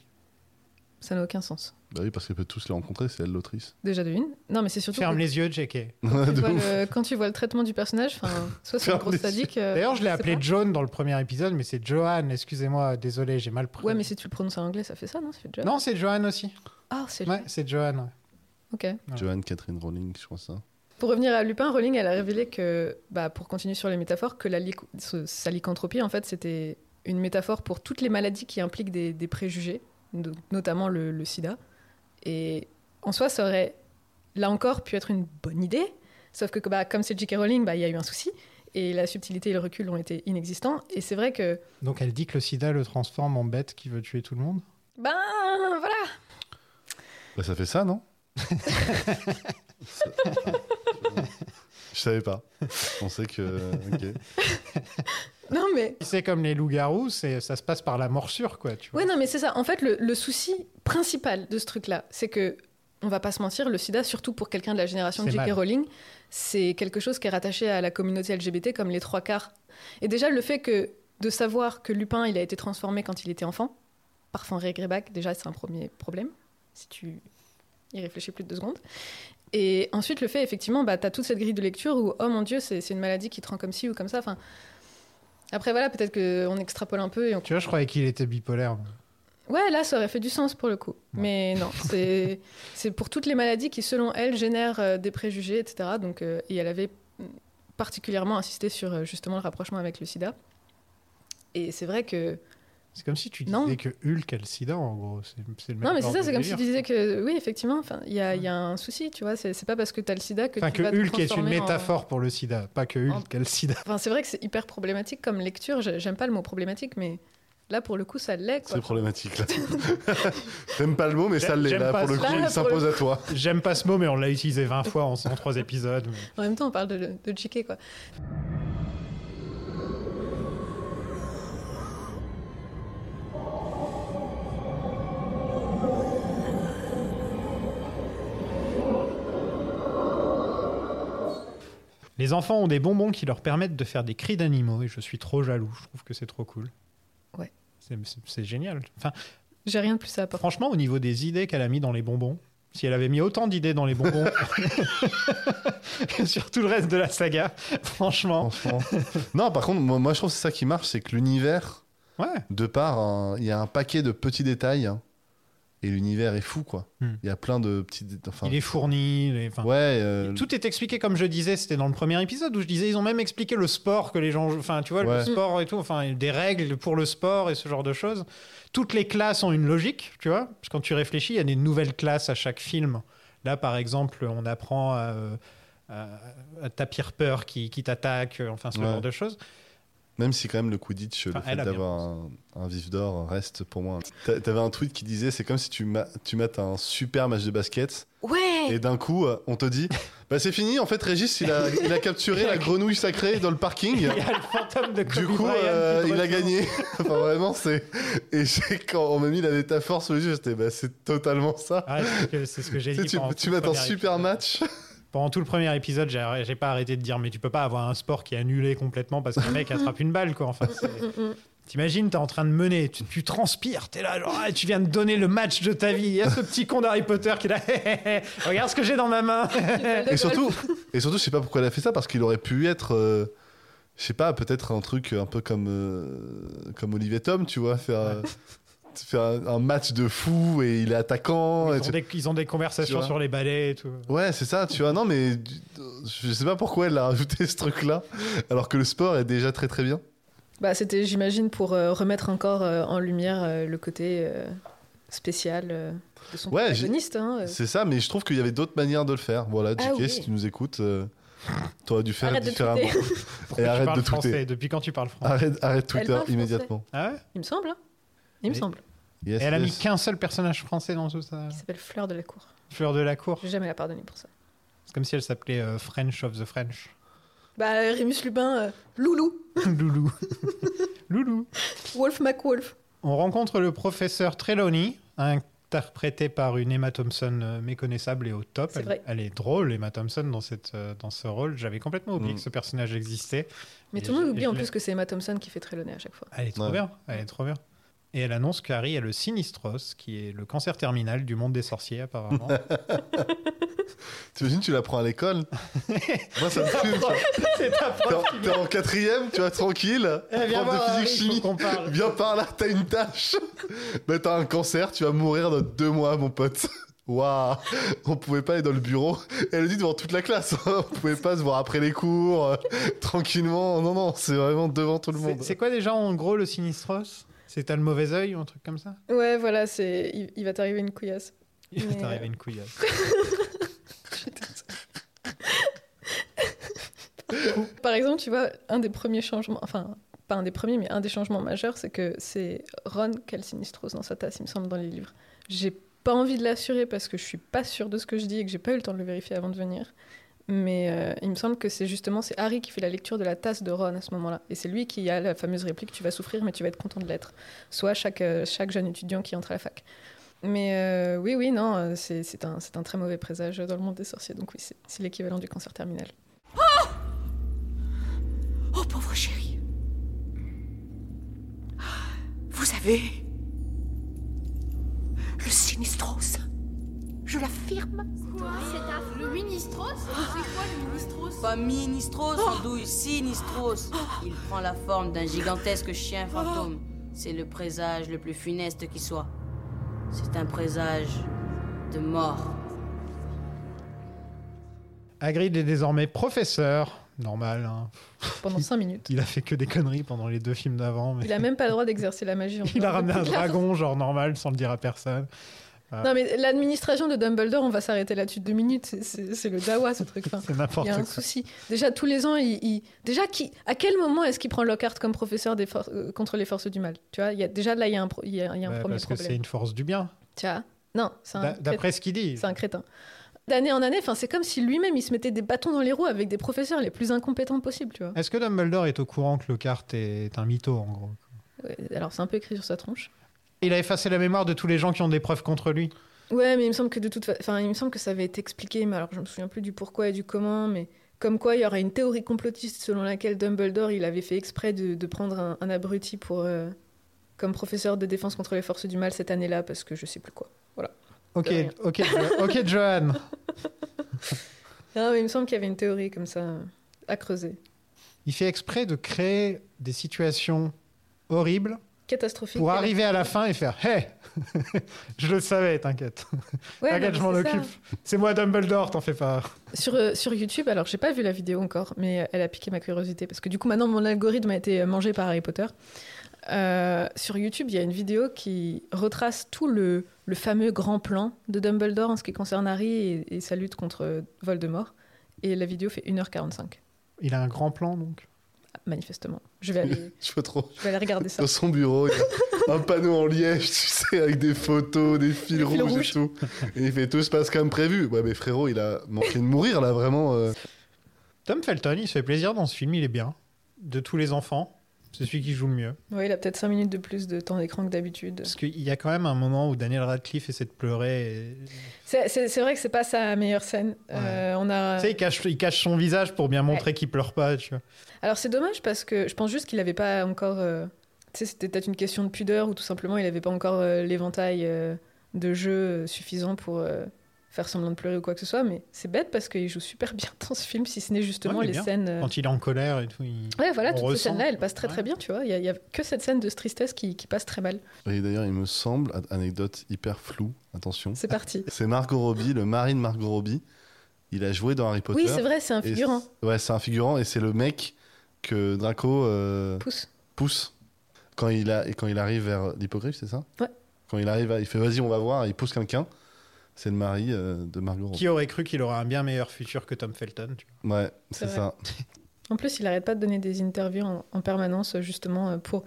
[SPEAKER 10] Ça n'a aucun sens.
[SPEAKER 9] Bah oui, parce qu'elle peut tous les rencontrer, c'est elle l'autrice.
[SPEAKER 10] Déjà de une. Non, mais c'est surtout.
[SPEAKER 8] Ferme
[SPEAKER 10] que
[SPEAKER 8] les yeux, J.K.
[SPEAKER 9] Ouais,
[SPEAKER 10] tu
[SPEAKER 9] de
[SPEAKER 10] vois
[SPEAKER 9] ouf.
[SPEAKER 10] le- quand tu vois le traitement du personnage, enfin, soit c'est un
[SPEAKER 9] Ferme
[SPEAKER 10] gros
[SPEAKER 9] les yeux.
[SPEAKER 10] sadique. euh,
[SPEAKER 8] D'ailleurs, je l'ai
[SPEAKER 10] sais
[SPEAKER 8] appelé
[SPEAKER 10] pas.
[SPEAKER 8] Joan dans le premier épisode, mais c'est Johan, excusez-moi, désolé, j'ai mal pris.
[SPEAKER 10] Ouais, mais si tu le prononces en anglais, ça fait ça, non Ça fait Johan.
[SPEAKER 8] Non, c'est Johan aussi.
[SPEAKER 10] Ah, c'est
[SPEAKER 8] Ouais, c'est Johan. ouais.
[SPEAKER 10] Ok.
[SPEAKER 9] Joanne Catherine Rowling, je crois ça.
[SPEAKER 10] Pour revenir à Lupin, Rowling, elle a révélé que, bah, pour continuer sur les métaphores, que la lyc- ce- sa lycanthropie, en fait, c'était une métaphore pour toutes les maladies qui impliquent des, des préjugés, no- notamment le, le sida. Et en soi, ça aurait, là encore, pu être une bonne idée, sauf que bah, comme c'est J.K. Rowling, bah, il y a eu un souci, et la subtilité et le recul ont été inexistants. Et c'est vrai que
[SPEAKER 8] Donc elle dit que le sida le transforme en bête qui veut tuer tout le monde
[SPEAKER 10] Ben voilà.
[SPEAKER 9] Bah, ça fait ça, non Ça- Je savais pas. Je pensais que. ok.
[SPEAKER 10] Non mais.
[SPEAKER 8] C'est comme les loups-garous, c'est- ça se passe par la morsure, quoi. Tu vois.
[SPEAKER 10] Ouais non mais c'est ça. En fait le, le souci principal de ce truc là, c'est que on va pas se mentir, le sida surtout pour quelqu'un de la génération de
[SPEAKER 8] C'est
[SPEAKER 10] J.K.
[SPEAKER 8] mal.
[SPEAKER 10] Rowling, c'est quelque chose qui est rattaché à la communauté LGBT comme les trois quarts. Et déjà le fait que de savoir que Lupin il a été transformé quand il était enfant par Fenrir Greyback, déjà c'est un premier problème si tu y réfléchis plus de deux secondes. Et ensuite, le fait, effectivement, bah, tu as toute cette grille de lecture où, oh mon Dieu, c'est c'est une maladie qui te rend comme ci ou comme ça. Enfin, après, voilà, peut-être qu'on extrapole un peu. Et on...
[SPEAKER 8] Tu vois, je croyais qu'il était bipolaire.
[SPEAKER 10] Ouais, là, ça aurait fait du sens pour le coup. Mais non, c'est c'est pour toutes les maladies qui, selon elle, génèrent euh, des préjugés, etc. Donc, euh, et elle avait mm, particulièrement insisté sur euh, justement le rapprochement avec le sida. Et c'est vrai que.
[SPEAKER 8] C'est comme si tu disais
[SPEAKER 10] Non.
[SPEAKER 8] que Hulk a le sida, en gros. C'est c'est le même
[SPEAKER 10] Non, mais c'est
[SPEAKER 8] genre
[SPEAKER 10] ça,
[SPEAKER 8] de
[SPEAKER 10] c'est comme si
[SPEAKER 8] délire.
[SPEAKER 10] tu disais que. Oui, effectivement, enfin, il y a, il y a un souci, tu vois. C'est c'est pas parce que tu as le sida que
[SPEAKER 8] Enfin,
[SPEAKER 10] tu
[SPEAKER 8] que
[SPEAKER 10] vas te
[SPEAKER 8] Hulk est une
[SPEAKER 10] transformer en-
[SPEAKER 8] métaphore pour le sida, pas que Hulk a le sida.
[SPEAKER 10] Enfin, c'est vrai que c'est hyper problématique comme lecture. J'ai- J'aime pas le mot problématique, mais là, pour le coup, ça l'est. quoi.
[SPEAKER 9] C'est problématique, là. J'aime pas le mot, mais ça
[SPEAKER 8] J'aime-
[SPEAKER 9] l'est.
[SPEAKER 8] j'aime
[SPEAKER 9] Là,
[SPEAKER 8] pas
[SPEAKER 9] pour le
[SPEAKER 8] ça.
[SPEAKER 9] coup,
[SPEAKER 10] Là,
[SPEAKER 9] il
[SPEAKER 10] pour
[SPEAKER 9] s'impose
[SPEAKER 10] le
[SPEAKER 9] à toi.
[SPEAKER 8] J'aime pas ce mot, mais on l'a utilisé 20 fois en 103 épisodes. mais-
[SPEAKER 10] En même temps, on parle de, de JK, quoi.
[SPEAKER 8] Les enfants ont des bonbons qui leur permettent de faire des cris d'animaux et je suis trop jaloux. Je trouve que c'est trop cool.
[SPEAKER 10] Ouais.
[SPEAKER 8] C'est- C'est c'est génial. Enfin,
[SPEAKER 10] J'ai rien de plus à apporter.
[SPEAKER 8] franchement, au niveau des idées qu'elle a mis dans les bonbons, si elle avait mis autant d'idées dans les bonbons que sur tout le reste de la saga, franchement.
[SPEAKER 9] Franchement. non, par contre, moi, moi, je trouve que c'est ça qui marche, c'est que l'univers,
[SPEAKER 8] Ouais.
[SPEAKER 9] de part, un- il y a un paquet de petits détails. hein, et l'univers est fou, quoi. Il
[SPEAKER 8] Hmm.
[SPEAKER 9] y a plein de petits. dé- Enfin,
[SPEAKER 8] Il est fourni. il est- enfin,
[SPEAKER 9] ouais. euh,
[SPEAKER 8] Tout est expliqué comme je disais, c'était dans le premier épisode où je disais ils ont même expliqué le sport que les gens, jouent. enfin tu vois le
[SPEAKER 9] Ouais.
[SPEAKER 8] sport et tout, enfin des règles pour le sport et ce genre de choses. Toutes les classes ont une logique, tu vois. Parce que quand tu réfléchis, il y a des nouvelles classes à chaque film. Là par exemple, on apprend à, euh, à, à tapir peur qui, qui t'attaque, euh, enfin ce
[SPEAKER 9] Ouais.
[SPEAKER 8] genre de choses.
[SPEAKER 9] Même si quand même le Quidditch,
[SPEAKER 8] Enfin,
[SPEAKER 9] le fait
[SPEAKER 8] elle a bien
[SPEAKER 9] d'avoir un, un vif d'or reste pour moi. un- T'a- T'avais un tweet qui disait c'est comme si tu, ma- tu mates un super match de basket
[SPEAKER 10] Ouais
[SPEAKER 9] et d'un coup euh, on te dit bah c'est fini en fait Régis il a, il a capturé la grenouille sacrée dans le parking.
[SPEAKER 8] Il y a le fantôme de Kobe
[SPEAKER 9] Du coup
[SPEAKER 8] Bryant qui
[SPEAKER 9] euh, il a
[SPEAKER 8] revient.
[SPEAKER 9] gagné. enfin vraiment c'est et j'ai- quand on m'a mis la métaphore sous les yeux j'étais bah c'est totalement ça.
[SPEAKER 8] Ouais, Ah, c'est ce que- c'est ce que j'ai
[SPEAKER 9] Tu sais,
[SPEAKER 8] dit.
[SPEAKER 9] tu,
[SPEAKER 8] pendant
[SPEAKER 9] tu
[SPEAKER 8] tout le
[SPEAKER 9] mates un
[SPEAKER 8] premier
[SPEAKER 9] super
[SPEAKER 8] épisode.
[SPEAKER 9] match.
[SPEAKER 8] Pendant tout le premier épisode, j'ai j'ai pas arrêté de dire mais tu peux pas avoir un sport qui est annulé complètement parce qu'un mec attrape une balle quoi. Enfin, c'est- t'imagines, t'es en train de mener, tu, tu transpires, t'es là genre Ah, tu viens de donner le match de ta vie. Il y a ce petit con d'Harry Potter qui est là, Hé, hé, hé, regarde ce que j'ai dans ma main.
[SPEAKER 9] Et surtout, et surtout, je sais pas pourquoi elle a fait ça, parce qu'il aurait pu être, euh, je sais pas, peut-être un truc un peu comme, euh, comme Olivier Tom, tu vois, faire, euh, faire un, un match de fou et il est attaquant. et
[SPEAKER 8] Ils ont
[SPEAKER 9] tu-
[SPEAKER 8] des, ils ont des
[SPEAKER 9] Tu
[SPEAKER 8] conversations
[SPEAKER 9] vois.
[SPEAKER 8] sur les balais et tout.
[SPEAKER 9] Ouais, c'est ça, tu vois. Non, mais du- je sais pas pourquoi elle a rajouté ce truc-là, alors que le sport est déjà très très bien.
[SPEAKER 10] Bah, c'était, j'imagine, pour euh, remettre encore euh, en lumière euh, le côté euh, spécial euh, de son
[SPEAKER 9] Ouais, j'ai-
[SPEAKER 10] protagoniste. hein, euh.
[SPEAKER 9] C'est ça, mais je trouve qu'il y avait d'autres manières de le faire. Voilà, JK,
[SPEAKER 10] Ah oui.
[SPEAKER 9] si tu nous écoutes, euh, t'aurais dû faire
[SPEAKER 10] Arrête de
[SPEAKER 9] différemment.
[SPEAKER 10] tweeter.
[SPEAKER 8] Pourquoi tu
[SPEAKER 9] arrête
[SPEAKER 8] parles
[SPEAKER 9] de tweeter.
[SPEAKER 8] français Depuis quand tu parles français
[SPEAKER 9] Arrête, arrête
[SPEAKER 10] Elle
[SPEAKER 9] Twitter
[SPEAKER 10] parle français.
[SPEAKER 9] immédiatement.
[SPEAKER 8] Ah ouais
[SPEAKER 10] Il me semble. hein. Il me
[SPEAKER 8] Mais-
[SPEAKER 10] semble.
[SPEAKER 9] Yes,
[SPEAKER 8] Et Elle a mis
[SPEAKER 9] yes.
[SPEAKER 8] qu'un seul personnage français dans tout ça.
[SPEAKER 10] Il s'appelle Fleur de la Cour.
[SPEAKER 8] Fleur de la cour.
[SPEAKER 10] Je vais jamais la pardonner pour ça.
[SPEAKER 8] C'est comme si elle s'appelait euh, French of the French.
[SPEAKER 10] Bah, Rémus Lubin, euh, Loulou,
[SPEAKER 8] Loulou. Loulou.
[SPEAKER 10] Wolf McWolf.
[SPEAKER 8] On rencontre le professeur Trelawney, interprété par une Emma Thompson euh, méconnaissable et au top.
[SPEAKER 10] C'est
[SPEAKER 8] Elle,
[SPEAKER 10] vrai.
[SPEAKER 8] elle est drôle, Emma Thompson, dans, cette, euh, dans ce rôle. J'avais complètement oublié
[SPEAKER 9] Mm.
[SPEAKER 8] que ce personnage existait.
[SPEAKER 10] Mais
[SPEAKER 8] Et
[SPEAKER 10] tout le monde
[SPEAKER 8] je-
[SPEAKER 10] oublie
[SPEAKER 8] je
[SPEAKER 10] en
[SPEAKER 8] l'ai-
[SPEAKER 10] plus que c'est Emma Thompson qui fait Trelawney à chaque fois.
[SPEAKER 8] Elle est trop
[SPEAKER 9] Ouais.
[SPEAKER 8] bien, elle est trop bien. Et elle annonce qu'Harry a le sinistros, qui est le cancer terminal du monde des sorciers, apparemment.
[SPEAKER 9] T'imagines, tu l'apprends à l'école Moi, ça me fume. tu vois.
[SPEAKER 8] c'est ta
[SPEAKER 9] T'es
[SPEAKER 8] prof
[SPEAKER 9] en- T'es en quatrième, tu vois, tranquille.
[SPEAKER 8] Eh, viens
[SPEAKER 9] prof
[SPEAKER 8] voir,
[SPEAKER 9] de
[SPEAKER 8] Harry,
[SPEAKER 9] physique chimie.
[SPEAKER 8] faut qu'on parle.
[SPEAKER 9] Viens par là, t'as une tâche. Bah, t'as un cancer, tu vas mourir dans deux mois, mon pote. Waouh, on pouvait pas aller dans le bureau. Elle le dit devant toute la classe. hein. On pouvait pas se voir après les cours, euh, tranquillement. Non, non, c'est vraiment devant tout le
[SPEAKER 8] C'est-
[SPEAKER 9] monde.
[SPEAKER 8] C'est quoi déjà, en gros, le sinistros C'est t'as le mauvais œil ou un truc comme ça
[SPEAKER 10] Ouais, voilà, c'est... Il, il va t'arriver une couillasse.
[SPEAKER 8] Il
[SPEAKER 10] Mais,
[SPEAKER 8] va t'arriver
[SPEAKER 10] euh,
[SPEAKER 8] une couillasse.
[SPEAKER 10] Par exemple, tu vois, un des premiers changements, enfin, pas un des premiers, mais un des changements majeurs, c'est que c'est Ron qui a le sinistrose dans sa tasse, il me semble, dans les livres. J'ai pas envie de l'assurer parce que je suis pas sûre de ce que je dis et que j'ai pas eu le temps de le vérifier avant de venir. Mais euh, il me semble que c'est justement c'est Harry qui fait la lecture de la tasse de Ron à ce moment-là. Et c'est lui qui a la fameuse réplique Tu vas souffrir, mais tu vas être content de l'être. Soit chaque, euh, chaque jeune étudiant qui entre à la fac. Mais euh, oui, oui, non, c'est c'est un, c'est un très mauvais présage dans le monde des sorciers. Donc oui, c'est c'est l'équivalent du cancer terminal.
[SPEAKER 13] Oh Oh, pauvre chérie. Vous avez. Le sinistros. Je l'affirme.
[SPEAKER 14] C'est Le ministros C'est quoi le ministros
[SPEAKER 15] Pas Ministros, andouille, Sinistros. Il prend la forme d'un gigantesque chien fantôme. C'est le présage le plus funeste qui soit. C'est un présage de mort.
[SPEAKER 8] Hagrid est désormais professeur. Normal. hein.
[SPEAKER 10] Pendant 5 minutes.
[SPEAKER 8] Il a fait que des conneries pendant les deux films d'avant. mais-
[SPEAKER 10] Il a même pas le droit d'exercer la magie. en
[SPEAKER 8] Il a
[SPEAKER 10] dehors de
[SPEAKER 8] ramené un
[SPEAKER 10] Poudlard.
[SPEAKER 8] dragon, genre normal, sans le dire à personne. Euh,
[SPEAKER 10] Non, mais l'administration de Dumbledore, on va s'arrêter là-dessus deux minutes. c'est- C'est c'est le dawa, ce truc. Enfin,
[SPEAKER 8] C'est n'importe
[SPEAKER 10] Il y a un
[SPEAKER 8] quoi.
[SPEAKER 10] souci. Déjà, tous les ans, il. il- Déjà, qui... à quel moment est-ce qu'il prend Lockhart comme professeur des for- euh, contre les forces du mal Tu vois, il y a... déjà là, il y a un, pro- il y a- il y a un
[SPEAKER 8] bah,
[SPEAKER 10] premier
[SPEAKER 8] parce que
[SPEAKER 10] problème.
[SPEAKER 8] c'est une force du bien,
[SPEAKER 10] Tu vois Non, c'est un.
[SPEAKER 8] d'a- d'après
[SPEAKER 10] crétin.
[SPEAKER 8] ce qu'il dit.
[SPEAKER 10] C'est un crétin. D'année en année, enfin, c'est comme si lui-même, il se mettait des bâtons dans les roues avec des professeurs les plus incompétents possibles, tu vois.
[SPEAKER 8] Est-ce que Dumbledore est au courant que Lockhart est un mytho, en gros
[SPEAKER 10] Ouais, Alors, c'est un peu écrit sur sa tronche.
[SPEAKER 8] Il a effacé la mémoire de tous les gens qui ont des preuves contre lui.
[SPEAKER 10] Ouais, mais il me semble que de toute fa- enfin, il me semble que ça avait été expliqué, mais alors je me souviens plus du pourquoi et du comment, mais comme quoi il y aurait une théorie complotiste selon laquelle Dumbledore il avait fait exprès de, de prendre un, un abruti pour euh, comme professeur de défense contre les forces du mal cette année-là parce que je sais plus quoi. Voilà.
[SPEAKER 8] Ok,
[SPEAKER 10] De rien.
[SPEAKER 8] ok, Jo- ok, Johan.
[SPEAKER 10] Non, mais il me semble qu'il y avait une théorie comme ça euh, à creuser.
[SPEAKER 8] Il fait exprès de créer des situations horribles
[SPEAKER 10] Catastrophique.
[SPEAKER 8] pour
[SPEAKER 10] Et là-
[SPEAKER 8] arriver à la fin et faire Hey Je le savais, t'inquiète.
[SPEAKER 10] Ouais, non,
[SPEAKER 8] t'inquiète,
[SPEAKER 10] mais
[SPEAKER 8] je m'en
[SPEAKER 10] c'est ça.
[SPEAKER 8] occupe. C'est moi, Dumbledore, t'en fais pas.
[SPEAKER 10] Sur, euh, sur YouTube, alors j'ai pas vu la vidéo encore, mais euh, elle a piqué ma curiosité parce que du coup maintenant mon algorithme a été euh, mangé par Harry Potter. Euh, sur YouTube, il y a une vidéo qui retrace tout le, le fameux grand plan de Dumbledore en ce qui concerne Harry et, et sa lutte contre euh, Voldemort. Et la vidéo fait 1h45,
[SPEAKER 8] Il a un grand plan, donc.
[SPEAKER 10] manifestement. Je vais aller,
[SPEAKER 9] Je vois trop.
[SPEAKER 10] je vais aller regarder ça.
[SPEAKER 9] Dans son bureau, il y a un panneau en liège, tu sais, avec des photos, des fils,
[SPEAKER 10] fils
[SPEAKER 9] rouges,
[SPEAKER 10] rouges.
[SPEAKER 9] et tout. Et il fait tout se passe comme prévu. Ouais, mais frérot, il a manqué de mourir là, vraiment. euh.
[SPEAKER 8] Tom Felton, il se fait plaisir dans ce film, il est bien. De tous les enfants, c'est celui qui joue le mieux.
[SPEAKER 10] Ouais, il a peut-être 5 minutes de plus de temps d'écran que d'habitude.
[SPEAKER 8] Parce qu'il y a quand même un moment où Daniel Radcliffe essaie de pleurer. et-
[SPEAKER 10] C'est c'est- c'est vrai que c'est pas sa meilleure scène. Euh, on a...
[SPEAKER 8] Tu sais, il cache, il cache son visage pour bien montrer qu'il pleure pas, tu vois.
[SPEAKER 10] Alors c'est dommage parce que je pense juste qu'il n'avait pas encore. euh, tu sais, c'était peut-être une question de pudeur ou tout simplement il n'avait pas encore euh, l'éventail euh, de jeu suffisant pour euh, faire semblant de pleurer ou quoi que ce soit. Mais c'est bête parce qu'il joue super bien dans ce film, si ce n'est justement
[SPEAKER 8] Ouais, il est
[SPEAKER 10] les
[SPEAKER 8] bien.
[SPEAKER 10] scènes. euh,
[SPEAKER 8] Quand il est en colère et tout. il-
[SPEAKER 10] Ouais,
[SPEAKER 8] on
[SPEAKER 10] voilà, toutes ces
[SPEAKER 8] ressent.
[SPEAKER 10] scènes-là, elles passent très très
[SPEAKER 8] Ouais.
[SPEAKER 10] bien, tu vois. Il n'y a, que cette scène de tristesse qui, qui passe très mal.
[SPEAKER 9] Et d'ailleurs, il me semble, a- anecdote hyper floue, attention.
[SPEAKER 8] Ah,
[SPEAKER 10] C'est parti.
[SPEAKER 9] C'est Margot Robbie, le mari de Margot Robbie. Il a joué dans Harry Potter.
[SPEAKER 10] Oui, c'est vrai, c'est un
[SPEAKER 9] Et
[SPEAKER 10] figurant.
[SPEAKER 9] c'est- ouais, c'est un figurant et c'est le mec que Draco euh,
[SPEAKER 10] Pousse.
[SPEAKER 9] pousse quand il a et quand il arrive vers l'hippogriffe, c'est ça
[SPEAKER 10] Ouais.
[SPEAKER 9] Quand il arrive, à- il fait vas-y, on va voir, il pousse quelqu'un. C'est le mari euh, de Margot Robbie.
[SPEAKER 8] Qui aurait cru qu'il aurait un bien meilleur futur que Tom Felton tu vois.
[SPEAKER 9] Ouais,
[SPEAKER 10] C'est
[SPEAKER 9] c'est
[SPEAKER 10] vrai.
[SPEAKER 9] ça.
[SPEAKER 10] En plus, il n'arrête pas de donner des interviews en, en permanence, euh, justement, euh, pour,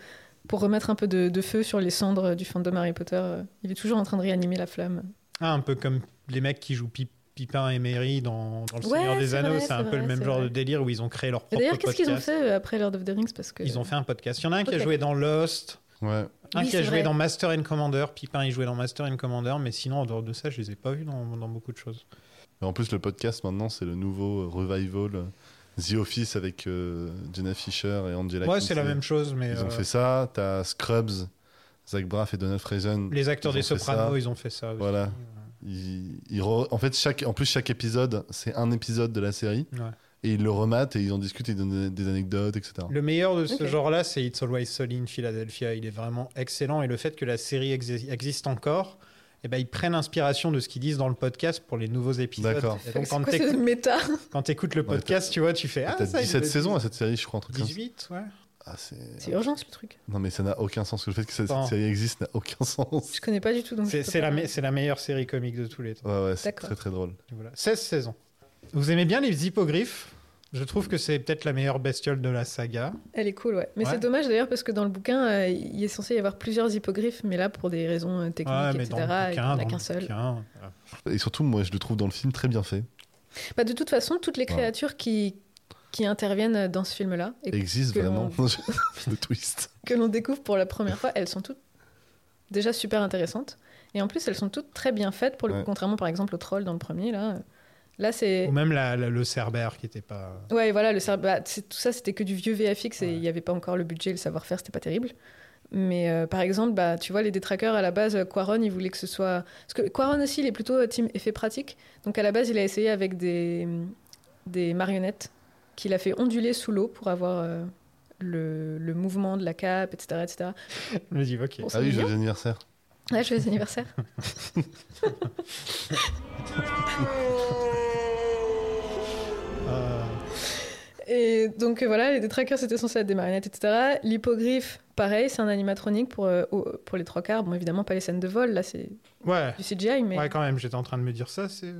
[SPEAKER 10] pour remettre un peu de, de feu sur les cendres euh, du fandom Harry Potter. euh. Il est toujours en train de réanimer la flamme.
[SPEAKER 8] Ah, un peu comme les mecs qui jouent Pip- Pipin et Mary dans, dans Le
[SPEAKER 10] Ouais,
[SPEAKER 8] Seigneur des
[SPEAKER 10] c'est
[SPEAKER 8] Anneaux,
[SPEAKER 10] vrai,
[SPEAKER 8] c'est
[SPEAKER 10] c'est
[SPEAKER 8] un peu
[SPEAKER 10] vrai,
[SPEAKER 8] le même
[SPEAKER 10] c'est
[SPEAKER 8] genre de
[SPEAKER 10] vrai.
[SPEAKER 8] délire où ils ont créé leur
[SPEAKER 10] Et
[SPEAKER 8] propre
[SPEAKER 10] D'ailleurs, qu'est-ce
[SPEAKER 8] podcast.
[SPEAKER 10] qu'ils ont fait euh, après Lord of the Rings parce que...
[SPEAKER 8] Ils ont fait un podcast. Il y en a un qui a
[SPEAKER 10] Podcast.
[SPEAKER 8] joué dans Lost,
[SPEAKER 9] Ouais.
[SPEAKER 8] un
[SPEAKER 10] Oui,
[SPEAKER 8] qui a
[SPEAKER 10] c'est
[SPEAKER 8] joué
[SPEAKER 10] vrai.
[SPEAKER 8] dans Master and Commander. Pipin, il jouait dans Master and Commander, mais sinon, en dehors de ça, je les ai pas vus dans, dans beaucoup de choses.
[SPEAKER 9] Et en plus, le podcast maintenant, c'est le nouveau euh, revival euh, The Office avec euh, Jenna Fisher et Angela.
[SPEAKER 8] ouais, c'est la
[SPEAKER 9] Kinsey.
[SPEAKER 8] même chose, mais
[SPEAKER 9] Ils ont
[SPEAKER 8] euh,
[SPEAKER 9] fait ça. T'as Scrubs, Zach Braff et Donald Friesen.
[SPEAKER 8] les acteurs
[SPEAKER 9] ils ont
[SPEAKER 8] des
[SPEAKER 9] fait
[SPEAKER 8] Sopranos,
[SPEAKER 9] ça.
[SPEAKER 8] ils ont fait ça aussi.
[SPEAKER 9] Voilà. Ils- ils re- En fait, chaque... en plus, chaque épisode, c'est un épisode de la série.
[SPEAKER 8] Ouais.
[SPEAKER 9] Et ils le rematent et ils en discutent, ils donnent des anecdotes, etc.
[SPEAKER 8] Le meilleur de ce
[SPEAKER 10] Ok.
[SPEAKER 8] genre-là, c'est It's Always Sunny in Philadelphia. Il est vraiment excellent. Et le fait que la série exi- existe encore, eh ben, ils prennent inspiration de ce qu'ils disent dans le podcast pour les nouveaux épisodes.
[SPEAKER 9] D'accord.
[SPEAKER 8] Et
[SPEAKER 10] C'est
[SPEAKER 8] donc, quand
[SPEAKER 10] quoi ce
[SPEAKER 8] t'écoutes-
[SPEAKER 10] méta
[SPEAKER 8] quand t'écoutes le
[SPEAKER 9] Ouais,
[SPEAKER 8] podcast, tu vois, tu fais. Ah,
[SPEAKER 9] T'as
[SPEAKER 8] ça, il
[SPEAKER 9] 17
[SPEAKER 8] le-
[SPEAKER 9] saisons à cette série, je crois. Un truc comme ça.
[SPEAKER 8] 18, ouais.
[SPEAKER 9] Ah, c'est-
[SPEAKER 10] C'est urgent ce truc.
[SPEAKER 9] non, mais ça n'a aucun sens. Le fait que cette
[SPEAKER 8] Attends.
[SPEAKER 9] série existe n'a aucun sens.
[SPEAKER 10] Je connais pas du tout donc. je
[SPEAKER 8] C'est
[SPEAKER 10] peux
[SPEAKER 8] c'est
[SPEAKER 10] pas-
[SPEAKER 8] la, me- c'est la meilleure série comique de tous les temps.
[SPEAKER 9] Ouais, ouais, c'est
[SPEAKER 10] D'accord.
[SPEAKER 9] très très drôle.
[SPEAKER 8] Voilà. 16 saisons. Vous aimez bien les hippogriffes Je trouve que c'est peut-être la meilleure bestiole de la saga.
[SPEAKER 10] Elle est cool, ouais. Mais
[SPEAKER 8] Ouais.
[SPEAKER 10] c'est dommage d'ailleurs parce que dans le bouquin, euh, il est censé y avoir plusieurs hippogriffes, mais là, pour des raisons euh, techniques,
[SPEAKER 9] Ouais, mais
[SPEAKER 10] etc.,
[SPEAKER 9] dans le
[SPEAKER 10] il n'y
[SPEAKER 9] bouquin,
[SPEAKER 10] en
[SPEAKER 9] dans
[SPEAKER 10] a
[SPEAKER 9] le
[SPEAKER 10] qu'un seul.
[SPEAKER 8] bouquin.
[SPEAKER 9] Et surtout, moi, je le trouve dans le film très bien fait.
[SPEAKER 10] Bah, de toute façon, toutes les
[SPEAKER 9] Ouais.
[SPEAKER 10] créatures qui, qui interviennent dans ce film-là et
[SPEAKER 9] Existe
[SPEAKER 10] que euh,
[SPEAKER 9] vraiment.
[SPEAKER 10] l'on-
[SPEAKER 9] le twist.
[SPEAKER 10] que l'on découvre pour la première fois, elles sont toutes déjà super intéressantes. Et en plus, elles sont toutes très bien faites, pour le coup,
[SPEAKER 8] Ouais.
[SPEAKER 10] contrairement par exemple au troll dans le premier. Là, euh, là c'est.
[SPEAKER 8] Ou même la- la- le Cerbère qui n'était pas.
[SPEAKER 10] Ouais, voilà, le cerf- bah, c'est- tout ça, c'était que du vieux VFX et il n'y avait pas encore le budget, le savoir-faire, c'était pas terrible. Mais euh, par exemple, bah, tu vois, les détraqueurs, à la base, euh, Quaron, il voulait que ce soit. Parce que Quaron aussi, il est plutôt euh, team effet pratique. Donc à la base, il a essayé avec des, des marionnettes qu'il a fait onduler sous l'eau pour avoir euh, le, le mouvement de la cape, etc. etc.
[SPEAKER 8] Vas-y, ok.
[SPEAKER 10] Bon, c'est
[SPEAKER 9] ah oui,
[SPEAKER 10] mignon.
[SPEAKER 9] joyeux anniversaire.
[SPEAKER 10] Ouais, joyeux anniversaire.
[SPEAKER 8] Euh,
[SPEAKER 10] Et donc euh, voilà, les détraqueurs c'était censé être des marionnettes, etc. L'hippogriffe, pareil, c'est un animatronique pour, euh, au- pour les trois quarts. Bon, évidemment, pas les scènes de vol, là c'est
[SPEAKER 8] Ouais.
[SPEAKER 10] du CGI, mais.
[SPEAKER 8] Ouais, quand même, j'étais en train de me dire ça, c'est. euh,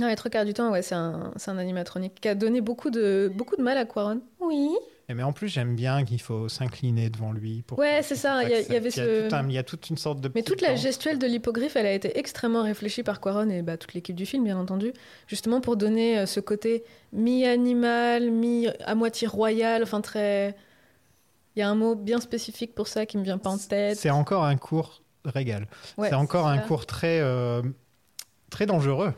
[SPEAKER 10] Non, les trois quarts du temps, ouais, c'est un, c'est un animatronique qui a donné beaucoup de, beaucoup de mal à Quaron. Oui.
[SPEAKER 8] Et mais en plus, j'aime bien qu'il faut s'incliner devant lui. Pour
[SPEAKER 10] Ouais, c'est ça, il y a- il y avait
[SPEAKER 8] Il y a
[SPEAKER 10] ce-
[SPEAKER 8] tout un- il y a toute une sorte de.
[SPEAKER 10] Mais
[SPEAKER 8] petit
[SPEAKER 10] toute la
[SPEAKER 8] plan.
[SPEAKER 10] gestuelle de l'hippogriffe, elle a été extrêmement réfléchie par Quaron et bah, toute l'équipe du film, bien entendu, justement pour donner euh, ce côté mi-animal, mi à moitié royal, enfin très. Il y a un mot bien spécifique pour ça qui me vient pas en tête.
[SPEAKER 8] C'est encore un cours régal.
[SPEAKER 10] Ouais,
[SPEAKER 8] c'est encore
[SPEAKER 10] c'est
[SPEAKER 8] un
[SPEAKER 10] ça.
[SPEAKER 8] cours très, euh, très dangereux.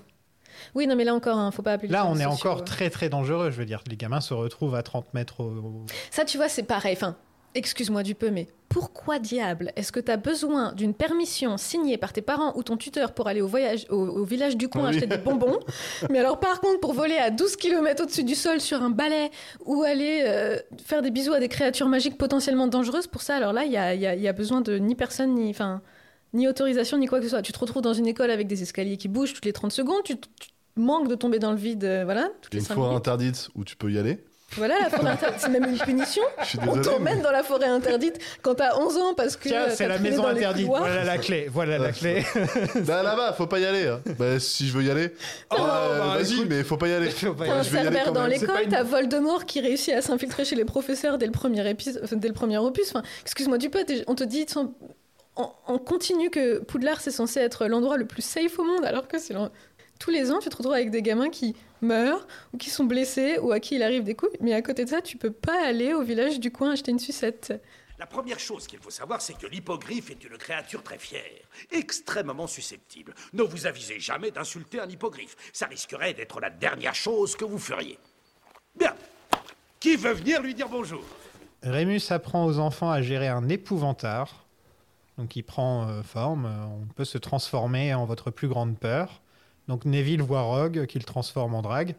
[SPEAKER 10] Oui, non, mais là encore, hein, faut pas appeler.
[SPEAKER 8] Là,
[SPEAKER 10] ça
[SPEAKER 8] on est
[SPEAKER 10] sociaux,
[SPEAKER 8] encore
[SPEAKER 10] ouais.
[SPEAKER 8] très, très dangereux. Je veux dire, les gamins se retrouvent à 30 mètres au- au-
[SPEAKER 10] Ça, tu vois, c'est pareil. Enfin, excuse-moi du peu, mais pourquoi diable est-ce que t'as besoin d'une permission signée par tes parents ou ton tuteur pour aller au, voyage, au, au village du coin
[SPEAKER 13] Oui.
[SPEAKER 10] acheter des bonbons Mais alors, par contre, pour voler à 12 km au-dessus du sol sur un balai ou aller euh, faire des bisous à des créatures magiques potentiellement dangereuses, pour ça, alors là, il y a, il y a- il y a besoin de ni personne, ni. Enfin, ni autorisation, ni quoi que ce soit. Tu te retrouves dans une école avec des escaliers qui bougent toutes les 30 secondes, tu, t- tu manques de tomber dans le vide, euh, voilà, toutes
[SPEAKER 9] Il y
[SPEAKER 10] les
[SPEAKER 9] a une
[SPEAKER 10] 5
[SPEAKER 9] fois interdite où tu peux y aller.
[SPEAKER 10] voilà, la forêt interdite, c'est même une punition.
[SPEAKER 9] Je suis
[SPEAKER 10] On
[SPEAKER 9] désolé,
[SPEAKER 10] t'emmène
[SPEAKER 9] mais-
[SPEAKER 10] dans la forêt interdite quand t'as 11 ans parce que. euh,
[SPEAKER 8] Tiens,
[SPEAKER 10] t'as
[SPEAKER 8] c'est la
[SPEAKER 10] traîné
[SPEAKER 8] maison
[SPEAKER 10] dans les
[SPEAKER 8] interdite.
[SPEAKER 10] couloirs.
[SPEAKER 8] Voilà la clé. Voilà la clé.
[SPEAKER 9] Bah, là-bas, faut pas y aller. hein. Bah, si je veux y aller.
[SPEAKER 10] Oh,
[SPEAKER 9] Ah, euh,
[SPEAKER 10] bah,
[SPEAKER 9] Vas-y, mais faut pas y aller.
[SPEAKER 10] T'as un
[SPEAKER 9] Je vais y aller
[SPEAKER 10] Cerbère
[SPEAKER 9] quand
[SPEAKER 10] dans
[SPEAKER 9] même.
[SPEAKER 10] l'école, t'as Voldemort qui réussit à s'infiltrer chez les professeurs dès le premier, épisode, dès le premier opus. Enfin, excuse-moi du peu, t'es- on te dit sans- en, en continu que Poudlard c'est censé être l'endroit le plus safe au monde alors que c'est l'en- tous les ans tu te retrouves avec des gamins qui meurent ou qui sont blessés ou à qui il arrive des coups. Mais à côté de ça, tu peux pas aller au village du coin acheter une sucette.
[SPEAKER 16] La première chose qu'il faut savoir, c'est que l'hippogriffe est une créature très fière, extrêmement susceptible. Ne vous avisez jamais d'insulter un hippogriffe. Ça risquerait d'être la dernière chose que vous feriez. Bien. Qui veut venir lui dire bonjour
[SPEAKER 8] Rémus apprend aux enfants à gérer un épouvantard. Donc, il prend euh, forme. Euh, On peut se transformer en votre plus grande peur. Donc, Neville voit Rogue qu'il transforme en drague.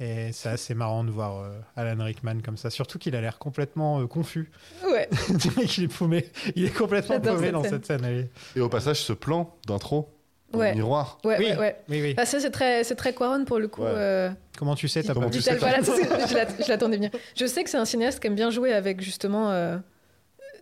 [SPEAKER 8] Et c'est assez marrant de voir euh, Alan Rickman comme ça. Surtout qu'il a l'air complètement euh, confus.
[SPEAKER 10] Ouais.
[SPEAKER 8] Tu vois qu'il est paumé. Il est complètement
[SPEAKER 10] J'adore
[SPEAKER 8] paumé
[SPEAKER 10] cette
[SPEAKER 8] dans
[SPEAKER 10] scène.
[SPEAKER 8] cette scène. allez.
[SPEAKER 9] Et au passage, ce plan d'intro, dans
[SPEAKER 10] Ouais.
[SPEAKER 9] le miroir.
[SPEAKER 10] Ouais, ouais, ouais.
[SPEAKER 8] oui, oui.
[SPEAKER 10] Ah, ça, c'est très, c'est très Quaron pour le coup.
[SPEAKER 9] Ouais.
[SPEAKER 10] euh,
[SPEAKER 8] Comment tu sais T'as pas
[SPEAKER 10] du
[SPEAKER 8] vu cette-
[SPEAKER 10] tel- voilà, c'est- je l'att- je l'attendais bien. Je sais que c'est un cinéaste qui aime bien jouer avec justement euh,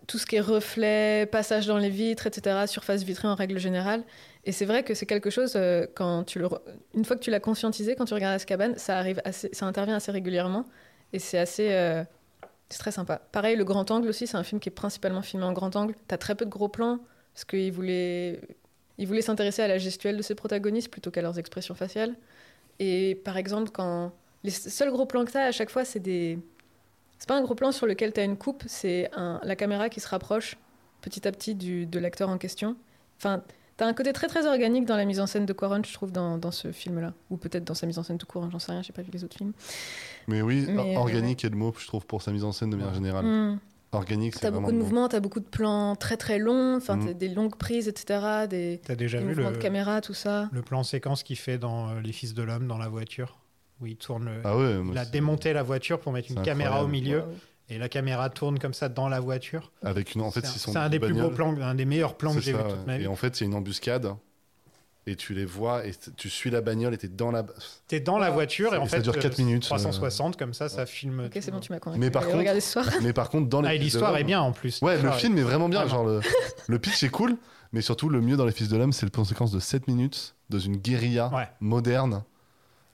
[SPEAKER 10] tout ce qui est reflet, passage dans les vitres, etc., surface vitrée en règle générale. Et c'est vrai que c'est quelque chose, euh, quand tu le re- une fois que tu l'as conscientisé, quand tu regardes Azkaban, ça, arrive assez, ça intervient assez régulièrement. Et c'est assez. euh, c'est très sympa. Pareil, le grand angle aussi, c'est un film qui est principalement filmé en grand angle. T'as très peu de gros plans, parce qu'il voulait il voulait s'intéresser à la gestuelle de ses protagonistes plutôt qu'à leurs expressions faciales. Et par exemple, quand les seuls gros plans que t'as à chaque fois, c'est des. C'est pas un gros plan sur lequel t'as une coupe, c'est un- la caméra qui se rapproche petit à petit du, de l'acteur en question. Enfin, t'as un côté très très organique dans la mise en scène de Quaron, je trouve, dans, dans ce film-là. Ou peut-être dans sa mise en scène tout court, hein, j'en sais rien, j'ai pas vu les autres films.
[SPEAKER 9] Mais oui,
[SPEAKER 10] Mais, euh,
[SPEAKER 9] or- organique est le mot, je trouve, pour sa mise en scène de manière générale.
[SPEAKER 10] Mm.
[SPEAKER 9] Organique, Ah, c'est
[SPEAKER 10] T'as
[SPEAKER 9] vraiment. Hmm.
[SPEAKER 10] beaucoup de
[SPEAKER 9] le mot.
[SPEAKER 10] mouvements, t'as beaucoup de plans très très longs, enfin
[SPEAKER 8] Mm.
[SPEAKER 10] t'as des longues prises, etc. Des,
[SPEAKER 8] T'as déjà
[SPEAKER 10] des
[SPEAKER 8] vu
[SPEAKER 10] mouvements
[SPEAKER 8] le-
[SPEAKER 10] de caméra, tout ça.
[SPEAKER 8] Le plan séquence qu'il fait dans euh, Les Fils de l'Homme dans la voiture, où il tourne. le-
[SPEAKER 9] Ah ouais,
[SPEAKER 8] il
[SPEAKER 9] moi,
[SPEAKER 8] a
[SPEAKER 9] c'est-
[SPEAKER 8] démonté la voiture pour mettre une
[SPEAKER 9] c'est
[SPEAKER 8] caméra au
[SPEAKER 9] incroyable.
[SPEAKER 8] milieu.
[SPEAKER 9] Ouais.
[SPEAKER 8] Et la caméra tourne comme ça dans la voiture.
[SPEAKER 9] Avec une, en fait,
[SPEAKER 8] C'est un-
[SPEAKER 9] ils sont
[SPEAKER 8] c'est un des plus
[SPEAKER 9] bagnoles.
[SPEAKER 8] beaux plans, un des meilleurs plans que
[SPEAKER 9] C'est
[SPEAKER 8] j'ai vu
[SPEAKER 9] ça,
[SPEAKER 8] toute ma vie.
[SPEAKER 9] Et en fait, c'est une embuscade. Et tu les vois, et t- tu suis la bagnole, et t'es dans la.
[SPEAKER 8] T'es dans la voiture et
[SPEAKER 9] Et
[SPEAKER 8] en
[SPEAKER 9] ça
[SPEAKER 8] fait.
[SPEAKER 9] dure
[SPEAKER 8] euh,
[SPEAKER 9] quatre minutes,
[SPEAKER 8] 360, comme ça, ça filme.
[SPEAKER 10] Ok, c'est bon, tu m'as convaincu.
[SPEAKER 9] Mais par,
[SPEAKER 10] Allez,
[SPEAKER 9] contre,
[SPEAKER 10] regardez ce soir.
[SPEAKER 9] mais par contre, dans les
[SPEAKER 8] Ah, et
[SPEAKER 9] Fils de
[SPEAKER 8] l'histoire
[SPEAKER 9] l'Homme-
[SPEAKER 8] est bien, Ah en plus.
[SPEAKER 9] Ouais, le
[SPEAKER 8] L'histoire
[SPEAKER 9] film
[SPEAKER 8] est-
[SPEAKER 9] est vraiment bien.
[SPEAKER 8] Vraiment.
[SPEAKER 9] Genre, le, le pitch est cool, mais Ah, surtout, le mieux dans Les Fils de l'Homme, c'est le plan séquence de 7 minutes dans une guérilla moderne où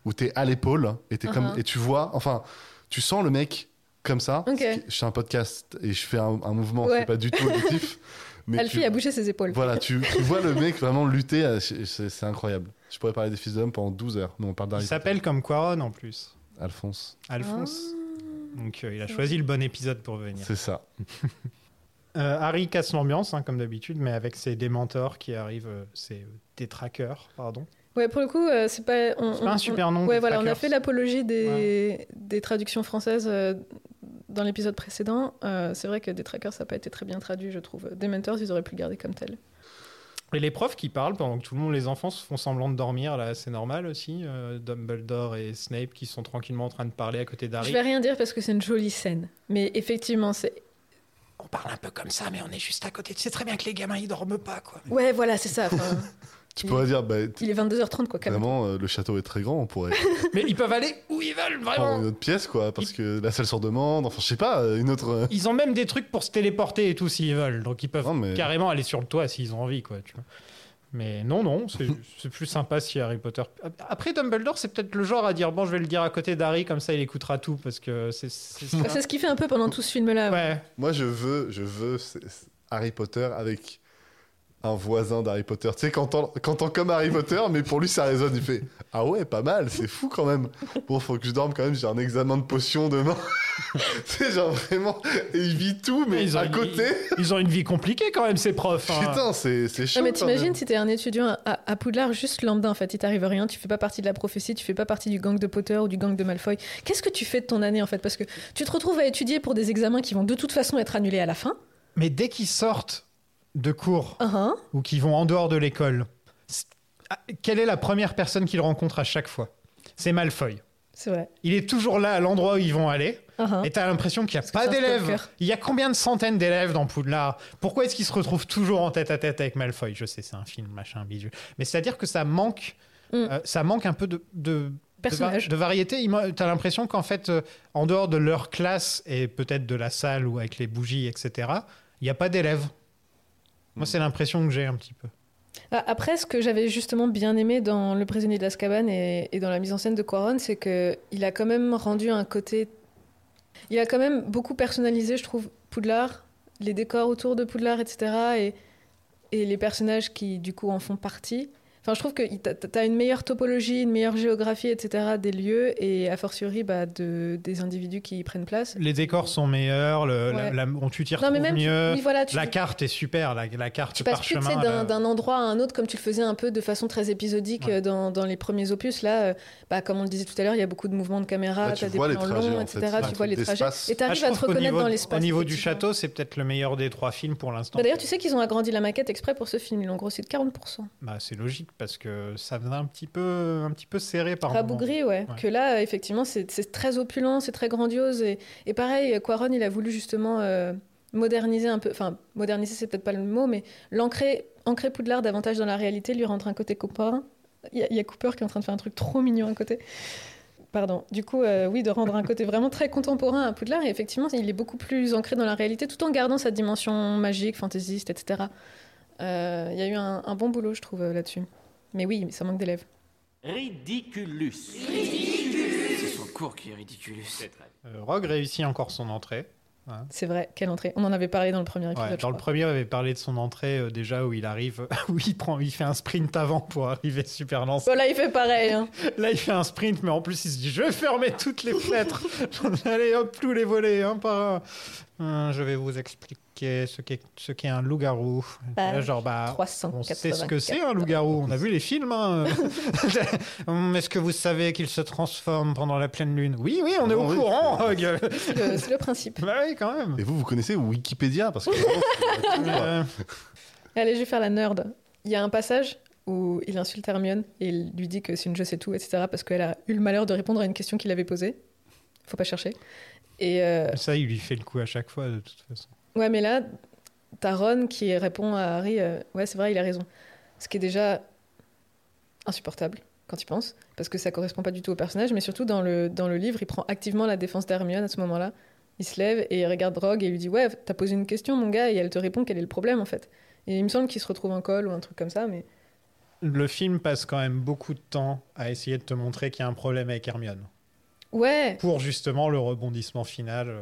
[SPEAKER 9] où t'es à l'épaule et, t'es comme,
[SPEAKER 10] Uh-huh.
[SPEAKER 9] et tu vois, enfin, tu sens le mec comme ça.
[SPEAKER 10] Ok.
[SPEAKER 9] Ce qui- Je fais un podcast et je fais un, un mouvement,
[SPEAKER 10] Ouais.
[SPEAKER 9] c'est pas du tout objectif. mais
[SPEAKER 10] Alfie
[SPEAKER 9] tu-
[SPEAKER 10] a bougé ses épaules.
[SPEAKER 9] Voilà, tu, tu vois le mec vraiment lutter, euh, c'est- c'est c'est incroyable. Je pourrais parler des fils d'hommes pendant 12 heures, mais on parle
[SPEAKER 8] Il
[SPEAKER 9] d'Harry
[SPEAKER 8] s'appelle comme Quaron en plus,
[SPEAKER 9] Potter. Alphonse.
[SPEAKER 8] Alphonse.
[SPEAKER 10] Ah.
[SPEAKER 8] Donc euh, il a choisi le bon épisode pour venir.
[SPEAKER 9] C'est ça.
[SPEAKER 8] Euh, Harry casse l'ambiance, hein, comme d'habitude, mais avec ses démentors qui arrivent, euh, ses détraqueurs, pardon.
[SPEAKER 10] Ouais, pour le coup, euh, c'est pas. on-
[SPEAKER 8] C'est pas un
[SPEAKER 10] on-
[SPEAKER 8] super
[SPEAKER 10] on-
[SPEAKER 8] nom,
[SPEAKER 10] Ouais,
[SPEAKER 8] des
[SPEAKER 10] voilà, on a
[SPEAKER 8] trackers.
[SPEAKER 10] fait l'apologie des, des traductions françaises euh, dans l'épisode précédent. Euh, c'est vrai que des trackers, ça n'a pas été très bien traduit, je trouve. Des mentors, ils auraient pu le garder comme tel.
[SPEAKER 8] Et les profs qui parlent pendant que tout le monde, les enfants se font semblant de dormir, là, c'est normal aussi. euh, Dumbledore et Snape qui sont tranquillement en train de parler à côté d'Harry.
[SPEAKER 10] Je vais rien dire parce que c'est une jolie scène. Mais effectivement, c'est.
[SPEAKER 1] On parle un peu comme ça, mais on est juste à côté. Tu sais très bien que les gamins, ils dorment pas, quoi.
[SPEAKER 10] Ouais, voilà, c'est ça. enfin,
[SPEAKER 9] Tu pourrais dire, bah, t-
[SPEAKER 10] il est 22h30, quoi, quand même.
[SPEAKER 9] vraiment, euh, le château est très grand, on pourrait
[SPEAKER 8] Mais ils peuvent aller où ils veulent,
[SPEAKER 9] prendre
[SPEAKER 8] vraiment
[SPEAKER 9] une autre pièce, quoi, parce que la salle sur demande, enfin, je sais pas, euh, une autre. euh,
[SPEAKER 8] Ils ont même des trucs pour se téléporter et tout s'ils veulent, donc ils peuvent
[SPEAKER 9] mais-
[SPEAKER 8] carrément aller sur le toit s'ils ont envie, quoi. Tu vois. Mais non, non, c'est c'est plus sympa si Harry Potter. Après, Dumbledore, c'est peut-être le genre à dire bon, je vais le dire à côté d'Harry, comme ça il écoutera tout, parce que c'est.
[SPEAKER 10] Ah, C'est ce qu'il fait un peu pendant tout ce film-là.
[SPEAKER 8] Ouais.
[SPEAKER 9] Moi, je veux, je veux c'est- c'est Harry Potter avec un voisin d'Harry Potter. Tu sais, quand on, quand on comme Harry Potter, mais pour lui, ça résonne. Il fait Ah ouais, pas mal, c'est fou quand même. Bon, faut que je dorme quand même, j'ai un examen de potion demain. c'est genre vraiment. Et il vit tout, mais
[SPEAKER 8] Ah, Ils ont
[SPEAKER 9] à
[SPEAKER 8] une-
[SPEAKER 9] côté.
[SPEAKER 8] Ils ont une vie compliquée quand même, ces profs. hein.
[SPEAKER 9] Putain, c'est c'est
[SPEAKER 10] Ah,
[SPEAKER 9] chaud.
[SPEAKER 10] mais
[SPEAKER 9] quand
[SPEAKER 10] t'imagines
[SPEAKER 9] même.
[SPEAKER 10] si t'es un étudiant à, à Poudlard juste lambda en fait, il t'arrive rien, tu fais pas partie de la prophétie, tu fais pas partie du gang de Potter ou du gang de Malfoy. Qu'est-ce que tu fais de ton année en fait Parce que tu te retrouves à étudier pour des examens qui vont de toute façon être annulés à la fin.
[SPEAKER 8] Mais dès qu'ils sortent de cours
[SPEAKER 10] Hein
[SPEAKER 8] ou qu'ils vont en dehors de l'école, c'est- ah, quelle est la première personne qu'ils rencontrent à chaque fois C'est Malfoy.
[SPEAKER 10] C'est vrai.
[SPEAKER 8] Il est toujours là à l'endroit où ils vont aller.
[SPEAKER 10] Uh-huh.
[SPEAKER 8] Et t'as l'impression qu'il n'y a pas
[SPEAKER 10] c'est un
[SPEAKER 8] d'élèves.
[SPEAKER 10] stalker.
[SPEAKER 8] Il y a combien de centaines d'élèves dans Poudlard Pourquoi est-ce qu'ils se retrouvent toujours en tête à tête avec Malfoy Je sais, c'est un film, machin, bidule. Mais c'est-à-dire que ça manque, euh, ça manque un peu de, de, de, va-
[SPEAKER 10] Personnage.
[SPEAKER 8] de variété. Il m'a- T'as l'impression qu'en fait, euh, en dehors de leur classe et peut-être de la salle ou avec les bougies, etc., il n'y a pas d'élèves. Moi, c'est l'impression que j'ai un petit peu.
[SPEAKER 10] Ah, Après, ce que j'avais justement bien aimé dans Le prisonnier d'Azkaban et, et dans la mise en scène de Quaron, c'est que il a quand même rendu un côté. Il a quand même beaucoup personnalisé, je trouve, Poudlard, les décors autour de Poudlard, etc. Et, et les personnages qui, du coup, en font partie. Enfin, je trouve que il- t'as- t'as une meilleure topologie, une meilleure géographie, etc. des lieux et a fortiori bah, de, des individus qui y prennent place.
[SPEAKER 8] Les décors sont meilleurs, le, la-
[SPEAKER 10] Ouais.
[SPEAKER 8] la- on tu t'y
[SPEAKER 10] Non, mais
[SPEAKER 8] retrouves
[SPEAKER 10] même tu-
[SPEAKER 8] mieux.
[SPEAKER 10] oui, voilà, tu-
[SPEAKER 8] la carte est super, la, la carte
[SPEAKER 10] Tu passes
[SPEAKER 8] par
[SPEAKER 10] plus tu sais,
[SPEAKER 8] chemin. euh.
[SPEAKER 10] d'un d'un endroit à un autre comme tu le faisais un peu de façon très épisodique euh, dans, dans les premiers opus. Là, euh, bah, comme on le disait tout à l'heure, il y a beaucoup de mouvements de caméra,
[SPEAKER 9] Là,
[SPEAKER 10] tu
[SPEAKER 9] tu
[SPEAKER 10] as des
[SPEAKER 9] vois les
[SPEAKER 10] plans
[SPEAKER 9] trajets,
[SPEAKER 10] longs,
[SPEAKER 9] en
[SPEAKER 10] etc.
[SPEAKER 9] fait. C'est un
[SPEAKER 10] Tu vois
[SPEAKER 9] truc
[SPEAKER 10] les trajets
[SPEAKER 9] d'espace.
[SPEAKER 10] et tu
[SPEAKER 8] Ah,
[SPEAKER 10] arrives à te reconnaître dans l'espace.
[SPEAKER 8] Au niveau du
[SPEAKER 10] effectivement.
[SPEAKER 8] château, c'est peut-être le meilleur des trois films pour l'instant.
[SPEAKER 10] Bah, D'ailleurs, tu sais qu'ils ont agrandi la maquette exprès pour ce film. Ils l'ont grossi de 40%.
[SPEAKER 8] Bah, c'est logique parce que ça venait un petit peu, un petit peu serré par moment.
[SPEAKER 10] Rabougri, ouais.
[SPEAKER 8] Ouais.
[SPEAKER 10] Que là, euh, effectivement, c'est c'est très opulent, c'est très grandiose. Et, et pareil, euh, Quaron, il a voulu justement euh, moderniser un peu, enfin, moderniser, c'est peut-être pas le mot, mais l'ancrer ancrer Poudlard davantage dans la réalité, lui rendre un côté copain. Il y a- il y, a Cooper qui est en train de faire un truc trop mignon à côté. Pardon. Du coup, euh, oui, de rendre un côté vraiment très contemporain à Poudlard. Et effectivement, il est beaucoup plus ancré dans la réalité, tout en gardant sa dimension magique, fantaisiste, etc. Euh, Il y a eu un, un bon boulot, je trouve, euh, là-dessus. Mais oui, mais ça manque d'élèves.
[SPEAKER 3] Ridiculus. Ridiculus. C'est son cours qui est ridiculus.
[SPEAKER 8] Euh, Rogue réussit encore son entrée. hein.
[SPEAKER 10] C'est vrai, quelle entrée. On en avait parlé dans le premier épisode.
[SPEAKER 8] Ouais,
[SPEAKER 10] bah, je
[SPEAKER 8] dans le
[SPEAKER 10] crois.
[SPEAKER 8] premier, il avait parlé de son entrée euh, déjà où il arrive, où il prend, il fait un sprint avant pour arriver super lancé.
[SPEAKER 10] Bon, là, il fait pareil. hein.
[SPEAKER 8] Là, il fait un sprint, mais en plus, il se dit Je vais fermer toutes les fenêtres. Allez, hop, tous les volets, un par un. Hum, je vais vous expliquer ce qu'est ce qu'est un loup-garou.
[SPEAKER 10] Page
[SPEAKER 8] Là, Genre, bah, on
[SPEAKER 10] 384.
[SPEAKER 8] sait ce que c'est hein, un loup-garou. On a vu les films. hein. Hum, Est-ce que vous savez qu'il se transforme pendant la pleine lune Oui, oui, on est au
[SPEAKER 9] Oui.
[SPEAKER 8] courant, Hog.
[SPEAKER 10] C'est le, c'est le principe.
[SPEAKER 8] Bah oui, quand même.
[SPEAKER 9] Et vous, vous connaissez Wikipédia Parce que vraiment, c'est tout, quoi.
[SPEAKER 8] Euh,
[SPEAKER 10] Allez, je vais faire la nerd. Il y a un passage où il insulte Hermione et il lui dit que c'est une je sais tout, etc. parce qu'elle a eu le malheur de répondre à une question qu'il avait posée. Faut pas chercher. Et euh,
[SPEAKER 8] Ça, il lui fait le coup à chaque fois, de toute façon.
[SPEAKER 10] ouais, mais là, t'as Ron qui répond à Harry euh, Ouais, c'est vrai, il a raison. Ce qui est déjà insupportable quand il pense, parce que ça correspond pas du tout au personnage, mais surtout dans le, dans le livre, il prend activement la défense d'Hermione à ce moment-là. Il se lève et il regarde Rogue et il lui dit Ouais, t'as posé une question, mon gars, et elle te répond quel est le problème en fait. Et il me semble qu'il se retrouve en col ou un truc comme ça, mais
[SPEAKER 8] le film passe quand même beaucoup de temps à essayer de te montrer qu'il y a un problème avec Hermione.
[SPEAKER 10] Ouais.
[SPEAKER 8] Pour justement le rebondissement final. euh,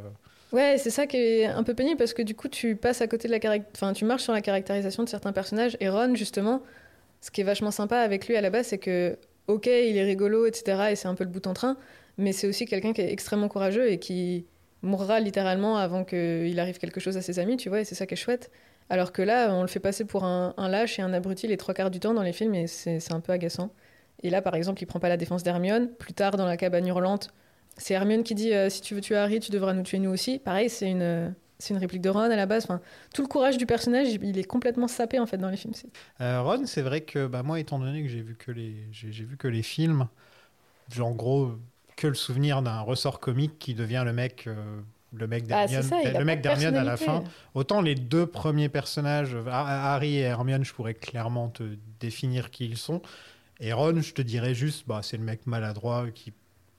[SPEAKER 10] Ouais, c'est ça qui est un peu pénible parce que du coup, tu passes à côté de la caract... enfin, tu marches sur la caractérisation de certains personnages. Et Ron, justement, ce qui est vachement sympa avec lui à la base, c'est que, ok, il est rigolo, etc. Et c'est un peu le bout en train, mais c'est aussi quelqu'un qui est extrêmement courageux et qui mourra littéralement avant qu'il arrive quelque chose à ses amis, tu vois. Et c'est ça qui est chouette. Alors que là, on le fait passer pour un, un lâche et un abruti les trois quarts du temps dans les films, et c'est c'est un peu agaçant. Et là, par exemple, il prend pas la défense d'Hermione. Plus tard, dans la cabane hurlante, c'est Hermione qui dit euh, si tu veux tuer Harry, tu devras nous tuer nous aussi. Pareil, c'est une euh, c'est une réplique de Ron à la base. Enfin, tout le courage du personnage, il est complètement sapé en fait dans les films. C'est-
[SPEAKER 8] Euh, Ron, c'est vrai que bah, moi, étant donné que j'ai vu que les, j'ai, j'ai vu que les films, j'ai en gros que le souvenir d'un ressort comique qui devient le mec, euh, le mec
[SPEAKER 10] Ah, c'est
[SPEAKER 8] d'Hermione,
[SPEAKER 10] ça, il a
[SPEAKER 8] le
[SPEAKER 10] pas
[SPEAKER 8] mec
[SPEAKER 10] de
[SPEAKER 8] d'Hermione à la fin.
[SPEAKER 10] personnalité.
[SPEAKER 8] Autant les deux premiers personnages, euh, Ha- Harry et Hermione, je pourrais clairement te définir qui ils sont. Et Ron, je te dirais juste, bah, c'est le mec maladroit qui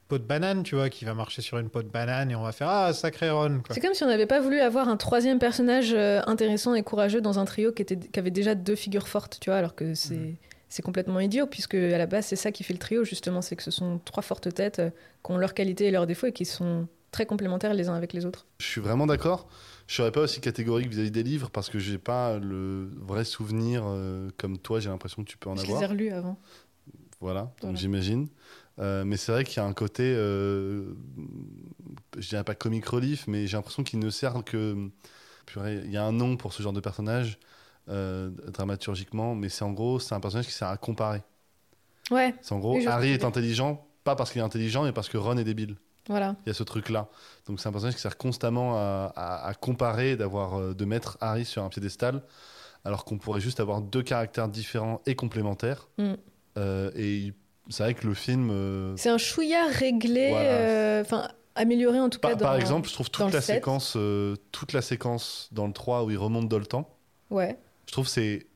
[SPEAKER 8] peau de banane, tu vois, qui va marcher sur une peau de banane et on va faire ah sacré Ron. quoi.
[SPEAKER 10] C'est comme si on n'avait pas voulu avoir un troisième personnage euh, intéressant et courageux dans un trio qui, était, qui avait déjà deux figures fortes, tu vois, alors que c'est
[SPEAKER 8] Mhm.
[SPEAKER 10] c'est complètement idiot, puisque à la base, c'est ça qui fait le trio, justement, c'est que ce sont trois fortes têtes euh, qui ont leurs qualités et leurs défauts et qui sont très complémentaires les uns avec les autres.
[SPEAKER 9] Je suis vraiment d'accord. Je serais pas aussi catégorique vis-à-vis des livres parce que j'ai pas le vrai souvenir euh, comme toi. J'ai l'impression que tu peux en
[SPEAKER 10] Je
[SPEAKER 9] avoir.
[SPEAKER 10] les ai relus avant.
[SPEAKER 9] Voilà, donc
[SPEAKER 10] Voilà.
[SPEAKER 9] j'imagine. Euh, mais c'est vrai qu'il y a un côté, euh, je dirais pas comic relief, mais j'ai l'impression qu'il ne sert que. Purée, il y a un nom pour ce genre de personnage, euh, dramaturgiquement, mais c'est en gros, c'est un personnage qui sert à comparer.
[SPEAKER 10] Ouais.
[SPEAKER 9] C'est en gros,
[SPEAKER 10] Oui, je vois
[SPEAKER 9] Harry
[SPEAKER 10] ce que
[SPEAKER 9] est
[SPEAKER 10] tu veux dire.
[SPEAKER 9] intelligent, pas parce qu'il est intelligent, mais parce que Ron est débile.
[SPEAKER 10] Voilà.
[SPEAKER 9] Il y a ce truc-là. Donc c'est un personnage qui sert constamment à, à- à comparer, d'avoir, euh, de mettre Harry sur un piédestal, alors qu'on pourrait juste avoir deux caractères différents et complémentaires.
[SPEAKER 10] Mm.
[SPEAKER 9] Euh, et il- c'est vrai que le film, euh,
[SPEAKER 10] C'est un chouïa réglé,
[SPEAKER 9] Voilà.
[SPEAKER 10] euh, enfin amélioré en tout
[SPEAKER 9] par,
[SPEAKER 10] cas. Dans,
[SPEAKER 9] par exemple, je trouve
[SPEAKER 10] dans
[SPEAKER 9] toute
[SPEAKER 10] le
[SPEAKER 9] la,
[SPEAKER 10] set.
[SPEAKER 9] séquence, euh, toute la séquence dans le 3 où il remonte dans le temps,
[SPEAKER 10] Ouais.
[SPEAKER 9] je trouve c'est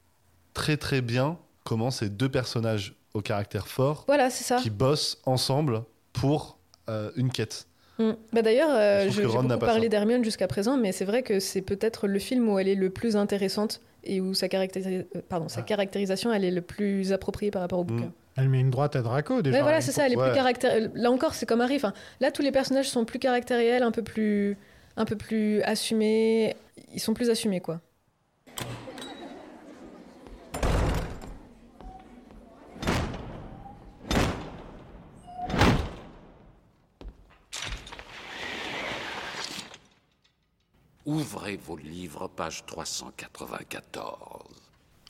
[SPEAKER 9] très très bien comment ces deux personnages au caractère fort
[SPEAKER 10] Voilà, c'est ça.
[SPEAKER 9] qui bossent ensemble pour euh, une quête.
[SPEAKER 10] Mm. Bah D'ailleurs, euh,
[SPEAKER 9] Je trouve
[SPEAKER 10] je- j'ai
[SPEAKER 9] que Ron
[SPEAKER 10] beaucoup
[SPEAKER 9] n'a pas
[SPEAKER 10] parlé
[SPEAKER 9] ça.
[SPEAKER 10] d'Hermione jusqu'à présent, mais c'est vrai que c'est peut-être le film où elle est le plus intéressante et où sa, caractéri- euh, pardon,
[SPEAKER 9] Ah.
[SPEAKER 10] sa caractérisation elle est le plus appropriée par rapport au
[SPEAKER 9] Mm.
[SPEAKER 10] bouquin.
[SPEAKER 8] Elle met une droite à Draco déjà.
[SPEAKER 10] Ouais, voilà,
[SPEAKER 8] rien
[SPEAKER 10] c'est
[SPEAKER 8] que
[SPEAKER 10] ça, elle est
[SPEAKER 8] pour-
[SPEAKER 10] plus caractér- Là encore, c'est comme Harry. Enfin, là, tous les personnages sont plus caractériels, un peu plus, un peu plus assumés. Ils sont plus assumés, quoi.
[SPEAKER 17] Ouvrez vos livres, page 394.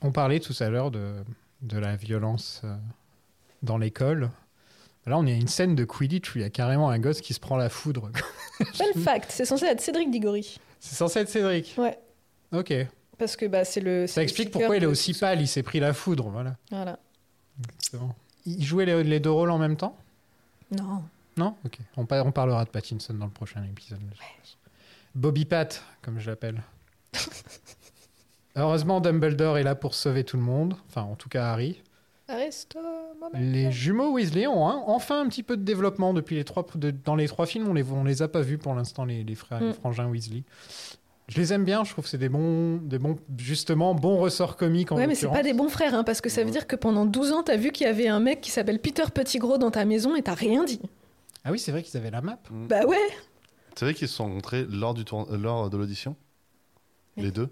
[SPEAKER 8] On parlait tout à l'heure de, de la violence euh, dans l'école. Là, on est à une scène de Quidditch où il y a carrément un gosse qui se prend la foudre.
[SPEAKER 10] Fun fact, c'est censé être Cédric Diggory.
[SPEAKER 8] c'est censé être Cédric.
[SPEAKER 10] Ouais.
[SPEAKER 8] Ok.
[SPEAKER 10] Parce que bah, c'est le. c'est
[SPEAKER 8] Ça
[SPEAKER 10] le
[SPEAKER 8] explique
[SPEAKER 10] speaker
[SPEAKER 8] pourquoi il est
[SPEAKER 10] de-
[SPEAKER 8] aussi pâle. Il s'est pris la foudre, voilà.
[SPEAKER 10] Voilà.
[SPEAKER 8] C'est bon. Il jouait les, les deux rôles en même temps
[SPEAKER 10] Non.
[SPEAKER 8] Non Ok. On, par- on parlera de Pattinson dans le prochain épisode. je pense. Bobby Pat, comme je l'appelle. Heureusement, Dumbledore est là pour sauver tout le monde. Enfin, en tout cas, Harry.
[SPEAKER 10] Arrête-toi, maman.
[SPEAKER 8] Les jumeaux Weasley ont hein, enfin un petit peu de développement depuis les trois, de- dans les trois films. On les, on les a pas vus pour l'instant, les, les frères, les
[SPEAKER 10] Mm.
[SPEAKER 8] frangins Weasley. Je les aime bien, je trouve que c'est des bons, des bons, justement, bons ressorts comiques en
[SPEAKER 10] Ouais, mais c'est
[SPEAKER 8] l'occurrence.
[SPEAKER 10] pas des bons frères, hein, parce que ça veut dire que pendant 12 ans, t'as vu qu'il y avait un mec qui s'appelle Peter Petit Gros dans ta maison et t'as rien dit.
[SPEAKER 8] Ah oui, c'est vrai qu'ils avaient la map.
[SPEAKER 10] Bah ouais
[SPEAKER 9] C'est vrai qu'ils se sont rencontrés lors, du tour- euh, lors de l'audition Les deux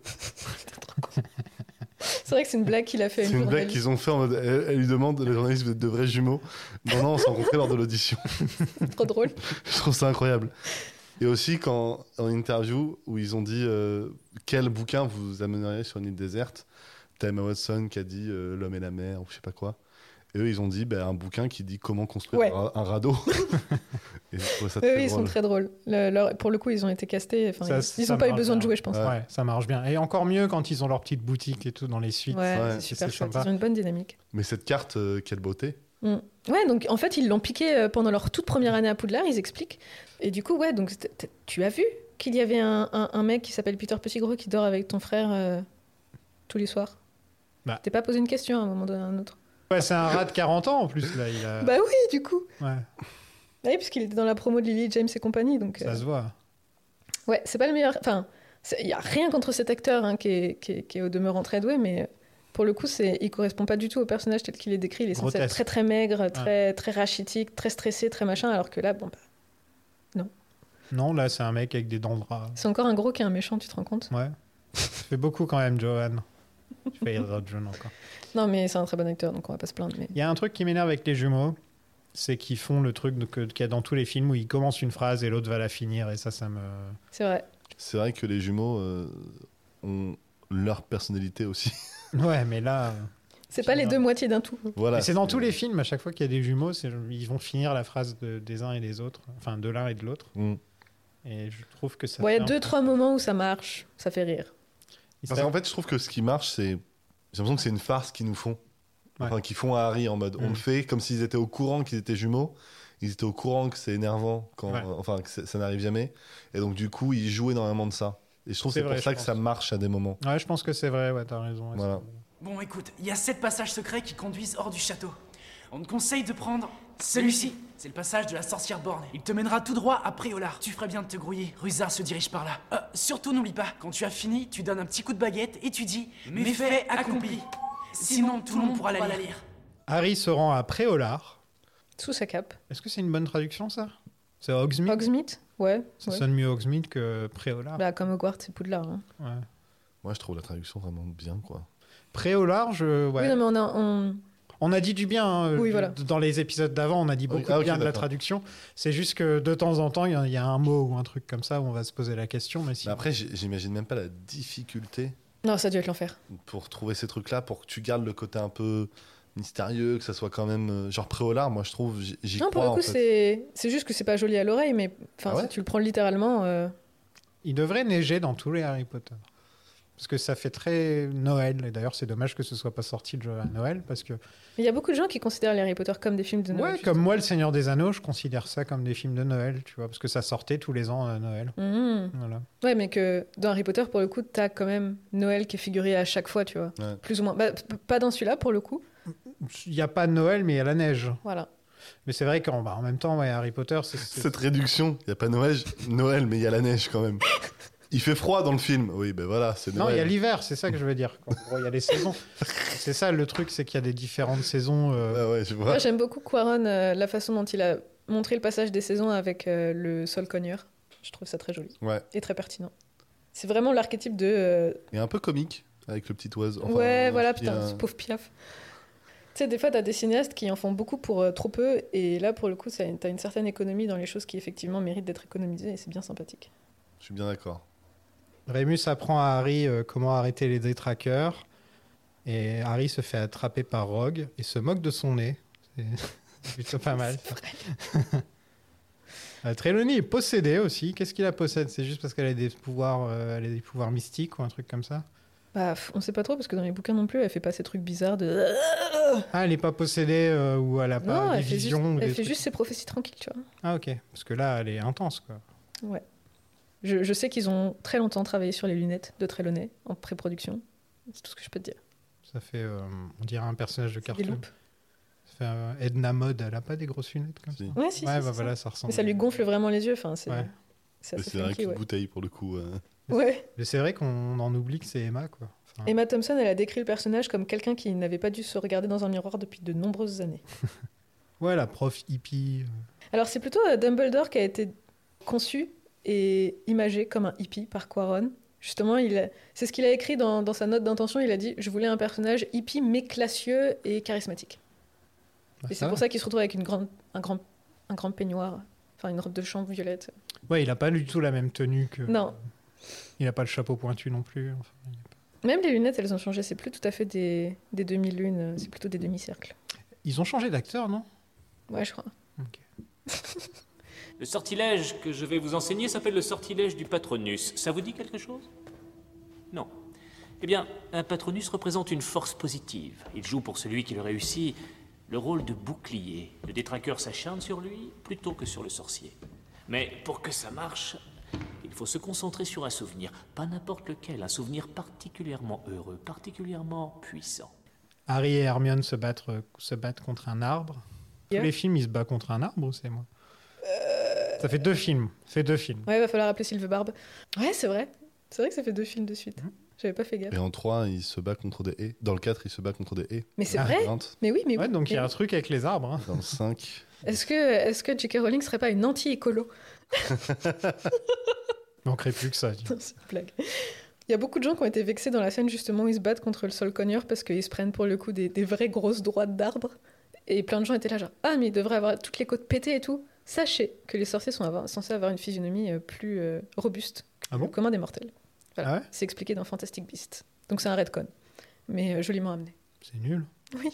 [SPEAKER 10] C'est vrai que c'est une blague qu'il a fait à
[SPEAKER 9] C'est une blague
[SPEAKER 10] journaliste.
[SPEAKER 9] qu'ils ont fait en mode. Elle, elle lui demande, le journaliste, vous êtes de vrais jumeaux Non, non, on s'est rencontrés lors de l'audition.
[SPEAKER 10] Trop drôle.
[SPEAKER 9] Je trouve ça incroyable. Et aussi, quand, en interview, où ils ont dit euh, quel bouquin vous amèneriez sur une île déserte, t'as Emma Watson qui a dit euh, L'homme et la mer, ou je sais pas quoi. Et eux, ils ont dit bah, un bouquin qui dit comment construire
[SPEAKER 10] Ouais.
[SPEAKER 9] un, ra- un radeau. et je trouve ça
[SPEAKER 10] Oui,
[SPEAKER 9] très
[SPEAKER 10] oui, ils sont
[SPEAKER 9] drôle.
[SPEAKER 10] très drôles. Le- leur- pour le coup, ils ont été castés. Enfin,
[SPEAKER 8] Ça-
[SPEAKER 10] ils- ils
[SPEAKER 8] ça
[SPEAKER 10] n'ont pas eu
[SPEAKER 8] marche
[SPEAKER 10] besoin de
[SPEAKER 8] bien.
[SPEAKER 10] jouer, je pense.
[SPEAKER 8] Ouais. ça marche bien. Et encore mieux quand ils ont leur petite boutique et tout dans les suites.
[SPEAKER 10] Ouais, c'est super chouette. Ils ont une bonne dynamique.
[SPEAKER 9] Mais cette carte, euh, quelle beauté
[SPEAKER 10] Mm. Ouais, donc en fait, ils l'ont piqué euh, pendant leur toute première année à Poudlard, ils expliquent. Et du coup, ouais, donc t- t- tu as vu qu'il y avait un, un- un mec qui s'appelle Peter Petit Gros qui dort avec ton frère euh, tous les soirs
[SPEAKER 8] Bah.
[SPEAKER 10] T'es pas posé une question à un moment donné à un autre
[SPEAKER 8] Ouais, c'est un rat de 40 ans en plus, là. Il a...
[SPEAKER 10] Bah oui, du coup
[SPEAKER 8] Ouais,
[SPEAKER 10] Bah Oui, puisqu'il était dans la promo de Lily James et compagnie, donc... euh,
[SPEAKER 8] ça se voit.
[SPEAKER 10] Ouais, c'est pas le meilleur. Enfin, c'est- il y a rien contre cet acteur hein, qui, est, qui est- qui est au demeurant très doué, mais euh, Pour le coup, c'est, il correspond pas du tout au personnage tel qu'il est décrit. Il est censé être
[SPEAKER 8] Grotesque.
[SPEAKER 10] très très maigre, très très rachitique, très stressé, très machin, alors que là, bon, bah,
[SPEAKER 8] Non, là, c'est un mec avec des dents de rat.
[SPEAKER 10] c'est encore un gros qui est un méchant, tu te rends compte
[SPEAKER 8] Ouais. Ça fait beaucoup quand même, Johan. Je fais rire de Johan encore.
[SPEAKER 10] Non, mais c'est un très bon acteur, donc on va pas se plaindre. Mais
[SPEAKER 8] Il y a un truc qui m'énerve avec les jumeaux, c'est qu'ils font le truc de- que- qu'il y a dans tous les films où ils commencent une phrase et l'autre va la finir, et ça, ça me.
[SPEAKER 10] c'est vrai.
[SPEAKER 9] C'est vrai que les jumeaux euh, ont leur personnalité aussi.
[SPEAKER 8] Ouais, mais là. euh,
[SPEAKER 10] C'est pas les deux moitiés d'un tout.
[SPEAKER 9] Voilà,
[SPEAKER 8] Mais c'est dans
[SPEAKER 9] c'est-
[SPEAKER 8] tous les films, à chaque fois qu'il y a des jumeaux, c'est- ils vont finir la phrase de- des uns et des autres, enfin de l'un et de l'autre.
[SPEAKER 9] Mm.
[SPEAKER 8] Et je trouve que ça.
[SPEAKER 10] Bon, il y a
[SPEAKER 8] fait un
[SPEAKER 10] deux
[SPEAKER 8] peu-
[SPEAKER 10] trois moments où ça marche, ça fait rire.
[SPEAKER 9] Parce qu'en fait, je trouve que ce qui marche, c'est. J'ai l'impression que c'est une farce qu'ils nous font. Enfin, qu'ils font à Harry en mode. On
[SPEAKER 8] Mm.
[SPEAKER 9] le fait comme s'ils étaient au courant qu'ils étaient jumeaux. Ils étaient au courant que c'est énervant, quand,
[SPEAKER 8] Ouais.
[SPEAKER 9] enfin, que ça ça n'arrive jamais. Et donc, du coup, ils jouent énormément de ça. Et je trouve que
[SPEAKER 8] C'est
[SPEAKER 9] c'est pour
[SPEAKER 8] vrai,
[SPEAKER 9] ça
[SPEAKER 8] je
[SPEAKER 9] que ça marche à des moments.
[SPEAKER 8] Ouais, je pense que c'est vrai, ouais, t'as raison. ouais,
[SPEAKER 9] Voilà.
[SPEAKER 3] Bon, écoute, il y a sept passages secrets qui conduisent hors du château. On te conseille de prendre celui-ci. C'est le passage de la sorcière borne. Il te mènera tout droit à Préolard. Tu ferais bien de te grouiller. Ruzard se dirige par là. Euh, surtout, n'oublie pas, quand tu as fini, tu donnes un petit coup de baguette et tu dis Méfait accompli. Sinon, tout le monde pourra la lire.
[SPEAKER 8] Harry se rend à Préolard.
[SPEAKER 10] Sous sa cape.
[SPEAKER 8] Est-ce que c'est une bonne traduction, ça C'est Hogsmeade
[SPEAKER 10] Hogsmeade Ouais.
[SPEAKER 8] Mm. Ça
[SPEAKER 10] ouais.
[SPEAKER 8] sonne mieux Hogsmeade que Préolard.
[SPEAKER 10] Bah, comme Hogwarts, c'est Poudlard. hein.
[SPEAKER 8] Ouais.
[SPEAKER 9] Moi, je trouve la traduction vraiment bien, quoi.
[SPEAKER 8] Préolard, je. Ouais.
[SPEAKER 10] Oui, non, mais on a. on-
[SPEAKER 8] On a dit du bien. hein,
[SPEAKER 10] Oui,
[SPEAKER 8] de-
[SPEAKER 10] voilà.
[SPEAKER 8] Dans les épisodes d'avant, on a dit beaucoup
[SPEAKER 9] ah,
[SPEAKER 8] de
[SPEAKER 9] ok,
[SPEAKER 8] bien de la
[SPEAKER 9] d'accord.
[SPEAKER 8] traduction. C'est juste que de temps en temps, il y a- il y, a un mot ou un truc comme ça où on va se poser la question. Mais si...
[SPEAKER 9] Mais Bah, après, j'ai- j'imagine même pas la difficulté
[SPEAKER 10] Non, ça a dû être l'enfer.
[SPEAKER 9] pour trouver ces trucs-là, pour que tu gardes le côté un peu mystérieux, que ça soit quand même. euh, Genre, Préolard, moi, je trouve, j'y j'y
[SPEAKER 10] Non,
[SPEAKER 9] crois.
[SPEAKER 10] pour le
[SPEAKER 9] en
[SPEAKER 10] coup,
[SPEAKER 9] fait.
[SPEAKER 10] c'est c'est juste que c'est pas joli à l'oreille, mais enfin,
[SPEAKER 9] Ah ouais
[SPEAKER 10] si tu le prends littéralement. euh,
[SPEAKER 8] Il devrait neiger dans tous les Harry Potter. Parce que ça fait très Noël. Et d'ailleurs, c'est dommage que ce soit pas sorti le jeu à Noël. Parce que,
[SPEAKER 10] Mais il y a beaucoup de gens qui considèrent les Harry Potter comme des films de Noël.
[SPEAKER 8] ouais, comme moi, Le Seigneur des Anneaux, je considère ça comme des films de Noël, tu vois. Parce que ça sortait tous les ans à Noël.
[SPEAKER 10] Mhm.
[SPEAKER 8] Voilà.
[SPEAKER 10] Ouais, mais que dans Harry Potter, pour le coup, t'as quand même Noël qui est figuré à chaque fois, tu vois.
[SPEAKER 9] Ouais.
[SPEAKER 10] Plus ou moins. Bah, p- pas dans celui-là, pour le coup.
[SPEAKER 8] Il n'y a pas de Noël, mais il y a la neige.
[SPEAKER 10] Voilà.
[SPEAKER 8] Mais c'est vrai qu'en bah, en même temps, ouais, Harry Potter, c'est- c'est.
[SPEAKER 9] Cette réduction, il n'y a pas Noël, Noël, mais il y a la neige quand même. Il fait froid dans le film. Oui, ben voilà, c'est Noël.
[SPEAKER 8] Non, il y a l'hiver, c'est ça que je veux dire. En gros, il y a les saisons. c'est ça le truc, c'est qu'il y a des différentes saisons. euh,
[SPEAKER 9] Ah ouais, je vois.
[SPEAKER 10] Moi, j'aime beaucoup Quaron, euh, la façon dont il a montré le passage des saisons avec euh, le sol cogneur. Je trouve ça très joli
[SPEAKER 9] Ouais.
[SPEAKER 10] et très pertinent. C'est vraiment l'archétype de. euh,
[SPEAKER 9] Et un peu comique avec le petit oiseau. Enfin,
[SPEAKER 10] ouais,
[SPEAKER 9] euh,
[SPEAKER 10] voilà,
[SPEAKER 9] il y
[SPEAKER 10] putain,
[SPEAKER 9] a-
[SPEAKER 10] ce pauvre piaf. Tu sais, des fois, t'as des cinéastes qui en font beaucoup pour euh, trop peu, et là, pour le coup, ça- t'as une certaine économie dans les choses qui, effectivement, méritent d'être économisées, et c'est bien sympathique.
[SPEAKER 9] Je suis bien d'accord.
[SPEAKER 8] Rémus apprend à Harry euh, comment arrêter les détraqueurs. Et Harry se fait attraper par Rogue et se moque de son nez. C'est c'est plutôt pas mal. Euh, Trelawney est possédée aussi. Qu'est-ce qu'il la possède C'est juste parce qu'elle a des pouvoirs, euh, elle a des pouvoirs mystiques ou un truc comme ça
[SPEAKER 10] Bah, pff, on sait pas trop, parce que dans les bouquins non plus, elle fait pas ces trucs bizarres de.
[SPEAKER 8] Ah, elle est pas possédée euh, ou elle a pas
[SPEAKER 10] Non,
[SPEAKER 8] des
[SPEAKER 10] elle fait, juste,
[SPEAKER 8] visions ou
[SPEAKER 10] elle
[SPEAKER 8] des
[SPEAKER 10] fait
[SPEAKER 8] trucs-
[SPEAKER 10] juste ses prophéties tranquilles, tu vois.
[SPEAKER 8] Ah ok, parce que là, elle est intense quoi.
[SPEAKER 10] Ouais. Je, je sais qu'ils ont très longtemps travaillé sur les lunettes de Trelawney en pré-production. C'est tout ce que je peux te dire.
[SPEAKER 8] Ça fait, euh, on dirait un personnage de
[SPEAKER 10] Des
[SPEAKER 8] cartoon.
[SPEAKER 10] loupes.
[SPEAKER 8] Ça fait euh, Edna Mode, elle a pas des grosses lunettes comme ça
[SPEAKER 10] Ouais, si, si,
[SPEAKER 8] ouais,
[SPEAKER 10] c'est
[SPEAKER 8] bah voilà, ça ressemble.
[SPEAKER 10] Mais ça lui gonfle vraiment les yeux. Enfin, c'est
[SPEAKER 8] Ouais.
[SPEAKER 10] c'est
[SPEAKER 9] Mais
[SPEAKER 10] assez
[SPEAKER 9] C'est un
[SPEAKER 10] funky,
[SPEAKER 9] cul de
[SPEAKER 10] ouais.
[SPEAKER 9] bouteille pour le coup. euh.
[SPEAKER 10] Ouais.
[SPEAKER 8] Mais c'est vrai qu'on en oublie que c'est Emma quoi. Enfin,
[SPEAKER 10] Emma Thompson, elle a décrit le personnage comme quelqu'un qui n'avait pas dû se regarder dans un miroir depuis de nombreuses années.
[SPEAKER 8] Ouais, la prof hippie. euh,
[SPEAKER 10] Alors, c'est plutôt euh, Dumbledore qui a été conçu et imagé comme un hippie par Quaron. Justement, il a- c'est ce qu'il a écrit dans, dans sa note d'intention. Il a dit Je voulais un personnage hippie, mais classieux et charismatique.
[SPEAKER 9] Ah,
[SPEAKER 8] bah,
[SPEAKER 10] et c'est pour ça qu'il se retrouve avec une grande, un, grand, un grand peignoir, enfin une robe de chambre violette.
[SPEAKER 8] Ouais, il a pas du tout la même tenue
[SPEAKER 9] Euh.
[SPEAKER 8] que.
[SPEAKER 10] Non.
[SPEAKER 8] Il a pas le chapeau pointu non plus. enfin.
[SPEAKER 10] Même les lunettes, elles ont changé. C'est plus tout à fait des, des demi-lunes, euh, c'est plutôt des demi-cercles.
[SPEAKER 8] Ils ont changé d'acteur, non
[SPEAKER 10] Ouais, je crois.
[SPEAKER 18] Le sortilège que je vais vous enseigner s'appelle le sortilège du patronus. Ça vous dit quelque chose Non. Eh bien, un patronus représente une force positive. Il joue pour celui qui le réussit le rôle de bouclier. Le détraqueur s'acharne sur lui plutôt que sur le sorcier. Mais pour que ça marche, il faut se concentrer sur un souvenir, pas n'importe lequel, un souvenir particulièrement heureux, particulièrement puissant.
[SPEAKER 8] Harry et Hermione se battent, euh, se battent contre un arbre. Tous
[SPEAKER 10] Yeah. Euh.
[SPEAKER 8] les films, ils se battent contre un arbre ou c'est moi Ça fait deux films. Ça fait deux films.
[SPEAKER 9] Mm.
[SPEAKER 10] Ouais, il va falloir appeler Sylve Barbe. Ouais, c'est vrai. C'est vrai que ça fait deux films de suite. J'avais pas fait gaffe.
[SPEAKER 9] Et en 3, il se bat contre des haies. Dans le 4, il se bat contre des haies.
[SPEAKER 10] Mais c'est vrai
[SPEAKER 9] Grimpante.
[SPEAKER 10] Mais oui, mais oui.
[SPEAKER 9] Ouais, donc il y a
[SPEAKER 10] mais
[SPEAKER 9] un
[SPEAKER 10] oui.
[SPEAKER 8] truc avec les arbres. hein.
[SPEAKER 9] Dans le 5.
[SPEAKER 10] Est-ce que, est que J.K. Rowling serait pas une anti-écolo
[SPEAKER 8] Manquerait plus que ça. dis donc.
[SPEAKER 10] Non, c'est une blague. Il y a beaucoup de gens qui ont été vexés dans la scène justement où ils se battent contre le sol cogneur parce qu'ils se prennent pour le coup des, des vraies grosses droites d'arbres. Et plein de gens étaient là genre ah mais ils devraient avoir toutes les côtes pétées et tout. Sachez que les sorciers sont avoir- censés avoir une physionomie euh, plus euh, robuste que
[SPEAKER 8] Ah bon
[SPEAKER 10] le commun des mortels. Voilà.
[SPEAKER 8] Ah ouais
[SPEAKER 10] c'est expliqué dans Fantastic Beasts. Donc c'est un redcon, mais euh, joliment amené.
[SPEAKER 8] C'est nul.
[SPEAKER 10] Oui.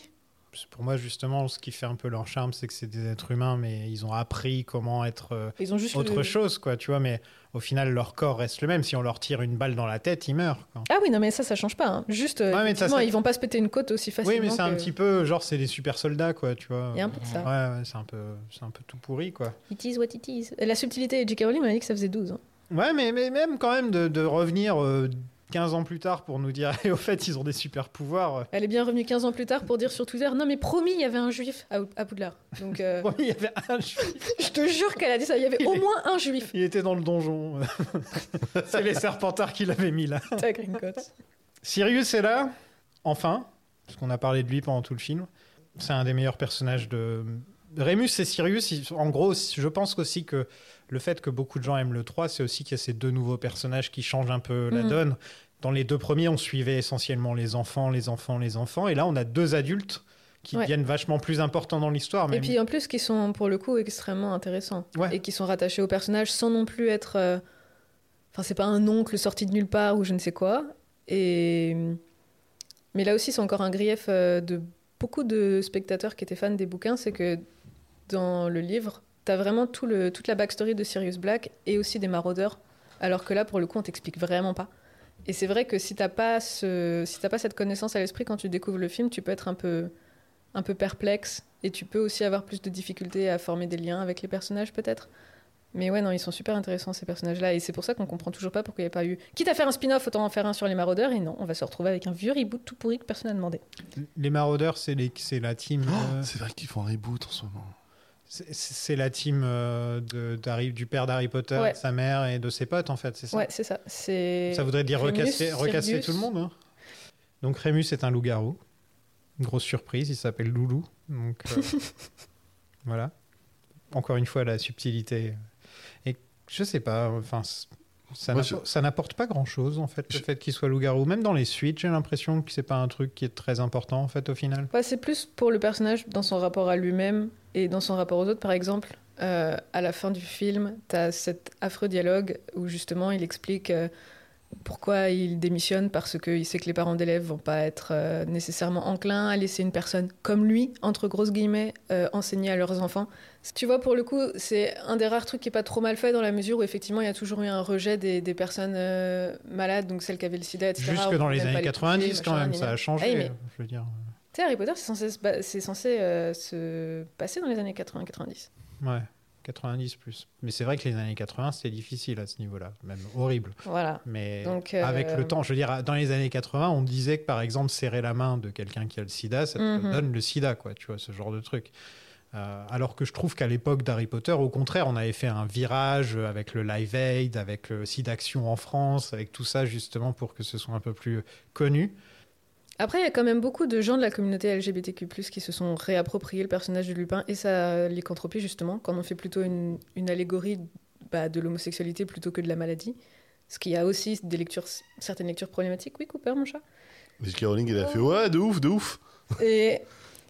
[SPEAKER 8] C'est Pour moi, justement, ce qui fait un peu leur charme, c'est que c'est des êtres humains, mais ils ont appris comment être euh,
[SPEAKER 10] Ils ont juste
[SPEAKER 8] autre
[SPEAKER 10] le-
[SPEAKER 8] chose, quoi, tu vois. Mais au final, leur corps reste le même. Si on leur tire une balle dans la tête, ils meurent. quoi.
[SPEAKER 10] Ah oui non mais ça ça change pas. hein. Juste euh,
[SPEAKER 8] Ouais, mais ça
[SPEAKER 10] effectivement,
[SPEAKER 8] serait-
[SPEAKER 10] ils vont pas se péter une côte aussi facilement.
[SPEAKER 8] Oui, mais c'est un
[SPEAKER 10] Bah, que-
[SPEAKER 8] petit peu, genre, c'est des super soldats, quoi, tu vois.
[SPEAKER 10] Il y a un peu de ça.
[SPEAKER 8] Ouais, ouais, c'est un peu, c'est un peu tout pourri, quoi.
[SPEAKER 10] It is what it is. La subtilité de J.K. Rowling m'a dit que ça faisait 12. hein.
[SPEAKER 8] Ouais, mais, mais même quand même de, de revenir euh, 15 ans plus tard pour nous dire, et au fait, ils ont des super pouvoirs.
[SPEAKER 10] Elle est bien revenue 15 ans plus tard pour dire sur Twitter Non, mais promis, il y avait un juif à, à Poudlard. Donc, euh,
[SPEAKER 8] Bon, il y avait un juif.
[SPEAKER 10] je te jure qu'elle a dit ça. Il y avait au moins un juif.
[SPEAKER 8] Il était dans le donjon. c'est les serpentards qui l'avaient mis là.
[SPEAKER 10] Ta Gringotts.
[SPEAKER 8] Sirius est là, enfin, parce qu'on a parlé de lui pendant tout le film. C'est un des meilleurs personnages de. Rémus et Sirius, ils- en gros, je pense aussi que le fait que beaucoup de gens aiment le 3, c'est aussi qu'il y a ces deux nouveaux personnages qui changent un peu la
[SPEAKER 10] Mhm.
[SPEAKER 8] donne. Dans les deux premiers, on suivait essentiellement les enfants, les enfants, les enfants. Et là, on a deux adultes qui
[SPEAKER 10] Ouais.
[SPEAKER 8] deviennent vachement plus importants dans l'histoire.
[SPEAKER 10] Et
[SPEAKER 8] même.
[SPEAKER 10] puis en plus, qui sont pour le coup extrêmement intéressants. Et qui sont rattachés au personnage sans non plus être. euh, Enfin, c'est pas un oncle sorti de nulle part ou je ne sais quoi. Et. Mais là aussi, c'est encore un grief euh, de beaucoup de spectateurs qui étaient fans des bouquins c'est que dans le livre, t'as vraiment tout le, toute la backstory de Sirius Black et aussi des maraudeurs. Alors que là, pour le coup, on t'explique vraiment pas. Et c'est vrai que si t'as pas, ce, si t'as pas cette connaissance à l'esprit quand tu découvres le film, tu peux être un peu, un peu perplexe et tu peux aussi avoir plus de difficultés à former des liens avec les personnages peut-être. Mais ouais, non, ils sont super intéressants ces personnages-là et c'est pour ça qu'on comprend toujours pas pourquoi il n'y a pas eu. Quitte à faire un spin-off, autant en faire un sur les maraudeurs et non, on va se retrouver avec un vieux reboot tout pourri que personne n'a demandé.
[SPEAKER 8] Les maraudeurs, c'est les- c'est la team. euh,
[SPEAKER 9] C'est vrai qu'ils font un reboot en ce moment.
[SPEAKER 8] c'est- c'est la team euh, de- d'Harry- du père d'Harry Potter,
[SPEAKER 10] Ouais.
[SPEAKER 8] de sa mère et de ses potes, en fait, c'est ça
[SPEAKER 10] Ouais, c'est ça. C'est
[SPEAKER 8] Ça voudrait dire
[SPEAKER 10] Remus,
[SPEAKER 8] recasser, recasser
[SPEAKER 10] Sirius.
[SPEAKER 8] tout le monde. hein. Donc Rémus est un loup-garou. Une Grosse surprise, il s'appelle Loulou. Donc euh, voilà. Encore une fois, la subtilité. Et je sais pas, enfin, c- ça
[SPEAKER 9] Moi,
[SPEAKER 8] n'appo- ça n'apporte pas grand-chose, en fait, le fait qu'il soit loup-garou. Même dans les suites, j'ai l'impression que c'est pas un truc qui est très important, en fait, au final.
[SPEAKER 10] Ouais, c'est plus pour le personnage dans son rapport à lui-même et dans son rapport aux autres. Par exemple, euh, à la fin du film, t'as cet affreux dialogue où justement il explique euh, pourquoi il démissionne parce qu'il sait que les parents d'élèves vont pas être euh, nécessairement enclins à laisser une personne comme lui, entre grosses guillemets, euh, enseigner à leurs enfants. Tu vois, pour le coup, c'est un des rares trucs qui est pas trop mal fait dans la mesure où effectivement il y a toujours eu un rejet des, des personnes euh, malades, donc celles qui avaient le sida, etc.
[SPEAKER 8] Jusque
[SPEAKER 10] on
[SPEAKER 8] dans les
[SPEAKER 10] voulait pas
[SPEAKER 8] années 90,
[SPEAKER 10] toucher,
[SPEAKER 8] quand
[SPEAKER 10] machin,
[SPEAKER 8] même,
[SPEAKER 10] ni
[SPEAKER 8] ça
[SPEAKER 10] rien.
[SPEAKER 8] a changé.
[SPEAKER 10] Hey, mais
[SPEAKER 8] Je veux dire.
[SPEAKER 10] tu sais, Harry Potter, c'est censé, se, ba- c'est censé euh, se passer dans les années 80-90.
[SPEAKER 8] euh, Ouais, 90 plus. Mais c'est vrai que les années 80, c'était difficile à ce niveau-là, même horrible.
[SPEAKER 10] Voilà.
[SPEAKER 8] Mais
[SPEAKER 10] Donc, euh,
[SPEAKER 8] avec le temps, je veux dire, dans les années 80, on disait que par exemple, serrer la main de quelqu'un qui a le sida, ça te
[SPEAKER 10] Mhm.
[SPEAKER 8] donne le sida, quoi, tu vois, ce genre de truc. Euh, alors que je trouve qu'à l'époque d'Harry Potter, au contraire, on avait fait un virage avec le Live Aid, avec le Sida Action en France, avec tout ça justement pour que ce soit un peu plus connu.
[SPEAKER 10] Après, il y a quand même beaucoup de gens de la communauté LGBTQ+, qui se sont réappropriés le personnage de Lupin et sa lycanthropie, justement, quand on fait plutôt une, une allégorie bah, de l'homosexualité plutôt que de la maladie. Ce qui a aussi des lectures, certaines lectures problématiques. Oui, Cooper, mon chat.
[SPEAKER 9] Mais Caroline, elle a fait Ouais, de ouf, de ouf.
[SPEAKER 10] Et,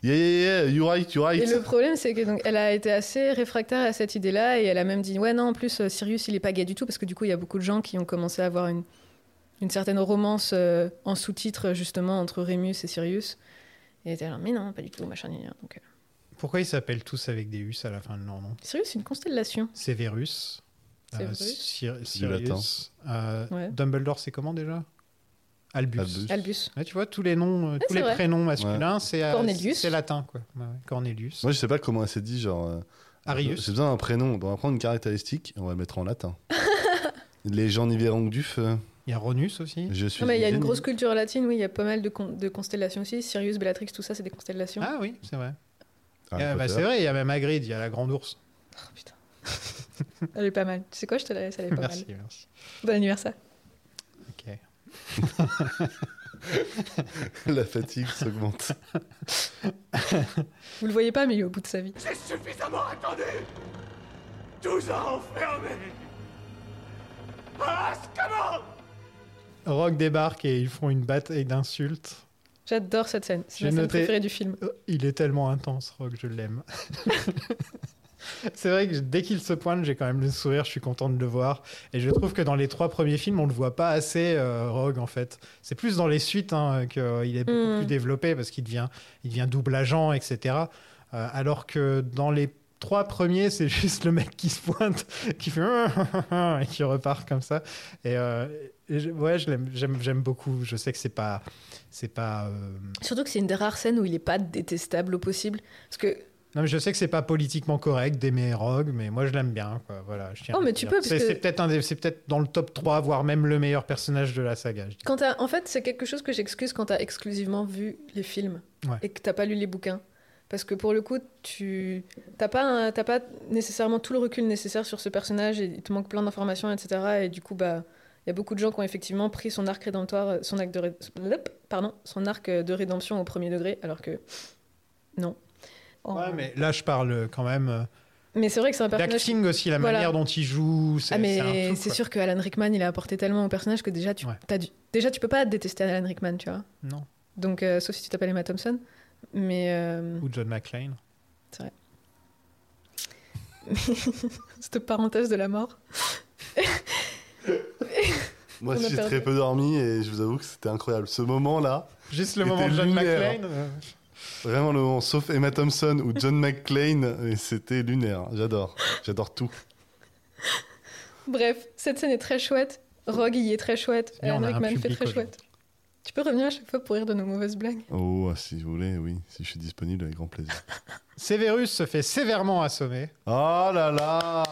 [SPEAKER 9] Yeah, yeah, yeah, you right, you right.
[SPEAKER 10] et le problème, c'est que donc, elle a été assez réfractaire à cette idée-là et elle a même dit Ouais, non, en plus, euh, Sirius, il est pas gay du tout, parce que du coup, il y a beaucoup de gens qui ont commencé à avoir une, une certaine romance euh, en sous-titre, justement, entre Rémus et Sirius. Et elle était là, mais non, pas du tout, machin, gna, gna. Donc, euh,
[SPEAKER 8] Pourquoi ils s'appellent tous avec des us à la fin de leur nom
[SPEAKER 10] Sirius, c'est une constellation.
[SPEAKER 8] Severus, euh,
[SPEAKER 10] Severus.
[SPEAKER 8] Sir-
[SPEAKER 9] C'est du latin.
[SPEAKER 8] Sirius, euh,
[SPEAKER 10] Ouais.
[SPEAKER 8] Dumbledore, c'est comment déjà Albus.
[SPEAKER 9] Albus.
[SPEAKER 10] Albus.
[SPEAKER 8] Ouais, tu vois, tous les noms, euh, tous
[SPEAKER 10] c'est
[SPEAKER 8] les
[SPEAKER 10] vrai.
[SPEAKER 8] prénoms masculins, c'est euh,
[SPEAKER 10] Cornelius.
[SPEAKER 8] c'est latin, quoi. Ouais, ouais, Cornelius.
[SPEAKER 9] Moi, je sais pas comment elle s'est dit, genre. euh,
[SPEAKER 8] Arius.
[SPEAKER 9] J'ai besoin d'un prénom. Bon, on va prendre une caractéristique et on va le mettre en latin. Les gens n'y verront que du feu.
[SPEAKER 8] Il y a Ronus aussi.
[SPEAKER 9] Je suis.
[SPEAKER 10] Non, mais il y a une
[SPEAKER 9] génie.
[SPEAKER 10] grosse culture latine, oui, il y a pas mal de, con- de constellations aussi. Sirius, Bellatrix, tout ça, c'est des constellations.
[SPEAKER 8] Ah oui, c'est vrai.
[SPEAKER 9] Harry
[SPEAKER 8] Ah, bah,
[SPEAKER 9] Potter.
[SPEAKER 8] c'est vrai, il y a même Hagrid, il y a la grande ours.
[SPEAKER 10] Oh, Elle est pas mal. Tu sais quoi, je te la laisse, elle est pas
[SPEAKER 8] merci,
[SPEAKER 10] mal.
[SPEAKER 8] merci.
[SPEAKER 10] Bon anniversaire.
[SPEAKER 8] Ok.
[SPEAKER 9] La fatigue s'augmente.
[SPEAKER 10] Vous le voyez pas, mais il est au bout de sa vie.
[SPEAKER 19] J'ai suffisamment attendu 12 ans enfermé Ah, comment
[SPEAKER 8] Rock débarque et ils font une bataille d'insultes.
[SPEAKER 10] J'adore cette scène. C'est ma scène préférée du film.
[SPEAKER 8] Euh, Il est tellement intense, Rock, je l'aime. C'est vrai que dès qu'il se pointe, j'ai quand même le sourire, je suis content de le voir. Et je trouve que dans les trois premiers films, on le voit pas assez, euh, Rogue, en fait. C'est plus dans les suites hein, qu'il est beaucoup
[SPEAKER 10] Mm.
[SPEAKER 8] plus développé parce qu'il devient, il devient double agent, etc. Euh, alors que dans les trois premiers, c'est juste le mec qui se pointe, qui fait et qui repart comme ça. Et, euh, et je- ouais, je l'aime- j'aime j'aime beaucoup. Je sais que c'est pas. C'est pas euh,
[SPEAKER 10] Surtout que c'est une des rares scènes où il est pas détestable au possible. Parce que
[SPEAKER 8] Non, mais je sais que c'est pas politiquement correct d'aimer Rogue, mais moi je l'aime bien. Quoi. Voilà, je tiens à
[SPEAKER 10] Oh, mais
[SPEAKER 8] le
[SPEAKER 10] tu
[SPEAKER 8] dire.
[SPEAKER 10] peux, parce
[SPEAKER 8] C'est
[SPEAKER 10] que-
[SPEAKER 8] c'est peut-être un des- c'est peut-être dans le top 3, voire même le meilleur personnage de la saga. je dis.
[SPEAKER 10] Quand t'as- en fait, c'est quelque chose que j'excuse quand t'as exclusivement vu les films
[SPEAKER 8] Ouais.
[SPEAKER 10] et que t'as pas lu les bouquins. Parce que pour le coup, tu t'as pas, un- t'as pas nécessairement tout le recul nécessaire sur ce personnage et il te manque plein d'informations, etc. Et du coup, bah, il y a beaucoup de gens qui ont effectivement pris son arc rédemptoire, euh, son arc de, ré- Lep, pardon, son arc euh, de rédemption au premier degré, alors que non. En-
[SPEAKER 8] Ouais, mais là je parle quand même euh,
[SPEAKER 10] Mais c'est vrai que c'est un personnage.
[SPEAKER 8] d'acting aussi, la
[SPEAKER 10] Voilà.
[SPEAKER 8] manière dont il joue. C'est c'est
[SPEAKER 10] Ah
[SPEAKER 8] un
[SPEAKER 10] mais
[SPEAKER 8] tout,
[SPEAKER 10] c'est
[SPEAKER 8] quoi.
[SPEAKER 10] sûr que Alan Rickman il a apporté tellement au personnage que déjà tu t'as du- déjà tu peux pas détester Alan Rickman tu vois.
[SPEAKER 8] Non.
[SPEAKER 10] Donc euh, sauf si tu t'appelles Emma Thompson mais euh,
[SPEAKER 8] Ou John McClane.
[SPEAKER 10] c'est vrai. Cette parenthèse de la mort.
[SPEAKER 9] Moi,
[SPEAKER 10] On a
[SPEAKER 9] j'ai
[SPEAKER 10] perdu.
[SPEAKER 9] très peu dormi et je vous avoue que c'était incroyable. Ce moment-là.
[SPEAKER 8] Juste le
[SPEAKER 9] était
[SPEAKER 8] moment de John
[SPEAKER 9] lunaire.
[SPEAKER 8] McClane. euh,
[SPEAKER 9] Vraiment le moment, sauf Emma Thompson ou John McClane, et c'était lunaire. J'adore, j'adore tout.
[SPEAKER 10] Bref, cette scène est très chouette. Rogue y est très chouette.
[SPEAKER 9] bien, on
[SPEAKER 10] Alan
[SPEAKER 9] a un
[SPEAKER 10] Rickman fait
[SPEAKER 9] public
[SPEAKER 10] très
[SPEAKER 9] aujourd'hui.
[SPEAKER 10] chouette. Tu peux revenir à chaque fois pour rire de nos mauvaises blagues.
[SPEAKER 9] Oh, si vous voulez, oui, si je suis disponible, avec grand plaisir.
[SPEAKER 8] Severus se fait sévèrement assommer.
[SPEAKER 9] Oh là là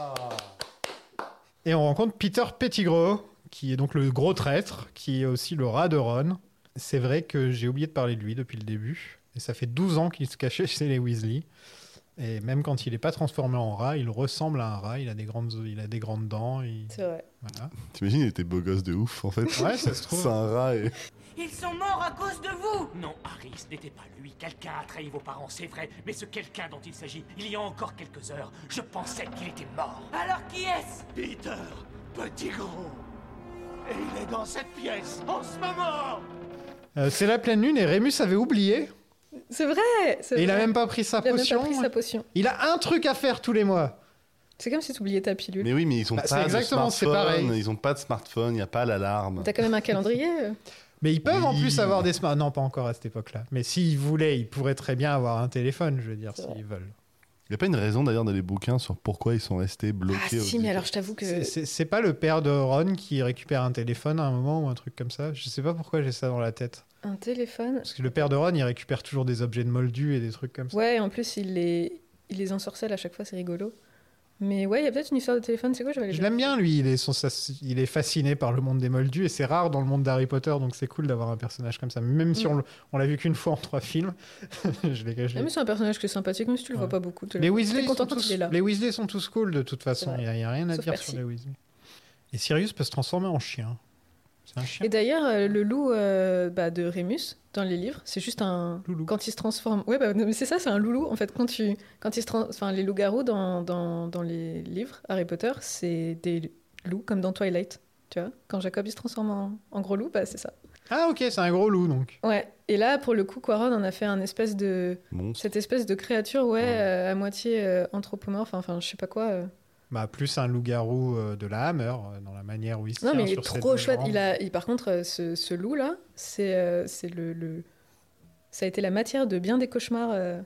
[SPEAKER 8] Et on rencontre Peter Pettigrew, qui est donc le gros traître, qui est aussi le rat de Ron. C'est vrai que j'ai oublié de parler de lui depuis le début. Et ça fait 12 ans qu'il se cachait chez les Weasley. Et même quand il n'est pas transformé en rat, il ressemble à un rat. Il a des grandes, il a des grandes dents. il-
[SPEAKER 10] C'est vrai.
[SPEAKER 8] Voilà.
[SPEAKER 9] T'imagines, il était beau gosse de ouf en fait.
[SPEAKER 8] Ouais, ça se trouve.
[SPEAKER 9] C'est un rat et.
[SPEAKER 13] Ils sont morts à cause de vous
[SPEAKER 18] Non, Harry, ce n'était pas lui. Quelqu'un a trahi vos parents, c'est vrai. Mais ce quelqu'un dont il s'agit, il y a encore quelques heures, je pensais qu'il était mort.
[SPEAKER 13] Alors qui est-ce
[SPEAKER 19] Peter, petit gros. Et il est dans cette pièce en ce moment.
[SPEAKER 8] Euh, c'est la pleine lune et Rémus avait oublié.
[SPEAKER 10] C'est vrai. c'est
[SPEAKER 8] Et il a
[SPEAKER 10] vrai.
[SPEAKER 8] même pas pris sa
[SPEAKER 10] Il a même pas
[SPEAKER 8] potion.
[SPEAKER 10] pris sa potion.
[SPEAKER 8] Il a un truc à faire tous les mois.
[SPEAKER 10] C'est comme si tu oubliais ta pilule.
[SPEAKER 9] Mais oui, mais ils ont
[SPEAKER 8] Bah, c'est
[SPEAKER 9] pas de
[SPEAKER 8] exactement, c'est
[SPEAKER 9] smartphone,
[SPEAKER 8] pareil.
[SPEAKER 9] ils ont pas de smartphone, il n'y a pas l'alarme.
[SPEAKER 10] T'as quand même un calendrier. euh.
[SPEAKER 8] Mais ils peuvent en
[SPEAKER 9] Oui.
[SPEAKER 8] plus avoir des smartphones. Non, pas encore à cette époque-là. Mais s'ils voulaient, ils pourraient très bien avoir un téléphone, je veux dire, s'ils veulent.
[SPEAKER 9] Il n'y a pas une raison d'ailleurs dans les bouquins sur pourquoi ils sont restés bloqués.
[SPEAKER 10] Ah
[SPEAKER 9] au-
[SPEAKER 10] si mais alors je t'avoue que
[SPEAKER 8] C'est- C'est c'est pas le père de Ron qui récupère un téléphone à un moment ou un truc comme ça Je sais pas pourquoi j'ai ça dans la tête.
[SPEAKER 10] un téléphone.
[SPEAKER 8] Parce que le père de Ron, il récupère toujours des objets de Moldu et des trucs comme ça.
[SPEAKER 10] Ouais, en plus, il les, il les ensorcelle à chaque fois, c'est rigolo. Mais ouais, il y a peut-être une histoire de téléphone, c'est quoi Je vais aller
[SPEAKER 8] Je l'aime bien, lui. Il est, son- sa- il est fasciné par le monde des Moldus et c'est rare dans le monde d'Harry Potter, donc c'est cool d'avoir un personnage comme ça. Même si
[SPEAKER 10] Mm.
[SPEAKER 8] on, le- on l'a vu qu'une fois en trois films, je l'ai je l'ai-
[SPEAKER 10] Ah, mais c'est un personnage qui est sympathique, même si tu le vois pas beaucoup. tu
[SPEAKER 8] Les
[SPEAKER 10] le-
[SPEAKER 8] Weasley,
[SPEAKER 10] t'es
[SPEAKER 8] sont
[SPEAKER 10] content quand
[SPEAKER 8] tous,
[SPEAKER 10] il est là.
[SPEAKER 8] les Weasley sont tous cool de toute façon.
[SPEAKER 10] C'est
[SPEAKER 8] Il
[SPEAKER 10] vrai.
[SPEAKER 8] n'y a, il y a rien à
[SPEAKER 10] Sauf
[SPEAKER 8] dire
[SPEAKER 10] Percy.
[SPEAKER 8] sur les Weasley. Et Sirius peut se transformer en chien. C'est un chien.
[SPEAKER 10] Et d'ailleurs, euh, le loup euh, bah, de Rémus, dans les livres, c'est juste un. Quand il se transforme. Ouais, bah, non, mais c'est ça, c'est un loulou. En fait, quand, tu... quand il se trans- Enfin, les loups-garous dans, dans, dans les livres Harry Potter, c'est des loups, comme dans Twilight. Tu vois Quand Jacob il se transforme en, en gros loup, bah, c'est ça.
[SPEAKER 8] Ah, ok, c'est un gros loup donc.
[SPEAKER 10] Ouais, et là, pour le coup, Quaron en a fait un espèce de.
[SPEAKER 9] Monstre.
[SPEAKER 10] Cette espèce de créature, ouais, euh, à moitié euh, anthropomorphe, enfin, je sais pas quoi. euh.
[SPEAKER 8] Bah, plus un loup-garou euh, de la Hammer, euh, dans la manière où il se
[SPEAKER 10] Non,
[SPEAKER 8] tient
[SPEAKER 10] mais il est
[SPEAKER 8] sur ses
[SPEAKER 10] trop
[SPEAKER 8] deux
[SPEAKER 10] chouette.
[SPEAKER 8] jambes.
[SPEAKER 10] Il a, il- par contre, euh, ce, ce loup-là, c'est euh, c'est le, le- Ça a été la matière de bien des cauchemars euh,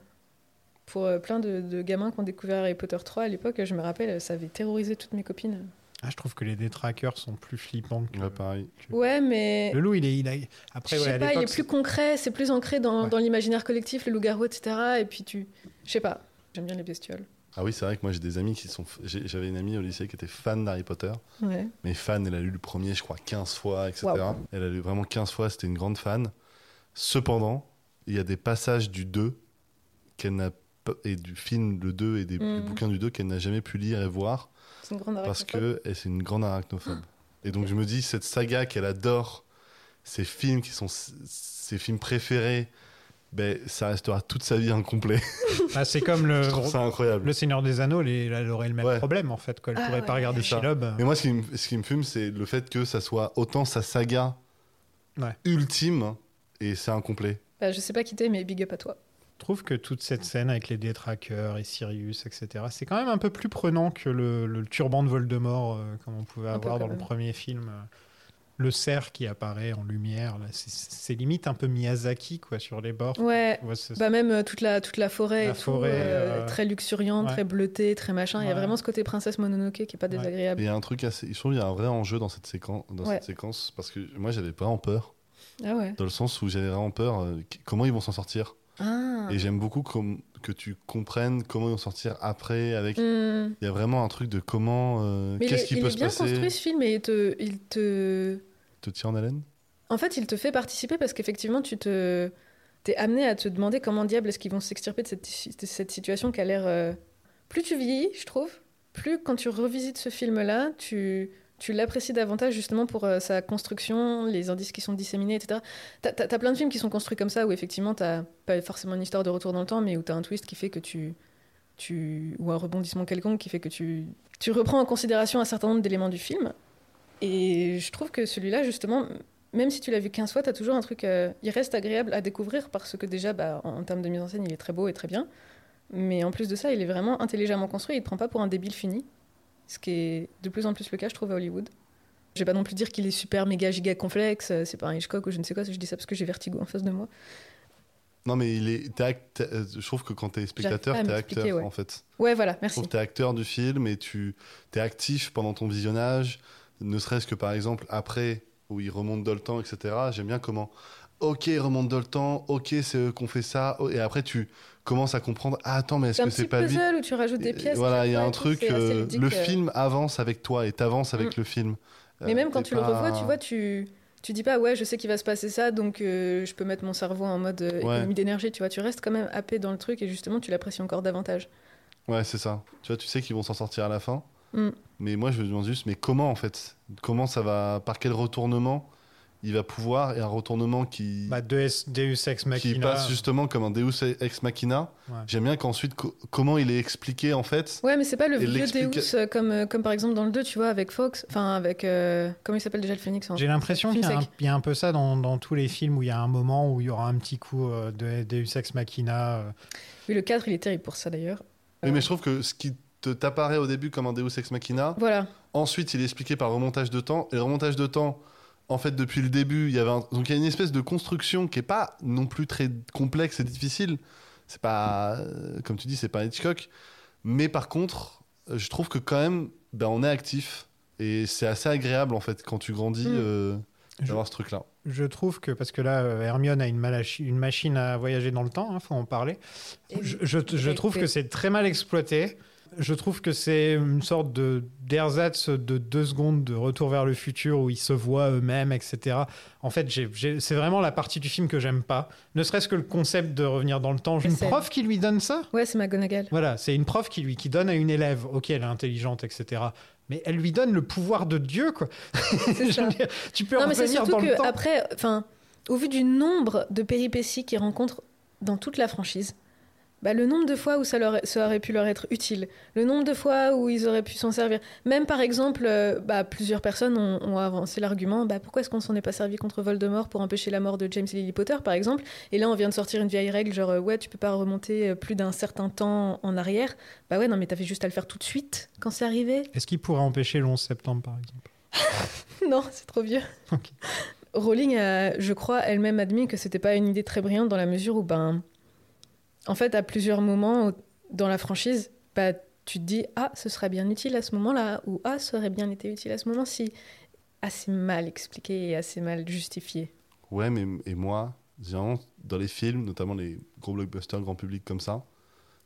[SPEAKER 10] pour euh, plein de, de gamins qui ont découvert Harry Potter 3 à l'époque. Je me rappelle, euh, ça avait terrorisé toutes mes copines.
[SPEAKER 8] Ah, je trouve que les détraqueurs sont plus flippants que. que-
[SPEAKER 10] Ouais, mais.
[SPEAKER 8] Mm. Le loup, il est. Il a- Après,
[SPEAKER 10] je
[SPEAKER 8] ouais,
[SPEAKER 10] sais
[SPEAKER 8] à
[SPEAKER 10] pas, il
[SPEAKER 8] l'époque,
[SPEAKER 10] est plus concret, c'est plus ancré dans, dans l'imaginaire collectif, le loup-garou, etc. Et puis tu. Je sais pas, j'aime bien les bestioles.
[SPEAKER 9] Ah oui, c'est vrai que moi j'ai des amis qui sont. j'ai- J'avais une amie au lycée qui était fan d'Harry Potter.
[SPEAKER 10] Ouais.
[SPEAKER 9] Mais fan, elle a lu le premier, je crois, 15 fois, etc.
[SPEAKER 10] Waouh.
[SPEAKER 9] Elle a lu vraiment 15 fois, c'était une grande fan. Cependant, il y a des passages du 2 qu'elle n'a pas- et du film le 2 et des,
[SPEAKER 10] Mm.
[SPEAKER 9] du bouquin du 2 qu'elle n'a jamais pu lire et voir
[SPEAKER 10] C'est une grande
[SPEAKER 9] parce
[SPEAKER 10] arachnophobe.
[SPEAKER 9] que elle, c'est une grande arachnophobe. et donc je me dis cette saga qu'elle adore ses films qui sont s- ses films préférés, ben, ça restera toute sa vie incomplet.
[SPEAKER 8] Bah, c'est comme le,
[SPEAKER 9] Je trouve ça incroyable.
[SPEAKER 8] le Seigneur des Anneaux, les- elle aurait le même problème en fait. Quoi. Elle
[SPEAKER 10] Ah
[SPEAKER 8] pourrait pas
[SPEAKER 10] ouais.
[SPEAKER 8] regarder
[SPEAKER 9] C'est ça.
[SPEAKER 8] Shelob.
[SPEAKER 9] Mais moi, ce qui, me, ce qui me fume, c'est le fait que ça soit autant sa saga
[SPEAKER 8] Ouais.
[SPEAKER 9] ultime et c'est incomplet.
[SPEAKER 10] Bah, je sais pas qui t'es, mais big up à toi.
[SPEAKER 8] Je trouve que toute cette scène avec les détraqueurs et Sirius, etc., c'est quand même un peu plus prenant que le, le turban de Voldemort, euh, comme on pouvait
[SPEAKER 10] Un peu
[SPEAKER 8] avoir
[SPEAKER 10] quand
[SPEAKER 8] dans le
[SPEAKER 10] même.
[SPEAKER 8] premier film. Le cerf qui apparaît en lumière, là, c'est- c'est limite un peu Miyazaki quoi, sur les bords.
[SPEAKER 10] Ouais.
[SPEAKER 8] Tu vois, c'est-
[SPEAKER 10] Bah même euh, toute la toute la forêt,
[SPEAKER 8] La
[SPEAKER 10] et tout,
[SPEAKER 8] forêt,
[SPEAKER 10] euh,
[SPEAKER 8] euh,
[SPEAKER 10] très luxuriante,
[SPEAKER 8] ouais.
[SPEAKER 10] très bleutée, très machin. Il y a
[SPEAKER 8] Ouais.
[SPEAKER 10] vraiment ce côté princesse Mononoke qui est pas
[SPEAKER 9] Et Il
[SPEAKER 10] désagréable.
[SPEAKER 9] y a un truc assez. Je trouve qu'il y a un vrai enjeu dans cette, séquence dans
[SPEAKER 10] Ouais.
[SPEAKER 9] cette séquence parce que moi, j'avais pas en peur.
[SPEAKER 10] Ah ouais.
[SPEAKER 9] Dans le sens où j'avais vraiment peur, euh, qu- comment ils vont s'en sortir
[SPEAKER 10] Ah.
[SPEAKER 9] Et j'aime beaucoup com- que tu comprennes comment ils vont sortir après. Avec,
[SPEAKER 10] Hmm.
[SPEAKER 9] il y a vraiment un truc de comment, euh,
[SPEAKER 10] Mais il
[SPEAKER 9] qu'est-ce
[SPEAKER 10] est,
[SPEAKER 9] qui
[SPEAKER 10] il
[SPEAKER 9] peut
[SPEAKER 10] est
[SPEAKER 9] se
[SPEAKER 10] bien construit
[SPEAKER 9] passer.
[SPEAKER 10] ce film et il te il te
[SPEAKER 9] Te tient en haleine.
[SPEAKER 10] En fait, il te fait participer parce qu'effectivement, tu te t'es amené à te demander comment diable est-ce qu'ils vont s'extirper de cette, de cette situation qui a l'air. euh, Plus tu vieillis, je trouve, plus quand tu revisites ce film-là, tu tu l'apprécies davantage justement pour euh, sa construction, les indices qui sont disséminés, etc. T'as as, plein de films qui sont construits comme ça où effectivement t'as pas forcément une histoire de retour dans le temps, mais où t'as un twist qui fait que tu tu ou un rebondissement quelconque qui fait que tu tu reprends en considération un certain nombre d'éléments du film. Et je trouve que celui-là, justement, même si tu l'as vu 15 fois, tu as toujours un truc. euh, il reste agréable à découvrir parce que déjà, bah, en, en termes de mise en scène, il est très beau et très bien. Mais en plus de ça, il est vraiment intelligemment construit. Il ne te prend pas pour un débile fini. Ce qui est de plus en plus le cas, je trouve, à Hollywood. Je vais pas non plus dire qu'il est super méga giga complexe. euh, C'est pas un Hitchcock ou je ne sais quoi. Je dis ça parce que j'ai vertigo en face de moi.
[SPEAKER 9] Non, mais il est. t'es act- euh, je trouve que quand t'es spectateur,
[SPEAKER 10] pas à
[SPEAKER 9] t'es
[SPEAKER 10] m'expliquer,
[SPEAKER 9] acteur
[SPEAKER 10] ouais.
[SPEAKER 9] en fait.
[SPEAKER 10] Ouais, voilà,
[SPEAKER 9] Je
[SPEAKER 10] merci.
[SPEAKER 9] trouve que t'es acteur du film et tu t'es actif pendant ton visionnage, ne serait-ce que par exemple après où il remonte dans le temps, etc. J'aime bien comment. Ok, il remonte dans le temps. Ok, c'est eux qu'on fait ça. oh, Et après, tu commences à comprendre. Ah, attends, mais est-ce
[SPEAKER 10] C'est un
[SPEAKER 9] que
[SPEAKER 10] petit
[SPEAKER 9] c'est pas
[SPEAKER 10] puzzle où tu rajoutes des
[SPEAKER 9] Et
[SPEAKER 10] pièces.
[SPEAKER 9] Voilà, il y a
[SPEAKER 10] Ouais,
[SPEAKER 9] un
[SPEAKER 10] tout,
[SPEAKER 9] truc.
[SPEAKER 10] c'est assez
[SPEAKER 9] euh,
[SPEAKER 10] ludique,
[SPEAKER 9] le
[SPEAKER 10] euh. Mm.
[SPEAKER 9] film avance avec toi et t'avances avec le film.
[SPEAKER 10] Mais
[SPEAKER 9] Euh,
[SPEAKER 10] même quand
[SPEAKER 9] t'es
[SPEAKER 10] tu le
[SPEAKER 9] pas-
[SPEAKER 10] revois, tu vois, tu tu dis pas ouais, je sais qu'il va se passer ça, donc euh, je peux mettre mon cerveau en mode euh,
[SPEAKER 9] Ouais.
[SPEAKER 10] économie d'énergie. Tu vois, tu restes quand même happé dans le truc et justement, tu l'apprécies encore davantage.
[SPEAKER 9] Ouais, c'est ça. Tu vois, tu sais qu'ils vont s'en sortir à la fin.
[SPEAKER 10] Mm.
[SPEAKER 9] Mais moi, je me demande juste, mais comment en fait Comment ça va Par quel retournement il va pouvoir Et un retournement qui,
[SPEAKER 8] Bah, Deus, Deus Ex Machina.
[SPEAKER 9] qui passe justement comme un Deus ex machina.
[SPEAKER 8] Ouais.
[SPEAKER 9] J'aime bien qu'ensuite, co- comment il est expliqué en fait.
[SPEAKER 10] Ouais, mais c'est pas le
[SPEAKER 9] Et
[SPEAKER 10] vieux
[SPEAKER 9] l'explica-
[SPEAKER 10] Deus euh, comme, euh, comme par exemple dans le 2, tu vois, avec Fox. Enfin, avec. euh, comment il s'appelle déjà le phénix en-
[SPEAKER 8] J'ai l'impression qu'il
[SPEAKER 10] Film
[SPEAKER 8] y, a un-
[SPEAKER 10] sec.
[SPEAKER 8] il y a un peu ça dans, dans tous les films où il y a un moment où il y aura un petit coup euh, de Deus Ex Machina. euh.
[SPEAKER 10] Oui, le 4, il est terrible pour ça d'ailleurs.
[SPEAKER 9] Oui, mais je trouve que ce qui te t'apparaît au début comme un Deus ex machina,
[SPEAKER 10] Voilà.
[SPEAKER 9] ensuite il est expliqué par remontage de temps. Et le remontage de temps, en fait, depuis le début, il y avait un- donc il y a une espèce de construction qui est pas non plus très complexe et difficile. C'est pas, euh, comme tu dis, c'est pas Hitchcock. Mais par contre, euh, je trouve que quand même, ben, on est actif. Et c'est assez agréable en fait quand tu grandis
[SPEAKER 8] Mm.
[SPEAKER 9] euh, d'avoir ce truc-là.
[SPEAKER 8] Je trouve que, parce que là, euh, Hermione a une, malachi- une machine à voyager dans le temps, il faut en parler. Je, je- je
[SPEAKER 10] et-
[SPEAKER 8] trouve
[SPEAKER 10] et-
[SPEAKER 8] que c'est très mal exploité. Je trouve que c'est une sorte de d'ersatz de deux secondes de retour vers le futur où ils se voient eux-mêmes, etc. En fait, j'ai- j'ai- c'est vraiment la partie du film que j'aime pas. Ne serait-ce que le concept de revenir dans le temps. Une
[SPEAKER 10] C'est-
[SPEAKER 8] prof qui lui donne ça
[SPEAKER 10] Ouais, c'est McGonagall.
[SPEAKER 8] Voilà, c'est une prof qui lui qui donne à une élève, ok, elle est intelligente, etc. Mais elle lui donne le pouvoir de Dieu, quoi. Je veux dire, tu peux
[SPEAKER 10] Non, mais c'est
[SPEAKER 8] revenir
[SPEAKER 10] surtout
[SPEAKER 8] dans le
[SPEAKER 10] que
[SPEAKER 8] temps.
[SPEAKER 10] après, enfin, au vu du nombre de péripéties qu'ils rencontrent dans toute la franchise, bah, le nombre de fois où ça, leur, ça aurait pu leur être utile, le nombre de fois où ils auraient pu s'en servir. Même par exemple, euh, bah, plusieurs personnes ont, ont avancé l'argument bah, pourquoi est-ce qu'on s'en est pas servi contre Voldemort pour empêcher la mort de James et Lily Potter, par exemple Et là, on vient de sortir une vieille règle genre, euh, ouais, tu peux pas remonter euh, plus d'un certain temps en arrière. Bah ouais, non, mais t'avais juste à le faire tout de suite quand c'est arrivé.
[SPEAKER 8] Est-ce qu'il pourrait empêcher le 11 septembre, par exemple
[SPEAKER 10] Non, c'est trop vieux. Rowling a, je crois, elle-même admis que c'était pas une idée très brillante dans la mesure où, ben, en fait, à plusieurs moments au- dans la franchise, bah, tu te dis ah, ce serait bien utile à ce moment-là, ou ah, ça aurait bien été utile à ce moment-ci. Assez mal expliqué et assez mal justifié.
[SPEAKER 9] Ouais, mais et moi, généralement, dans les films, notamment les gros blockbusters grand public comme ça,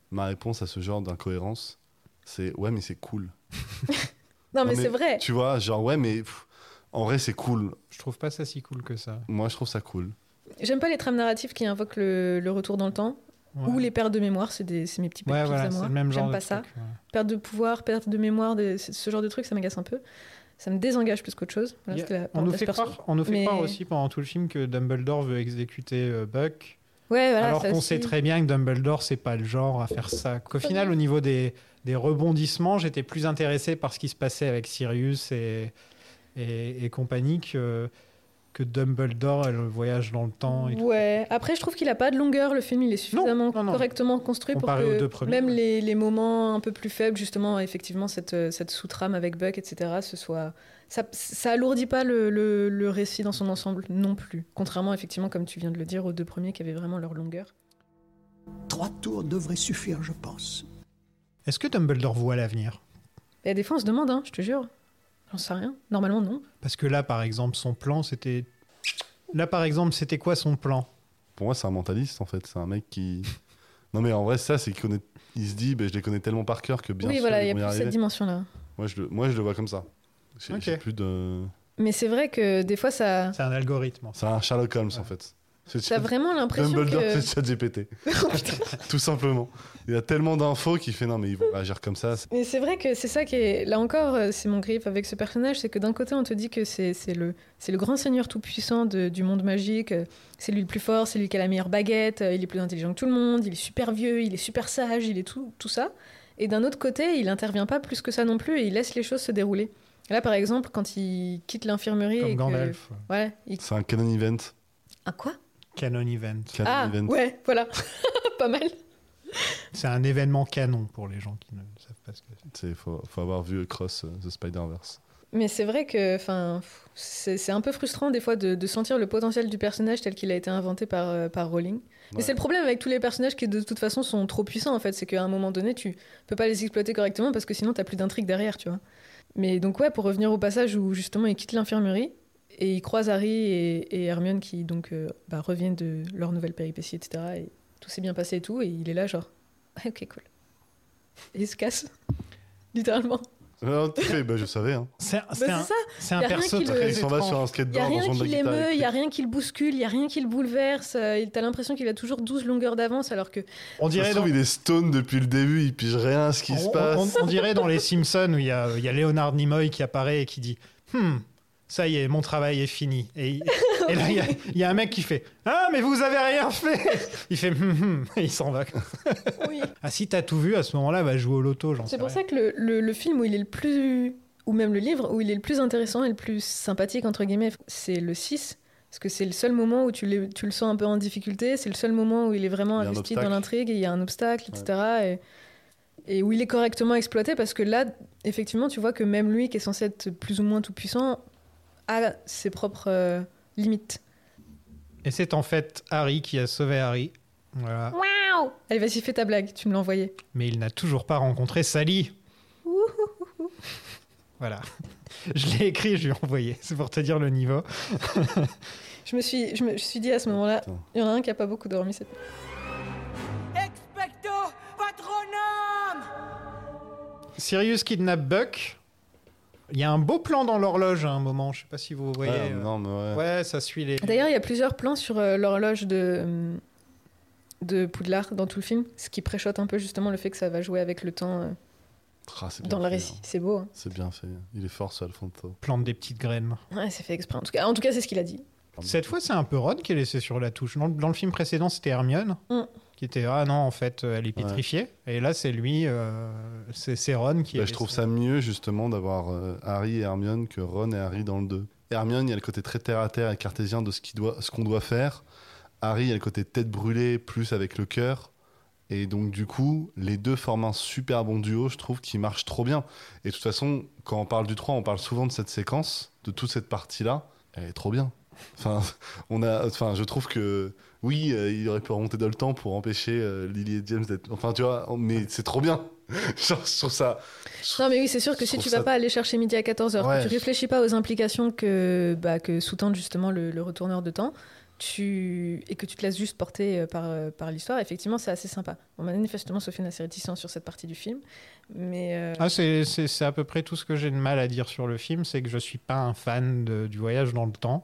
[SPEAKER 9] ma réponse à ce genre d'incohérence, c'est ouais, mais c'est cool.
[SPEAKER 10] Non, mais, c'est vrai.
[SPEAKER 9] Tu vois, genre ouais, mais pff, en vrai, c'est cool.
[SPEAKER 8] Je trouve pas ça si cool que ça.
[SPEAKER 9] Moi, je trouve ça cool.
[SPEAKER 10] J'aime pas les trames narratives qui invoquent le, le retour dans le temps.
[SPEAKER 8] Ouais.
[SPEAKER 10] Ou les pertes de mémoire, c'est des- c'est mes petits pet
[SPEAKER 8] Ouais,
[SPEAKER 10] peeves
[SPEAKER 8] voilà,
[SPEAKER 10] à moi.
[SPEAKER 8] c'est le même genre
[SPEAKER 10] J'aime
[SPEAKER 8] de
[SPEAKER 10] pas
[SPEAKER 8] truc,
[SPEAKER 10] ça. Perte de pouvoir, perte de mémoire, des- ce genre de trucs, ça m'agace un peu. ça me désengage plus qu'autre chose. Voilà,
[SPEAKER 8] Yeah.
[SPEAKER 10] c'était la
[SPEAKER 8] on, nous
[SPEAKER 10] parenthèse
[SPEAKER 8] fait
[SPEAKER 10] perso.
[SPEAKER 8] croire, on nous fait
[SPEAKER 10] Mais-
[SPEAKER 8] croire aussi pendant tout le film que Dumbledore veut exécuter euh, Buck.
[SPEAKER 10] Ouais, voilà,
[SPEAKER 8] alors
[SPEAKER 10] ça
[SPEAKER 8] qu'on
[SPEAKER 10] aussi.
[SPEAKER 8] sait très bien que Dumbledore, c'est pas le genre à faire ça. Qu'au final, au niveau des, des rebondissements, j'étais plus intéressé par ce qui se passait avec Sirius et, et, et compagnie que, que Dumbledore et le voyage dans le temps. Et tout.
[SPEAKER 10] Ouais, après je trouve qu'il a pas de longueur le film, il est suffisamment correctement construit pour
[SPEAKER 8] Comparé aux
[SPEAKER 10] que
[SPEAKER 8] deux premiers,
[SPEAKER 10] même
[SPEAKER 8] ouais.
[SPEAKER 10] les, les moments un peu plus faibles, justement, effectivement, cette, euh, cette sous-trame avec Buck, etc., ce soit. Ça, ça alourdit pas le, le- le récit dans son ensemble non plus. Contrairement, effectivement, comme tu viens de le dire, aux deux premiers qui avaient vraiment leur longueur.
[SPEAKER 20] Trois tours devraient suffire, je pense.
[SPEAKER 8] Est-ce que Dumbledore voit l'avenir
[SPEAKER 10] Et des fois on se demande, hein, je te jure. J'en sais rien. Normalement, non.
[SPEAKER 8] Parce que là, par exemple, son plan, c'était. Là, par exemple, c'était quoi son plan
[SPEAKER 9] Pour moi, c'est un mentaliste en fait. C'est un mec qui. Non, mais en vrai, ça, c'est qu'il connaît- il se dit, ben, je les connais tellement par cœur que bien
[SPEAKER 10] oui,
[SPEAKER 9] sûr,
[SPEAKER 10] voilà,
[SPEAKER 9] ils
[SPEAKER 10] il y a
[SPEAKER 9] vont
[SPEAKER 10] plus
[SPEAKER 9] arriver.
[SPEAKER 10] cette dimension-là.
[SPEAKER 9] Moi je, le, moi, je le vois comme ça. J'ai
[SPEAKER 10] Ok.
[SPEAKER 9] j'ai plus de.
[SPEAKER 10] Mais c'est vrai que des fois, ça.
[SPEAKER 8] C'est un algorithme. hein.
[SPEAKER 9] C'est un Sherlock Holmes en fait. C'est-
[SPEAKER 10] T'as vraiment l'impression
[SPEAKER 9] Dumbledore,
[SPEAKER 10] que- Oh,
[SPEAKER 9] c'est ChatGPT. Tout simplement. Il y a tellement d'infos qu'il fait non, mais ils vont réagir comme ça.
[SPEAKER 10] Mais c'est vrai que c'est ça qui est. Là encore, euh, c'est mon grief avec ce personnage, c'est que d'un côté, on te dit que c'est c'est le, c'est le grand seigneur tout-puissant de- du monde magique, euh, c'est lui le plus fort, c'est lui qui a la meilleure baguette, euh, il est plus intelligent que tout le monde, il est super vieux, il est super sage, il est tout, tout ça. Et d'un autre côté, il intervient pas plus que ça non plus et il laisse les choses se dérouler. Là, par exemple, quand il quitte l'infirmerie.
[SPEAKER 9] Comme
[SPEAKER 10] et que-
[SPEAKER 9] Gandalf.
[SPEAKER 10] Voilà. il-
[SPEAKER 9] C'est un canon event.
[SPEAKER 10] Un quoi
[SPEAKER 8] euh, Canon event.
[SPEAKER 9] Canon
[SPEAKER 10] Ah,
[SPEAKER 9] event.
[SPEAKER 10] ouais, voilà. pas mal.
[SPEAKER 8] C'est un événement canon pour les gens qui ne savent pas ce que c'est.
[SPEAKER 9] Il faut, faut avoir vu Cross euh, the Spider-Verse.
[SPEAKER 10] Mais c'est vrai que enfin, pff, c'est c'est un peu frustrant des fois de, de sentir le potentiel du personnage tel qu'il a été inventé par, euh, par Rowling. Mais
[SPEAKER 9] Ouais.
[SPEAKER 10] c'est le problème avec tous les personnages qui de toute façon sont trop puissants en fait, c'est qu'à un moment donné tu peux pas les exploiter correctement parce que sinon t'as plus d'intrigue derrière, tu vois. Mais donc ouais, pour revenir au passage où justement il quitte l'infirmerie et il croise Harry et, et Hermione qui donc euh, bah, reviennent de leur nouvelle péripétie, etc. Et tout s'est bien passé et tout, et il est là genre, Ouais, ok cool. Et il se casse, littéralement. Euh, Bah,
[SPEAKER 9] Alors, tu fais, bah, je savais. Hein.
[SPEAKER 8] C'est
[SPEAKER 10] c'est un- ça. c'est un Y a rien perso qui le- très
[SPEAKER 9] Il s'en va
[SPEAKER 10] étrange.
[SPEAKER 9] sur un
[SPEAKER 10] Il n'y a
[SPEAKER 9] skateboard dans
[SPEAKER 10] rien
[SPEAKER 9] son
[SPEAKER 10] qui
[SPEAKER 9] baguette à
[SPEAKER 10] l'émeut, il
[SPEAKER 9] électrique.
[SPEAKER 10] n'y a rien qui le bouscule, il n'y a rien qui le bouleverse. euh, il- T'as l'impression qu'il a toujours 12 longueurs d'avance alors que.
[SPEAKER 8] On
[SPEAKER 9] Ça
[SPEAKER 8] dirait,
[SPEAKER 9] se
[SPEAKER 8] dans,
[SPEAKER 9] trouve, il est stone depuis le début, il pige rien à ce qui se
[SPEAKER 8] on-
[SPEAKER 9] passe.
[SPEAKER 8] on- on dirait dans Les Simpsons où il y a, il y a Leonard Nimoy qui apparaît et qui dit Hum, ça y est, mon travail est fini. Et, et là, il y a- il y, a un mec qui fait Ah, mais vous avez rien fait Il fait Hum, hum, et il s'en va. Ah, si t'as tout vu, à ce moment-là, va jouer au loto, j'en sais
[SPEAKER 10] C'est pour
[SPEAKER 8] rien.
[SPEAKER 10] ça que le, le- le film où il est le plus. ou même le livre où il est le plus intéressant et le plus sympathique, entre guillemets, c'est le 6. Parce que c'est le seul moment où tu, l'es- tu le sens un peu en difficulté, c'est le seul moment où il est vraiment
[SPEAKER 9] Il y a un
[SPEAKER 10] investi
[SPEAKER 9] obstacle.
[SPEAKER 10] dans l'intrigue et il y a un obstacle, etc. Et, et où il est correctement exploité parce que là, effectivement, tu vois que même lui, qui est censé être plus ou moins tout-puissant, a ses propres euh, limites.
[SPEAKER 8] Et c'est en fait Harry qui a sauvé Harry. Voilà.
[SPEAKER 10] Waouh Allez, vas-y, fais ta blague, tu me l'as envoyée.
[SPEAKER 8] Mais il n'a toujours pas rencontré Sally. Voilà. Je l'ai écrit, je lui ai envoyé. C'est pour te dire le niveau.
[SPEAKER 10] Je me suis, je me je suis dit à ce moment-là, il y en a un qui a pas beaucoup dormi cette nuit.
[SPEAKER 13] Expecto patronum
[SPEAKER 8] Sirius kidnappe Buck. Il y a un beau plan dans l'horloge hein, à un moment. Je sais pas si vous voyez.
[SPEAKER 9] Ouais,
[SPEAKER 8] euh,
[SPEAKER 9] non, mais ouais.
[SPEAKER 8] ouais, ça suit les.
[SPEAKER 10] D'ailleurs, il y a plusieurs plans sur euh, l'horloge de, euh, de Poudlard dans tout le film, ce qui préchote un peu justement le fait que ça va jouer avec le temps euh,
[SPEAKER 9] Ah, c'est bien
[SPEAKER 10] dans le
[SPEAKER 9] fait,
[SPEAKER 10] récit.
[SPEAKER 9] hein.
[SPEAKER 10] C'est beau. hein.
[SPEAKER 9] C'est bien fait. Il est fort, ce Alfonso.
[SPEAKER 8] Plante des petites graines.
[SPEAKER 10] Ouais, c'est fait exprès. En tout cas, en tout cas c'est ce qu'il a dit.
[SPEAKER 8] Cette fois, c'est un peu Ron qui est laissé sur la touche. Dans le, dans le film précédent, c'était Hermione
[SPEAKER 10] Mm.
[SPEAKER 8] qui était Ah non, en fait, euh, elle est pétrifiée. Et là, c'est lui, euh, c'est c'est Ron qui. est
[SPEAKER 9] Bah, je trouve ça mieux, justement, d'avoir euh, Harry et Hermione que Ron et Harry dans le 2. Hermione, il y a le côté très terre à terre et cartésien de ce qu'il doit- ce qu'on doit faire. Harry, il y a le côté tête brûlée, plus avec le cœur. Et donc, du coup, les deux forment un super bon duo, je trouve, qui marche trop bien. Et de toute façon, quand on parle du 3, on parle souvent de cette séquence, de toute cette partie-là. Elle est trop bien. Enfin, on a, enfin, je trouve que oui, euh, il aurait pu remonter dans le temps pour empêcher euh, Lily et James d'être. Enfin, tu vois, on- mais c'est trop bien. Genre, je trouve ça.
[SPEAKER 10] Non, mais oui, c'est sûr que si
[SPEAKER 9] trouve
[SPEAKER 10] tu vas
[SPEAKER 9] ça-
[SPEAKER 10] pas aller chercher midi à 14h,
[SPEAKER 9] Ouais.
[SPEAKER 10] tu réfléchis pas aux implications que, bah, que sous-tendent justement le, le retourneur de temps, tu... et que tu te laisses juste porter euh, par, euh, par l'histoire, effectivement, c'est assez sympa. Bon, manifestement, Sophie assez réticent sur cette partie du film, mais. euh,
[SPEAKER 8] Ah, c'est- c'est c'est à peu près tout ce que j'ai de mal à dire sur le film, c'est que je suis pas un fan de- du voyage dans le temps.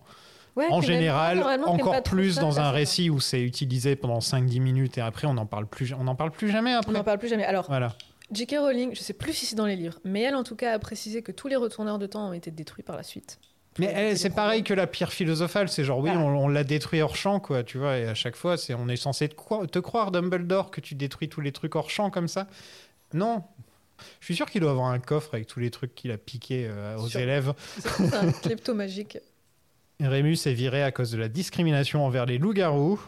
[SPEAKER 10] Ouais,
[SPEAKER 8] en
[SPEAKER 10] t'aimes-
[SPEAKER 8] général,
[SPEAKER 10] normalement, t'aimes pas
[SPEAKER 8] encore
[SPEAKER 10] trop
[SPEAKER 8] plus
[SPEAKER 10] ça,
[SPEAKER 8] dans
[SPEAKER 10] ça,
[SPEAKER 8] un
[SPEAKER 10] ça va.
[SPEAKER 8] récit où c'est utilisé pendant 5-10 minutes et après on n'en parle plus, on en parle plus jamais après.
[SPEAKER 10] On n'en parle plus jamais. Alors,
[SPEAKER 8] Voilà.
[SPEAKER 10] J.K. Rowling, je sais plus si c'est dans les livres, mais elle en tout cas a précisé que tous les retourneurs de temps ont été détruits par la suite.
[SPEAKER 8] Mais elle, c'est pareil que la pierre philosophale, c'est genre oui, on, on l'a détruit hors champ, quoi, tu vois, et à chaque fois, c'est on est censé te, cro- te croire, Dumbledore, que tu détruis tous les trucs hors champ comme ça. Non. Je suis sûr qu'il doit avoir un coffre avec tous les trucs qu'il a piqués euh, aux
[SPEAKER 10] Sûr.
[SPEAKER 8] élèves.
[SPEAKER 10] C'est un klepto magique.
[SPEAKER 8] Rémus est viré à cause de la discrimination envers les loups-garous.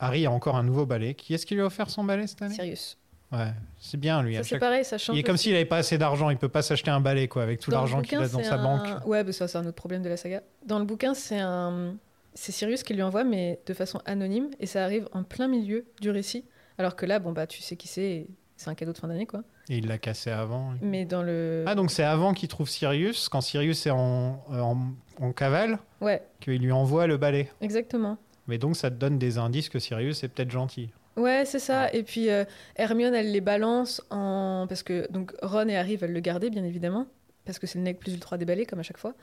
[SPEAKER 8] Harry a encore un nouveau balai. Qui est-ce qui lui a offert son balai cette année
[SPEAKER 10] Sirius.
[SPEAKER 8] Ouais, c'est bien lui.
[SPEAKER 10] Ça,
[SPEAKER 8] à
[SPEAKER 10] c'est
[SPEAKER 8] chaque-
[SPEAKER 10] pareil, ça change
[SPEAKER 8] Il est comme
[SPEAKER 10] aussi.
[SPEAKER 8] s'il n'avait pas assez d'argent, il peut pas s'acheter un balai quoi, avec tout
[SPEAKER 10] Dans le
[SPEAKER 8] l'argent qu'il a
[SPEAKER 10] bouquin,
[SPEAKER 8] dans
[SPEAKER 10] c'est
[SPEAKER 8] sa
[SPEAKER 10] un-
[SPEAKER 8] banque.
[SPEAKER 10] Ouais, bah ça, c'est un autre problème de la saga. Dans le bouquin, c'est un... c'est Sirius qui lui envoie, mais de façon anonyme, et ça arrive en plein milieu du récit. Alors que là, bon, bah, tu sais qui c'est, et c'est un cadeau de fin d'année, quoi.
[SPEAKER 8] Et il l'a cassé avant.
[SPEAKER 10] Mais dans le.
[SPEAKER 8] Ah, donc c'est avant qu'il trouve Sirius, quand Sirius est en, euh, en, en cavale,
[SPEAKER 10] Ouais,
[SPEAKER 8] qu'il lui envoie le balai.
[SPEAKER 10] exactement.
[SPEAKER 8] Mais donc ça te donne des indices que Sirius est peut-être gentil.
[SPEAKER 10] Ouais, c'est ça. Et puis euh, Hermione, elle les balance en. Parce que donc Ron et Harry veulent le garder, bien évidemment. Parce que c'est le nec plus ultra déballé, comme à chaque fois.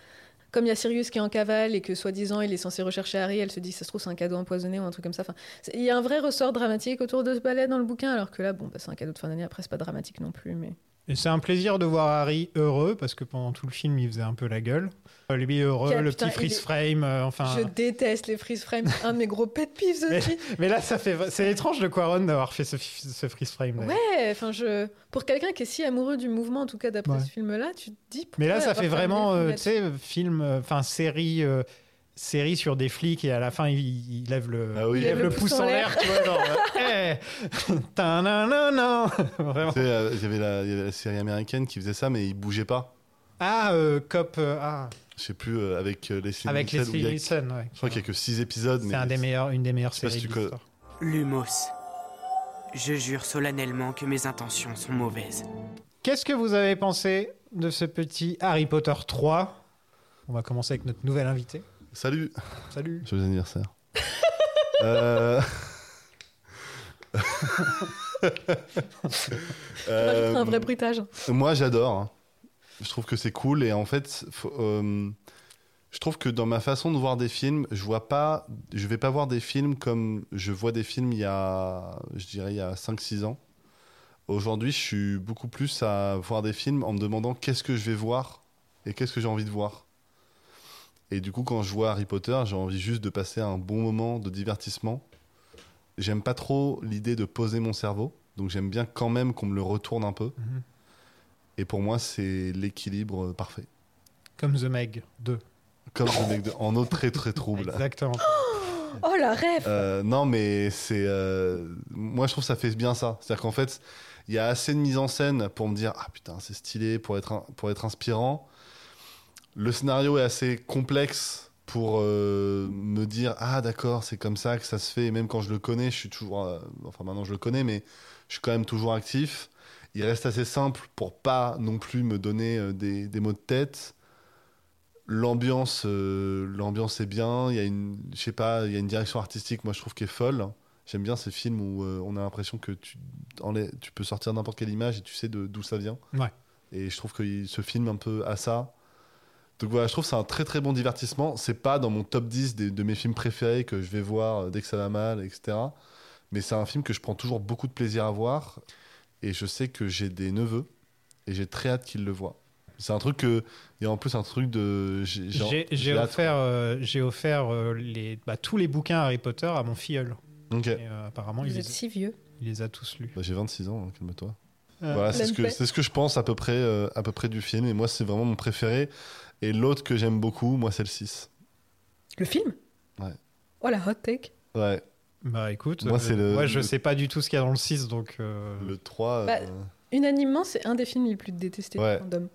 [SPEAKER 10] Comme il y a Sirius qui est en cavale et que soi-disant il est censé rechercher Harry, elle se dit que ça se trouve c'est un cadeau empoisonné ou un truc comme ça. Enfin, c'est- il y a un vrai ressort dramatique autour de ce ballet dans le bouquin, alors que là, bon, bah, c'est un cadeau de fin d'année. Après, c'est pas dramatique non plus, mais.
[SPEAKER 8] Et c'est un plaisir de voir Harry heureux, parce que pendant tout le film, il faisait un peu la gueule. Euh, Lui heureux,
[SPEAKER 10] Tiens,
[SPEAKER 8] le
[SPEAKER 10] putain,
[SPEAKER 8] petit freeze
[SPEAKER 10] il est-
[SPEAKER 8] frame, euh, enfin...
[SPEAKER 10] Je déteste les freeze frames, c'est un de mes gros pet peeves
[SPEAKER 8] Mais,
[SPEAKER 10] aussi.
[SPEAKER 8] mais là, ça fait... c'est étrange de Quaron d'avoir fait ce, ce freeze frame. d'ailleurs.
[SPEAKER 10] Ouais, enfin je. Pour quelqu'un qui est si amoureux du mouvement, en tout cas d'après
[SPEAKER 8] Ouais.
[SPEAKER 10] ce film-là, tu te dis.
[SPEAKER 8] Mais là,
[SPEAKER 10] pourquoi
[SPEAKER 8] ça
[SPEAKER 10] avoir
[SPEAKER 8] fait
[SPEAKER 10] terminé le
[SPEAKER 8] vraiment,
[SPEAKER 10] film
[SPEAKER 8] euh, tu
[SPEAKER 10] là-dessus
[SPEAKER 8] sais, film, euh, enfin série, euh, série sur des flics et à la fin, il, il lève le,
[SPEAKER 9] Ah
[SPEAKER 8] il lève le pouce en l'air, tu vois, genre, hey, ta-na-na-na. Vraiment.
[SPEAKER 9] Tu sais, euh, Il y, avait la- il y avait la série américaine qui faisait ça, mais il bougeait pas.
[SPEAKER 8] Ah, euh, cop, euh, ah,
[SPEAKER 9] Je sais plus, euh, avec les Leslie
[SPEAKER 8] avec
[SPEAKER 9] Nielsen, où il
[SPEAKER 8] Leslie
[SPEAKER 9] y a-
[SPEAKER 8] Nielsen, ouais.
[SPEAKER 9] Je crois qu'il y a que 6 épisodes.
[SPEAKER 8] C'est
[SPEAKER 9] mais
[SPEAKER 8] un des meilleurs, une des meilleures
[SPEAKER 9] Je sais pas
[SPEAKER 8] séries.
[SPEAKER 9] si
[SPEAKER 8] de
[SPEAKER 9] tu
[SPEAKER 8] l'histoire.
[SPEAKER 2] Lumos. Je jure solennellement que mes intentions sont mauvaises.
[SPEAKER 8] Qu'est-ce que vous avez pensé de ce petit Harry Potter 3 On va commencer avec notre nouvel invité.
[SPEAKER 9] Salut
[SPEAKER 8] Salut
[SPEAKER 9] Joyeux anniversaire. Euh,
[SPEAKER 10] Rajouter un vrai
[SPEAKER 9] Euh,
[SPEAKER 10] bruitage.
[SPEAKER 9] Moi, j'adore. hein. Je trouve que c'est cool et en fait, faut, euh, je trouve que dans ma façon de voir des films, je vois pas, je vais pas voir des films comme je vois des films il y a, je dirais, il y a 5-6 ans. Aujourd'hui, je suis beaucoup plus à voir des films en me demandant qu'est-ce que je vais voir et qu'est-ce que j'ai envie de voir. Et du coup, quand je vois Harry Potter, j'ai envie juste de passer un bon moment de divertissement. J'aime pas trop l'idée de poser mon cerveau, donc j'aime bien quand même qu'on me le retourne un peu.
[SPEAKER 8] Mhm.
[SPEAKER 9] Et pour moi, c'est l'équilibre euh, parfait.
[SPEAKER 8] Comme The Meg 2.
[SPEAKER 9] Comme le mec de- en eau très très trouble.
[SPEAKER 8] Exactement.
[SPEAKER 10] Oh la rêve
[SPEAKER 9] Euh, non, mais c'est. euh, moi, je trouve que ça fait bien ça. C'est-à-dire qu'en fait, il y a assez de mise en scène pour me dire Ah putain, c'est stylé, pour être, un- pour être inspirant. Le scénario est assez complexe pour euh, me dire Ah d'accord, c'est comme ça que ça se fait. Et même quand je le connais, je suis toujours. euh, enfin, maintenant, je le connais, mais je suis quand même toujours actif. Il reste assez simple pour pas non plus me donner euh, des, des mots de tête l'ambiance euh, l'ambiance est bien il y a une je sais pas il y a une direction artistique moi je trouve qui est folle j'aime bien ces films où euh, on a l'impression que tu enlè- tu peux sortir n'importe quelle image et tu sais de- d'où ça vient
[SPEAKER 8] Ouais.
[SPEAKER 9] et je trouve que il- ce film un peu à ça donc voilà je trouve que c'est un très très bon divertissement c'est pas dans mon top 10 des- de mes films préférés que je vais voir euh, dès que ça va mal etc mais c'est un film que je prends toujours beaucoup de plaisir à voir et je sais que j'ai des neveux et j'ai très hâte qu'ils le voient c'est un truc que il y a en plus un truc de j'ai- j'ai-
[SPEAKER 8] J'ai j'ai
[SPEAKER 9] j'ai hâte.
[SPEAKER 8] offert, euh, j'ai offert euh, les, bah, tous les bouquins Harry Potter à mon filleul.
[SPEAKER 9] Ok.
[SPEAKER 8] Et, euh, apparemment, il
[SPEAKER 10] Vous
[SPEAKER 8] les,
[SPEAKER 10] êtes si vieux.
[SPEAKER 8] il les a tous lus.
[SPEAKER 9] Bah, j'ai 26 ans, hein, calme-toi.
[SPEAKER 8] Euh,
[SPEAKER 9] voilà, c'est ce,
[SPEAKER 10] pleine
[SPEAKER 9] que,
[SPEAKER 10] paix.
[SPEAKER 9] c'est ce que je pense à peu près, euh, à peu près du film. Et moi, c'est vraiment mon préféré. Et l'autre que j'aime beaucoup, moi, c'est le 6.
[SPEAKER 10] Le film
[SPEAKER 9] Ouais.
[SPEAKER 10] Oh la hot take
[SPEAKER 9] Ouais.
[SPEAKER 8] Bah écoute,
[SPEAKER 9] Moi,
[SPEAKER 8] euh,
[SPEAKER 9] c'est le-
[SPEAKER 8] moi, je
[SPEAKER 9] le-
[SPEAKER 8] sais pas du tout ce qu'il y a dans le 6, donc... euh,
[SPEAKER 9] Le 3,
[SPEAKER 10] Bah, Unanimement, c'est un des films les plus détestés
[SPEAKER 9] Ouais.
[SPEAKER 10] du fandom.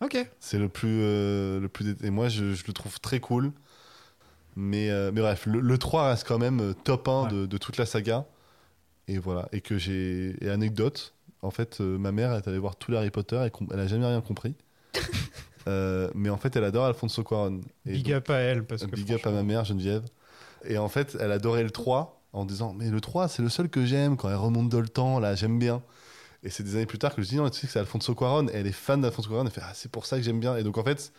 [SPEAKER 8] Ok.
[SPEAKER 9] c'est le plus. euh, le plus dé- et moi, je, je le trouve très cool. Mais, euh, mais bref, le, le 3 reste quand même euh, top 1 de, de toute la saga. Et voilà. Et que j'ai. Et anecdote, en fait, euh, ma mère est allée voir tout les Harry Potter et com- elle a jamais rien compris. Euh, mais en fait, elle adore Alfonso Cuaron. Et
[SPEAKER 8] Big
[SPEAKER 9] donc- euh,
[SPEAKER 8] up à elle, parce que...
[SPEAKER 9] Big up à ma mère Geneviève. Et en fait, elle adorait le 3 en disant Mais le 3, c'est le seul que j'aime quand elle remonte dans le temps, là, j'aime bien. Et c'est des années plus tard que je dis Non, tu sais que c'est Alfonso Cuaron. Et elle est fan d'Alfonso Cuaron. Elle fait Ah, c'est pour ça que j'aime bien. Et donc, en fait,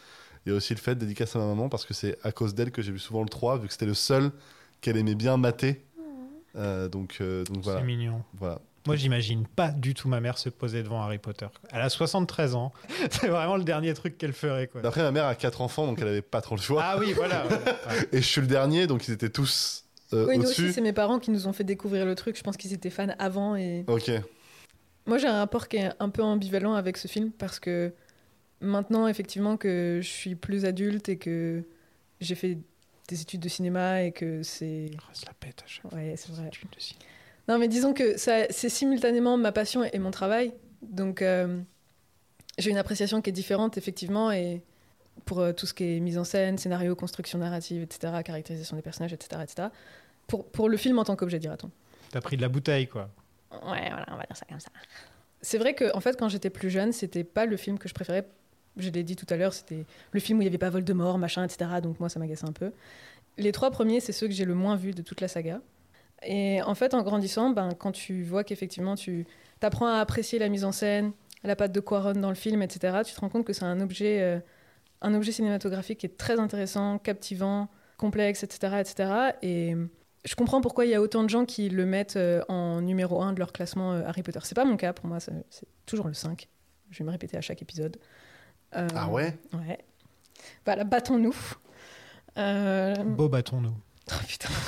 [SPEAKER 9] il y a aussi le fait dédicace à ma maman parce que c'est à cause d'elle que j'ai vu souvent le 3, vu
[SPEAKER 10] Mmh.
[SPEAKER 9] que c'était le seul qu'elle aimait bien mater. Euh, donc, euh, donc voilà.
[SPEAKER 8] mignon.
[SPEAKER 9] Voilà.
[SPEAKER 8] Moi, j'imagine pas du tout ma mère se poser devant Harry Potter. Elle a 73 ans. C'est vraiment le dernier truc qu'elle ferait. Quoi.
[SPEAKER 9] Après, ma mère a quatre enfants, donc elle avait pas trop le choix.
[SPEAKER 8] Ah oui, voilà. voilà.
[SPEAKER 9] Et je suis le dernier, donc ils étaient tous euh,
[SPEAKER 10] oui, nous aussi,
[SPEAKER 9] au-dessus.
[SPEAKER 10] c'est mes parents qui nous ont fait découvrir le truc. Je pense qu'ils étaient fans avant. Et...
[SPEAKER 9] Ok.
[SPEAKER 10] Moi, j'ai un rapport qui est un peu ambivalent avec ce film parce que maintenant, effectivement, que je suis plus adulte et que j'ai fait des études de cinéma et que c'est.
[SPEAKER 8] se la pète à chaque
[SPEAKER 10] Ouais, c'est vrai.
[SPEAKER 8] étude de cinéma.
[SPEAKER 10] Non, mais disons que ça, c'est simultanément ma passion et mon travail. Donc, euh, j'ai une appréciation qui est différente, effectivement, et pour euh, tout ce qui est mise en scène, scénario, construction narrative, etc., caractérisation des personnages, etc., etc. Pour, pour le film en tant qu'objet, dira-t-on.
[SPEAKER 8] T'as pris de la bouteille, quoi.
[SPEAKER 10] Ouais, voilà, on va dire ça comme ça. C'est vrai que, en fait, quand j'étais plus jeune, c'était pas le film que je préférais. Je l'ai dit tout à l'heure, c'était le film où il n'y avait pas Voldemort, machin, etc. Donc moi, ça m'agaçait un peu. Les trois premiers, c'est ceux que j'ai le moins vus de toute la saga. Et en fait, en grandissant, ben, quand tu vois qu'effectivement, tu apprends à apprécier la mise en scène, la patte de Quaron dans le film, etc., tu te rends compte que c'est un objet, euh, un objet cinématographique qui est très intéressant, captivant, complexe, etc., etc. Et je comprends pourquoi il y a autant de gens qui le mettent euh, en numéro 1 de leur classement euh, Harry Potter. C'est pas mon cas, pour moi, ça- c'est toujours le 5. Je vais me répéter à chaque épisode. Euh,
[SPEAKER 9] Ah ouais
[SPEAKER 10] Ouais. Voilà, battons-nous. Euh,
[SPEAKER 8] Beau bâton, nous.
[SPEAKER 10] Oh, putain.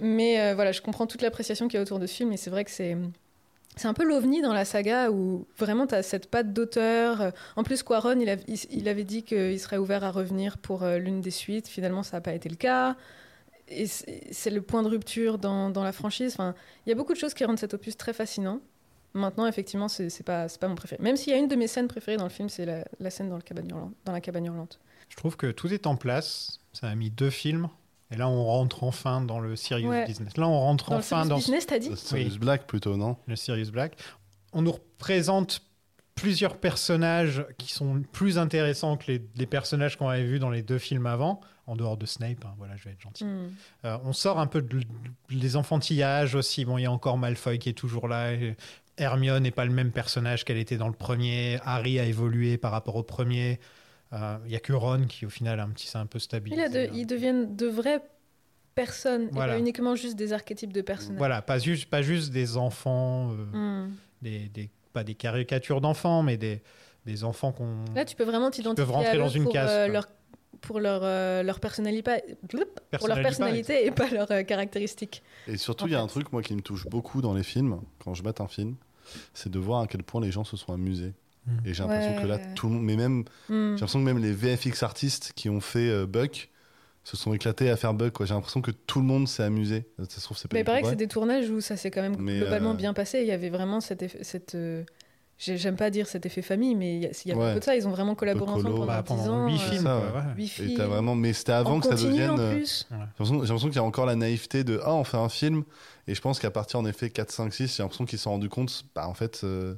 [SPEAKER 10] Mais euh, voilà, je comprends toute l'appréciation qu'il y a autour de ce film, et c'est vrai que c'est. C'est un peu l'ovni dans la saga où vraiment tu as cette patte d'auteur. En plus, Quaron, il, av- il s- il avait dit qu'il serait ouvert à revenir pour euh, l'une des suites. Finalement, ça n'a pas été le cas. Et c'est c'est le point de rupture dans, dans la franchise. Enfin, il y a beaucoup de choses qui rendent cet opus très fascinant. Maintenant, effectivement, c'est c'est pas, c'est pas mon préféré. Même s'il y a une de mes scènes préférées dans le film, c'est la, la scène dans, le cabane hurlant- dans la cabane hurlante.
[SPEAKER 8] Je trouve que tout est en place. Ça a mis deux films. Et là, on rentre enfin dans le serious
[SPEAKER 10] Ouais.
[SPEAKER 8] business. Là, on rentre
[SPEAKER 10] Dans le
[SPEAKER 8] enfin
[SPEAKER 10] serious
[SPEAKER 8] dans
[SPEAKER 10] business, t'as dit
[SPEAKER 9] Le Sirius Black plutôt, non
[SPEAKER 8] le serious black. On nous représente plusieurs personnages qui sont plus intéressants que les, les personnages qu'on avait vus dans les deux films avant, en dehors de Snape. hein, voilà, je vais être gentil.
[SPEAKER 10] Hmm.
[SPEAKER 8] Euh, on sort un peu de, les enfantillages aussi. Bon, il y a encore Malfoy qui est toujours là. et Hermione n'est pas le même personnage qu'elle était dans le premier. Harry a évolué par rapport au premier. Euh, Il y a que Ron qui, au final, a un petit, c'est un peu
[SPEAKER 10] Il
[SPEAKER 8] stabilisé. hein.
[SPEAKER 10] a de- ils deviennent de vraies personnes,
[SPEAKER 8] Voilà.
[SPEAKER 10] et pas uniquement juste des archétypes de personnages.
[SPEAKER 8] Voilà, pas juste, pas juste des enfants, euh,
[SPEAKER 10] Mm.
[SPEAKER 8] des, des- pas des caricatures d'enfants, mais des, des enfants qu'on.
[SPEAKER 10] Là, tu peux vraiment
[SPEAKER 8] peuvent
[SPEAKER 10] t'identifier
[SPEAKER 8] rentrer
[SPEAKER 10] à eux
[SPEAKER 8] dans une
[SPEAKER 10] pour,
[SPEAKER 8] case,
[SPEAKER 10] euh,
[SPEAKER 8] quoi.
[SPEAKER 10] leur, pour leur, euh, leur personnalité, pas- pour leur
[SPEAKER 9] Personnalité,
[SPEAKER 10] personnalité et pas leurs euh, caractéristiques.
[SPEAKER 9] Et surtout, il y a un truc, moi, qui me touche beaucoup dans les films, quand je mate un film, c'est de voir à quel point les gens se sont amusés. Et j'ai l'impression
[SPEAKER 10] Ouais.
[SPEAKER 9] que là, tout le monde, mais même, j'ai
[SPEAKER 10] Mm.
[SPEAKER 9] l'impression que même les VFX artistes qui ont fait euh, Buck se sont éclatés à faire Buck. quoi. J'ai l'impression que tout le monde s'est amusé. Ça se trouve, c'est pas
[SPEAKER 10] Mais
[SPEAKER 9] du tout
[SPEAKER 10] pareil que
[SPEAKER 9] vrai.
[SPEAKER 10] c'est des tournages où ça s'est quand même
[SPEAKER 9] Mais,
[SPEAKER 10] globalement
[SPEAKER 9] euh,
[SPEAKER 10] bien passé. Il y avait vraiment cet effet- cette. euh, j'ai- J'aime pas dire cet effet famille, mais il y a, il y a
[SPEAKER 9] Ouais.
[SPEAKER 10] un peu de ça. Ils ont vraiment collaboré
[SPEAKER 9] Colo.
[SPEAKER 10] ensemble pendant
[SPEAKER 9] Bah,
[SPEAKER 10] 10
[SPEAKER 9] pendant
[SPEAKER 10] ans.
[SPEAKER 9] huit
[SPEAKER 10] euh,
[SPEAKER 9] films, quoi, ouais.
[SPEAKER 10] huit
[SPEAKER 9] Et
[SPEAKER 10] films.
[SPEAKER 9] t'as vraiment, mais c'était avant
[SPEAKER 10] En
[SPEAKER 9] que ça
[SPEAKER 10] continu,
[SPEAKER 9] devienne.
[SPEAKER 10] en
[SPEAKER 9] euh,
[SPEAKER 10] plus.
[SPEAKER 9] J'ai l'impression j'ai l'impression qu'il y a encore la naïveté de ah on fait un film et je pense qu'à partir en effet 4, 5, 6, j'ai l'impression qu'ils se sont rendus compte bah en fait euh,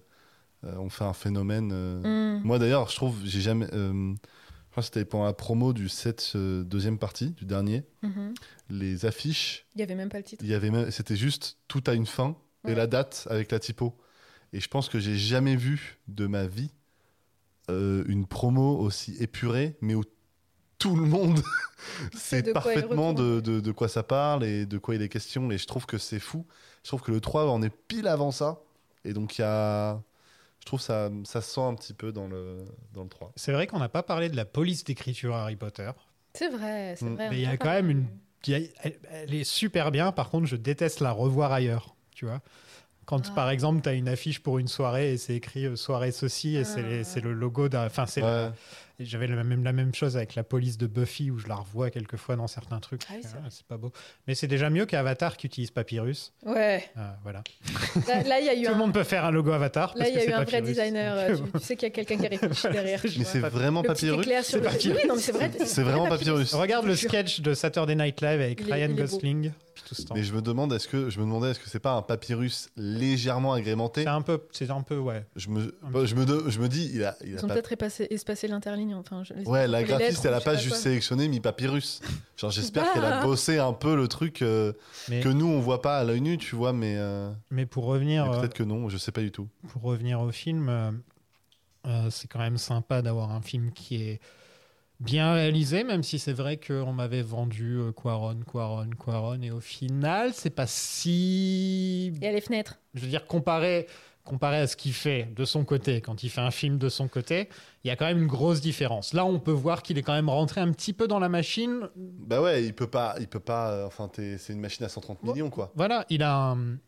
[SPEAKER 9] euh, on fait un phénomène. euh.
[SPEAKER 10] Mm.
[SPEAKER 9] Moi d'ailleurs je trouve j'ai jamais euh, je crois que c'était pendant la promo du 7 deuxième partie du dernier
[SPEAKER 10] Mhm.
[SPEAKER 9] les affiches
[SPEAKER 10] Il y avait même pas le titre.
[SPEAKER 9] il y avait même- c'était juste tout à une fin et
[SPEAKER 10] Ouais.
[SPEAKER 9] la date avec la typo et je pense que j'ai jamais vu de ma vie euh, une promo aussi épurée mais où tout le monde
[SPEAKER 10] de
[SPEAKER 9] sait
[SPEAKER 10] quoi elle
[SPEAKER 9] parfaitement
[SPEAKER 10] retourne.
[SPEAKER 9] de, de- de quoi ça parle et de quoi il est question et je trouve que c'est fou je trouve que le 3 on est pile avant ça et donc il y a je trouve ça ça se sent un petit peu dans le dans le 3
[SPEAKER 8] C'est vrai qu'on n'a pas parlé de la police d'écriture à Harry Potter.
[SPEAKER 10] C'est vrai, c'est
[SPEAKER 8] Mm.
[SPEAKER 10] vrai. on
[SPEAKER 8] Mais il y
[SPEAKER 10] en
[SPEAKER 8] a quand
[SPEAKER 10] parle.
[SPEAKER 8] même une. il y a- Elle, elle est super bien, par contre, je déteste la revoir ailleurs. Tu vois Quand,
[SPEAKER 10] Ah.
[SPEAKER 8] par exemple, tu as une affiche pour une soirée et c'est écrit euh, soirée ceci et c'est les- c'est le
[SPEAKER 10] Ah.
[SPEAKER 8] logo d'un. Enfin, c'est. la- et J'avais la même, la même chose avec la police de Buffy où je la revois quelquefois dans certains trucs.
[SPEAKER 10] Ah oui,
[SPEAKER 8] Je fais,
[SPEAKER 10] c'est
[SPEAKER 8] ah,
[SPEAKER 10] vrai.
[SPEAKER 8] c'est pas beau. Mais c'est déjà mieux qu'Avatar qui utilise Papyrus.
[SPEAKER 10] Ouais.
[SPEAKER 8] Euh, voilà.
[SPEAKER 10] Là, là, il y a eu
[SPEAKER 8] Tout
[SPEAKER 10] un-
[SPEAKER 8] le monde peut faire un logo Avatar.
[SPEAKER 10] Là,
[SPEAKER 8] parce
[SPEAKER 10] il y
[SPEAKER 8] que
[SPEAKER 10] a eu
[SPEAKER 8] c'est
[SPEAKER 10] un vrai
[SPEAKER 8] Papyrus.
[SPEAKER 10] designer. euh, Tu, tu sais qu'il y a quelqu'un qui réfléchit derrière. tu
[SPEAKER 9] mais
[SPEAKER 10] vois.
[SPEAKER 9] c'est vraiment
[SPEAKER 10] Le petit
[SPEAKER 9] papyrus
[SPEAKER 10] éclair sur le-
[SPEAKER 8] Papyrus.
[SPEAKER 10] Oui, non, mais c'est vrai.
[SPEAKER 9] c'est vraiment papyrus
[SPEAKER 8] Regarde le sketch de Saturday Night Live avec
[SPEAKER 10] Il est-
[SPEAKER 8] Ryan
[SPEAKER 10] il est beau.
[SPEAKER 8] Gosling. Puis tout ce temps.
[SPEAKER 9] mais je me demande est-ce que je me demandais est-ce que c'est pas un papyrus légèrement agrémenté
[SPEAKER 8] C'est un peu, c'est un peu, ouais.
[SPEAKER 9] je me bah, je me de- je me dis il a il a
[SPEAKER 10] Ils ont
[SPEAKER 9] pas-
[SPEAKER 10] peut-être espacé, espacé l'interligne. Enfin, je- les-
[SPEAKER 9] Ouais, la
[SPEAKER 10] les
[SPEAKER 9] graphiste,
[SPEAKER 10] lettres,
[SPEAKER 9] elle
[SPEAKER 10] ou
[SPEAKER 9] a
[SPEAKER 10] je
[SPEAKER 9] pas
[SPEAKER 10] sais
[SPEAKER 9] juste
[SPEAKER 10] quoi.
[SPEAKER 9] sélectionné mi papyrus. Genre, j'espère
[SPEAKER 10] Bah.
[SPEAKER 9] qu'elle a bossé un peu le truc euh,
[SPEAKER 8] Mais-
[SPEAKER 9] que nous on voit pas à l'œil nu, tu vois, mais, euh,
[SPEAKER 8] Mais pour
[SPEAKER 9] mais
[SPEAKER 8] revenir, euh,
[SPEAKER 9] peut-être que non, je sais pas du tout.
[SPEAKER 8] pour revenir au film, euh, euh, c'est quand même sympa d'avoir un film qui est bien réalisé, même si c'est vrai qu'on m'avait vendu euh, Quaron, Quaron, Quaron, et au final, c'est pas si.
[SPEAKER 10] Il y a les fenêtres.
[SPEAKER 8] Je veux dire, comparé, comparé à ce qu'il fait de son côté, quand il fait un film de son côté, il y a quand même une grosse différence. Là, on peut voir qu'il est quand même rentré un petit peu dans la machine.
[SPEAKER 9] Bah ouais, il peut pas. Il peut pas euh, enfin, t'es- c'est une machine à 130 millions, quoi.
[SPEAKER 8] Voilà, il a un,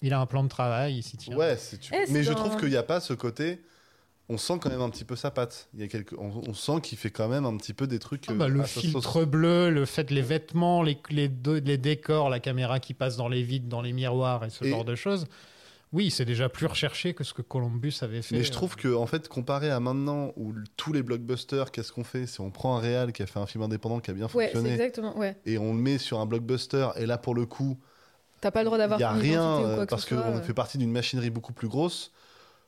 [SPEAKER 8] il a un plan de travail, il s'y tient.
[SPEAKER 9] Ouais, c'est- tu-
[SPEAKER 10] Eh, c'est
[SPEAKER 9] mais je
[SPEAKER 10] dans-
[SPEAKER 9] trouve qu'il n'y a pas ce côté. On sent quand même un petit peu sa patte. Il y a quelque... on, on sent qu'il fait quand même un petit peu des trucs.
[SPEAKER 8] Ah bah,
[SPEAKER 9] euh,
[SPEAKER 8] le
[SPEAKER 9] à sa sauce.
[SPEAKER 8] filtre bleu, le fait les vêtements, les, les, deux- les décors, la caméra qui passe dans les vides, dans les miroirs et ce
[SPEAKER 9] Et-
[SPEAKER 8] genre de choses. Oui, c'est déjà plus recherché que ce que Columbus avait fait.
[SPEAKER 9] Mais je trouve que, en fait, comparé à maintenant où l- tous les blockbusters, qu'est-ce qu'on fait Si on prend un réal qui a fait un film indépendant qui a bien
[SPEAKER 10] Ouais, c'est
[SPEAKER 9] fonctionné
[SPEAKER 10] exactement. Ouais.
[SPEAKER 9] et on le met sur un blockbuster, et là pour le coup,
[SPEAKER 10] T'as pas le droit
[SPEAKER 9] il
[SPEAKER 10] d'avoir
[SPEAKER 9] n'y a
[SPEAKER 10] une
[SPEAKER 9] rien
[SPEAKER 10] identité ou
[SPEAKER 9] euh,
[SPEAKER 10] quoi que
[SPEAKER 9] parce
[SPEAKER 10] ce soit,
[SPEAKER 9] qu'on
[SPEAKER 10] euh.
[SPEAKER 9] fait partie d'une machinerie beaucoup plus grosse.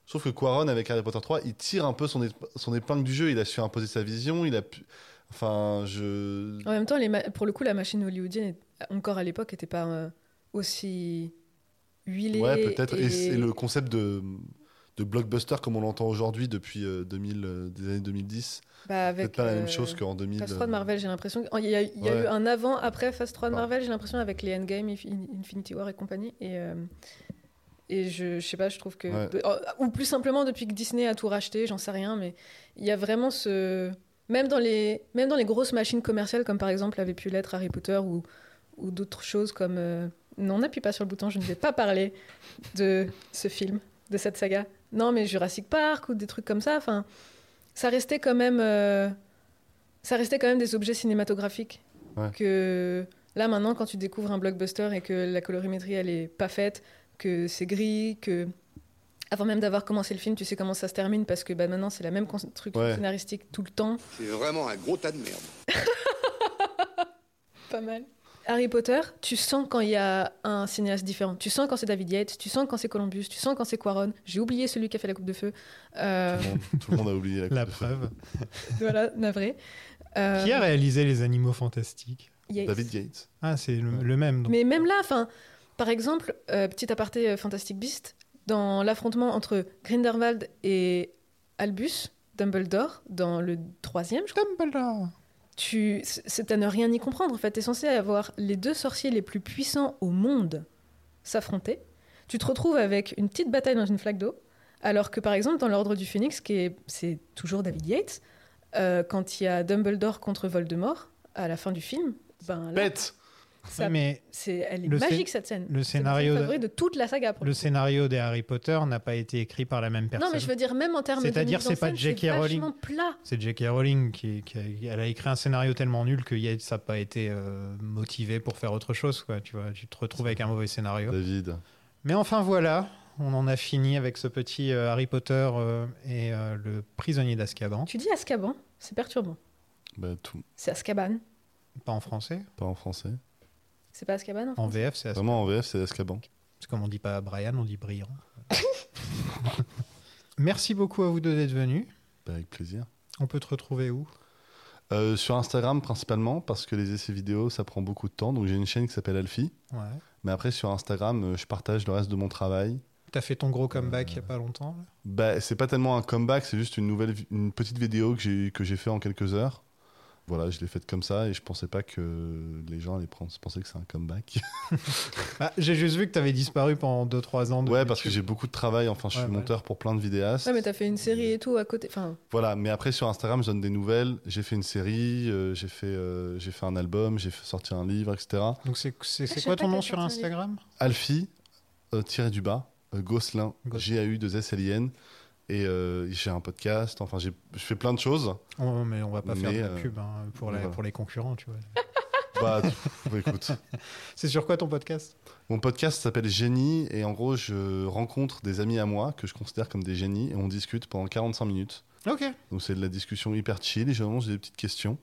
[SPEAKER 9] Sauf que Quaron, avec Harry Potter 3, il tire un peu son, ép- son épingle du jeu. Il a su imposer sa vision. Il a pu... Enfin, je.
[SPEAKER 10] En même temps, les ma- pour le coup, la machine hollywoodienne, est- encore à l'époque, n'était pas euh, aussi huilée.
[SPEAKER 9] Ouais, peut-être. Et,
[SPEAKER 10] Et...
[SPEAKER 9] c'est le concept de, de blockbuster comme on l'entend aujourd'hui depuis euh, 2000, euh, des années 2010,
[SPEAKER 10] Bah, avec,
[SPEAKER 9] peut-être pas la
[SPEAKER 10] euh,
[SPEAKER 9] même chose qu'en 2000.
[SPEAKER 10] Phase 3 de
[SPEAKER 9] euh,
[SPEAKER 10] Marvel, j'ai l'impression. qu'il y a, il y a
[SPEAKER 9] Ouais.
[SPEAKER 10] eu un avant, après Phase 3 de
[SPEAKER 9] Ouais.
[SPEAKER 10] Marvel, j'ai l'impression, avec les Endgame, Infi- Infinity War et compagnie. Et, euh, et je, je sais pas, je trouve que.
[SPEAKER 9] Ouais.
[SPEAKER 10] de- oh, ou plus simplement, depuis que Disney a tout racheté, j'en sais rien, mais il y a vraiment ce. Même dans, les, même dans les grosses machines commerciales, comme par exemple avait pu l'être Harry Potter ou, ou d'autres choses comme. euh, Non, n'appuie pas sur le bouton, je ne vais pas parler de ce film, de cette saga. Non, mais Jurassic Park ou des trucs comme ça, enfin. Ça restait quand même. euh, ça restait quand même des objets cinématographiques
[SPEAKER 9] Ouais.
[SPEAKER 10] que là maintenant quand tu découvres un blockbuster et que la colorimétrie elle est pas faite que c'est gris que avant même d'avoir commencé le film tu sais comment ça se termine parce que bah, maintenant c'est la même construction
[SPEAKER 21] Ouais.
[SPEAKER 10] scénaristique tout le temps
[SPEAKER 21] C'est vraiment un gros tas de merde.
[SPEAKER 10] pas mal Harry Potter, tu sens quand il y a un cinéaste différent. Tu sens quand c'est David Yates, tu sens quand c'est Columbus, tu sens quand c'est Quaron. J'ai oublié celui qui a fait la Coupe de Feu. Euh,
[SPEAKER 9] Tout le monde- tout le monde a oublié la, Coupe de Feu.
[SPEAKER 8] euh, preuve.
[SPEAKER 10] voilà, navré. Euh,
[SPEAKER 8] Qui a réalisé Les Animaux Fantastiques
[SPEAKER 10] Yates.
[SPEAKER 9] David Yates.
[SPEAKER 8] Ah, c'est le, le même. donc.
[SPEAKER 10] Mais même là, enfin, par exemple, euh, petit aparté euh, Fantastic Beast, dans l'affrontement entre Grindelwald et Albus, Dumbledore, dans le troisième, je crois.
[SPEAKER 8] Dumbledore
[SPEAKER 10] tu, c'est- C'est à ne rien y comprendre, en fait. T'es censé avoir les deux sorciers les plus puissants au monde s'affronter. Tu te retrouves avec une petite bataille dans une flaque d'eau, alors que par exemple, dans l'Ordre du Phénix, qui est- c'est toujours David Yates, euh, quand il y a Dumbledore contre Voldemort, à la fin du film, ben là,
[SPEAKER 9] Bête
[SPEAKER 10] ça-
[SPEAKER 8] Ouais, mais
[SPEAKER 10] c'est, elle est
[SPEAKER 8] le
[SPEAKER 10] magique
[SPEAKER 8] scén-
[SPEAKER 10] cette scène.
[SPEAKER 8] le
[SPEAKER 10] C'est ma scène
[SPEAKER 8] scénario de-
[SPEAKER 10] favorite de... toute la saga. pour
[SPEAKER 8] Le
[SPEAKER 10] le coup.
[SPEAKER 8] scénario des Harry Potter n'a pas été écrit par la même personne.
[SPEAKER 10] Non, mais je veux dire, même en termes de.
[SPEAKER 8] C'est-à-dire,
[SPEAKER 10] mise en
[SPEAKER 8] c'est pas
[SPEAKER 10] scène,
[SPEAKER 8] J.K.
[SPEAKER 10] c'est
[SPEAKER 8] Rowling.
[SPEAKER 10] vachement plat.
[SPEAKER 8] C'est J.K. Rowling qui, qui a, elle a écrit un scénario tellement nul que Yates n'a pas été euh, motivé pour faire autre chose. Quoi. Tu, vois, tu te retrouves avec un mauvais scénario.
[SPEAKER 9] David.
[SPEAKER 8] Mais enfin voilà, on en a fini avec ce petit euh, Harry Potter euh, et euh, le prisonnier d'Azkaban.
[SPEAKER 10] Tu dis Azkaban, c'est perturbant.
[SPEAKER 9] Bah, tout.
[SPEAKER 10] C'est Azkaban.
[SPEAKER 8] Pas en français,
[SPEAKER 9] Pas en français.
[SPEAKER 10] C'est pas Azkaban en fait.
[SPEAKER 8] en VF c'est Azkaban.
[SPEAKER 9] Vraiment, en VF, c'est Azkaban.
[SPEAKER 8] Parce que comme on dit pas Brian, on dit brillant. Merci beaucoup à vous deux d'être venus.
[SPEAKER 9] Bah, avec plaisir.
[SPEAKER 8] On peut te retrouver où
[SPEAKER 9] Euh, sur Instagram principalement, parce que les essais vidéo, ça prend beaucoup de temps. Donc j'ai une chaîne qui s'appelle Alfie.
[SPEAKER 8] Ouais.
[SPEAKER 9] Mais après, sur Instagram, euh, je partage le reste de mon travail.
[SPEAKER 8] T'as fait ton gros comeback il y a pas longtemps. là.
[SPEAKER 9] Bah, c'est pas tellement un comeback, c'est juste une nouvelle, vi- une petite vidéo que j'ai que j'ai fait en quelques heures. Voilà, je l'ai faite comme ça et je pensais pas que les gens allaient prendre, penser que c'est un comeback.
[SPEAKER 8] Ah, J'ai juste vu que t'avais disparu pendant 2-3 ans. de
[SPEAKER 9] ouais,
[SPEAKER 8] YouTube.
[SPEAKER 9] parce que j'ai beaucoup de travail. Enfin, je
[SPEAKER 8] Ouais,
[SPEAKER 9] suis
[SPEAKER 8] ouais.
[SPEAKER 9] monteur pour plein de vidéastes.
[SPEAKER 10] Ouais, mais t'as fait une série et tout à côté. Enfin,
[SPEAKER 9] Voilà, mais après sur Instagram, je donne des nouvelles. J'ai fait une série, euh, j'ai fait, euh, j'ai fait un album, j'ai fait sortir un livre, etc.
[SPEAKER 8] Donc c'est- c'est c'est
[SPEAKER 10] Ah, Je sais
[SPEAKER 8] quoi
[SPEAKER 10] pas
[SPEAKER 8] ton
[SPEAKER 10] quel
[SPEAKER 8] nom sur
[SPEAKER 10] parti on est.
[SPEAKER 8] Instagram
[SPEAKER 9] Alfie, euh, tiré du bas, euh, Gosselin, GAU de s l I N. Et euh, j'ai un podcast, enfin, j'ai- je fais plein de choses.
[SPEAKER 8] Oh, mais on va pas faire de
[SPEAKER 9] Mais,
[SPEAKER 8] la
[SPEAKER 9] euh,
[SPEAKER 8] pub hein, pour,
[SPEAKER 9] mais
[SPEAKER 8] la-
[SPEAKER 9] voilà.
[SPEAKER 8] pour les concurrents, tu vois.
[SPEAKER 9] Bah, pff, écoute.
[SPEAKER 8] C'est sur quoi ton podcast
[SPEAKER 9] Mon podcast s'appelle Génie et en gros, je rencontre des amis à moi que je considère comme des génies et on discute pendant 45 minutes.
[SPEAKER 8] Ok.
[SPEAKER 9] Donc, c'est de la discussion hyper chill et généralement, j'ai des petites questions.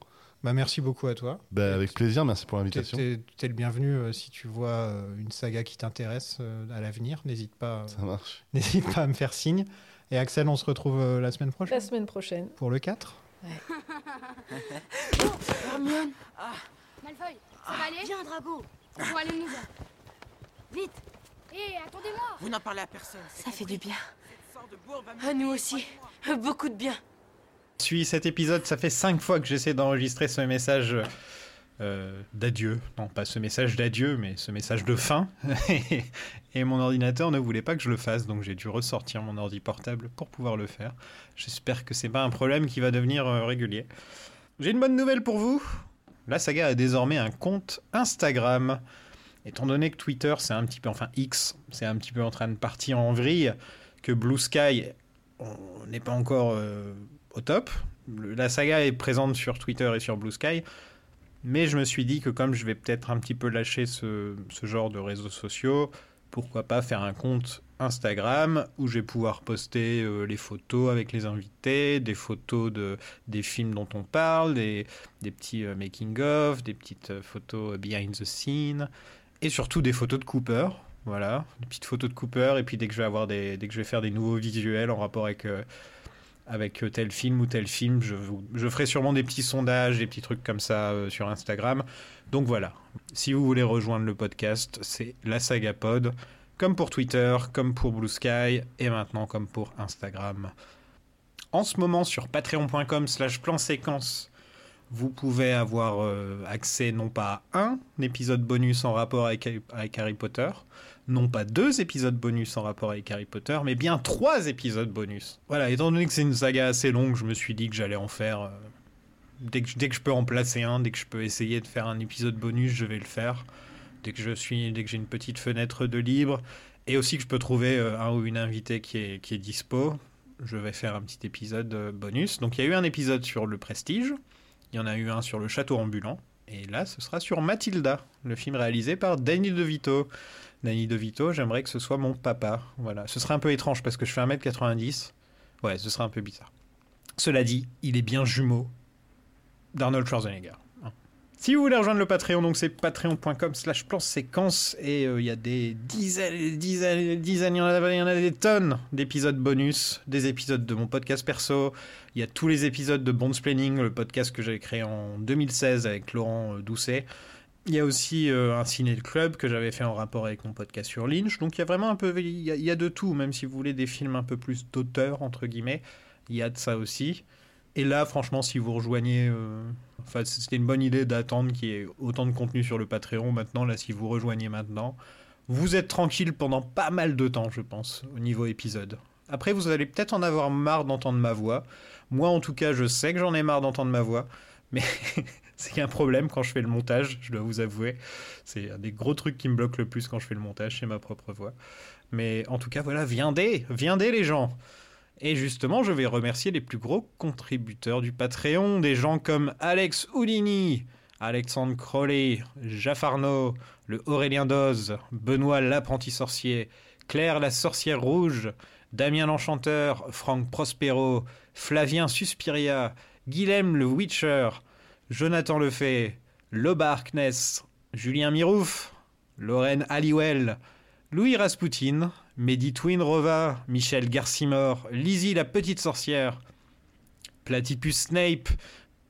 [SPEAKER 8] Bah, merci beaucoup à toi.
[SPEAKER 9] Bah, avec plaisir, merci pour
[SPEAKER 8] T'es
[SPEAKER 9] l'invitation.
[SPEAKER 8] t'es- t'es le bienvenu euh, si tu vois euh, une saga qui t'intéresse euh, à l'avenir. N'hésite pas, euh,
[SPEAKER 9] Ça marche.
[SPEAKER 8] n'hésite pas à me faire signe. Et Axel, on se retrouve euh, la semaine prochaine
[SPEAKER 10] la semaine prochaine.
[SPEAKER 8] pour le 4.
[SPEAKER 14] Hermione Malfoy, ça va aller Viens, Drago Faut aller nous voir. Vite Hé, attendez-moi
[SPEAKER 13] Vous n'en parlez à personne.
[SPEAKER 22] Ça fait du bien. Euh,
[SPEAKER 13] Cette sorte de bourbe va me-
[SPEAKER 22] À nous aussi. Beaucoup de Euh, bien.
[SPEAKER 8] suis cet épisode, ça fait cinq fois que j'essaie d'enregistrer ce message euh, d'adieu. Non, pas ce message d'adieu, mais ce message de fin. et mon ordinateur ne voulait pas que je le fasse, donc j'ai dû ressortir mon ordi portable pour pouvoir le faire. J'espère que c'est pas un problème qui va devenir euh, régulier. J'ai une bonne nouvelle pour vous. La saga a désormais un compte Instagram. Étant donné que Twitter, c'est un petit peu, enfin X, c'est un petit peu en train de partir en vrille, que Blue Sky, on n'est pas encore euh, au top. Le- La saga est présente sur Twitter et sur Blue Sky. Mais je me suis dit que comme je vais peut-être un petit peu lâcher ce, ce genre de réseaux sociaux, pourquoi pas faire un compte Instagram où je vais pouvoir poster euh, les photos avec les invités, des photos de, des films dont on parle, des, des petits making-of, des petites euh, photos euh, behind the scene, et surtout des photos de Cooper. Voilà, des petites photos de Cooper, et puis dès que je vais, avoir des, dès que je vais faire des nouveaux visuels en rapport avec... euh, avec euh, tel film ou tel film. Je, vous- je ferai sûrement des petits sondages, des petits trucs comme ça euh, sur Instagram. Donc voilà, si vous voulez rejoindre le podcast, c'est la saga pod, comme pour Twitter, comme pour Blue Sky, et maintenant comme pour Instagram. En ce moment, sur patreon.com slash plan séquence, vous pouvez avoir euh, accès non pas à un épisode bonus en rapport avec, avec Harry Potter, non pas deux épisodes bonus en rapport avec Harry Potter, mais bien trois épisodes bonus. Voilà, étant donné que c'est une saga assez longue, je me suis dit que j'allais en faire... euh, dès, que, dès que je peux en placer un, dès que je peux essayer de faire un épisode bonus, je vais le faire. Dès que je suis, dès que j'ai une petite fenêtre de libre, et aussi que je peux trouver euh, un ou une invitée qui est, qui est dispo, je vais faire un petit épisode euh, bonus. Donc il y a eu un épisode sur le Prestige, il y en a eu un sur le Château ambulant, et là ce sera sur Mathilda, le film réalisé par Danny DeVito. Danny DeVito, j'aimerais que ce soit mon papa. Voilà, ce serait un peu étrange parce que je fais 1m90. Ouais, ce serait un peu bizarre. Cela dit, il est bien jumeau d'Arnold Schwarzenegger. hein. Si vous voulez rejoindre le Patreon, donc c'est patreon.com slash plan séquence et euh, il y a des dizaines, et des dizaines, et des dizaines, il y en a, il y en a des tonnes d'épisodes bonus, des épisodes de mon podcast perso, il y a tous les épisodes de Bones Planning, le podcast que j'avais créé en 2016 avec Laurent euh, Doucet. Il y a aussi euh, un ciné de club que j'avais fait en rapport avec mon podcast sur Lynch. Donc il y a vraiment un peu, il y a, il y a de tout, même si vous voulez des films un peu plus d'auteur entre guillemets, il y a de ça aussi. Et là, franchement, si vous rejoignez, euh, enfin, c- c'était une bonne idée d'attendre qu'il y ait autant de contenu sur le Patreon maintenant. Là, si vous rejoignez maintenant, vous êtes tranquille pendant pas mal de temps, je pense, au niveau épisode. Après, vous allez peut-être en avoir marre d'entendre ma voix. Moi, en tout cas, je sais que j'en ai marre d'entendre ma voix, mais c'est un problème quand je fais le montage, je dois vous avouer. C'est un des gros trucs qui me bloque le plus quand je fais le montage, c'est ma propre voix. Mais en tout cas, voilà, viendez, viendez les gens. Et justement, je vais remercier les plus gros contributeurs du Patreon, des gens comme Alex Houdini, Alexandre Crowley, Jaffarno, le Aurélien Doz, Benoît l'apprenti sorcier, Claire la sorcière rouge, Damien l'enchanteur, Franck Prospero, Flavien Suspiria, Guilhem le Witcher, Jonathan Lefay, Loba Harkness, Julien Mirouf, Lorraine Halliwell, Louis Raspoutine, Mehdi Twin Rova, Michel Garcimore, Lizzie la petite sorcière, Platypus Snape,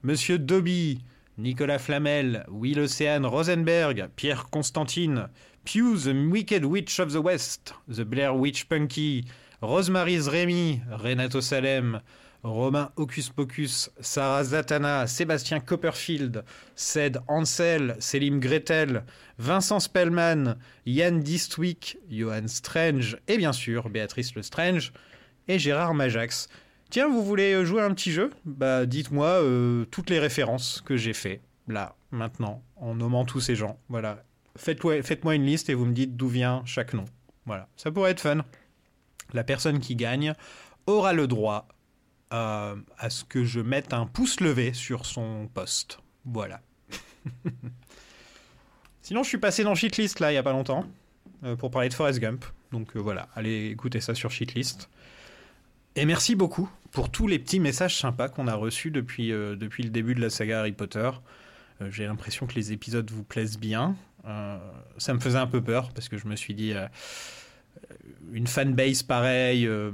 [SPEAKER 8] Monsieur Dobby, Nicolas Flamel, Will Océane Rosenberg, Pierre Constantine, Pew the Wicked Witch of the West, The Blair Witch Punky, Rosemary's Rémy, Renato Salem, Romain Hocus Pocus, Sarah Zatana, Sébastien Copperfield, Ced Ansel, Selim Gretel, Vincent Spellman, Yann Distwick, Johan Strange et bien sûr Béatrice Le Strange et Gérard Majax. Tiens, vous voulez euh, jouer à un petit jeu Bah, dites-moi euh, toutes les références que j'ai fait là, maintenant, en nommant tous ces gens. Voilà. Faites-moi faites-moi une liste et vous me dites d'où vient chaque nom. Voilà. Ça pourrait être fun. La personne qui gagne aura le droit euh, à ce que je mette un pouce levé sur son poste. Voilà. Sinon, je suis passé dans Shitlist là, il n'y a pas longtemps, euh, pour parler de Forrest Gump. Donc euh, voilà, allez écouter ça sur Shitlist. Et merci beaucoup pour tous les petits messages sympas qu'on a reçus depuis, euh, depuis le début de la saga Harry Potter. Euh, J'ai l'impression que les épisodes vous plaisent bien. Euh, ça me faisait un peu peur parce que je me suis dit, euh, une fanbase pareille euh,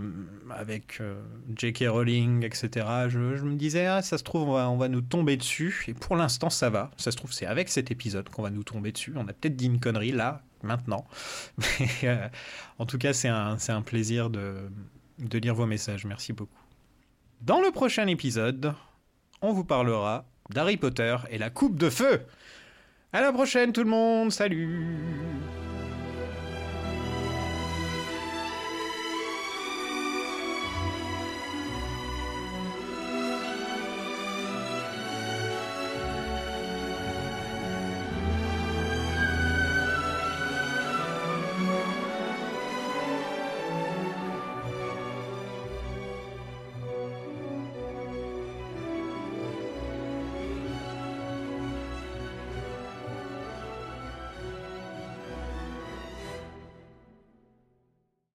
[SPEAKER 8] avec euh, J.K. Rowling, etc. Je, je me disais, ah, ça se trouve, on va, on va nous tomber dessus. Et pour l'instant, ça va. Ça se trouve, c'est avec cet épisode qu'on va nous tomber dessus. On a peut-être dit une connerie là, maintenant. Mais euh, en tout cas, c'est un, c'est un plaisir de, de lire vos messages. Merci beaucoup. Dans le prochain épisode, on vous parlera d'Harry Potter et la coupe de feu. À la prochaine tout le monde, salut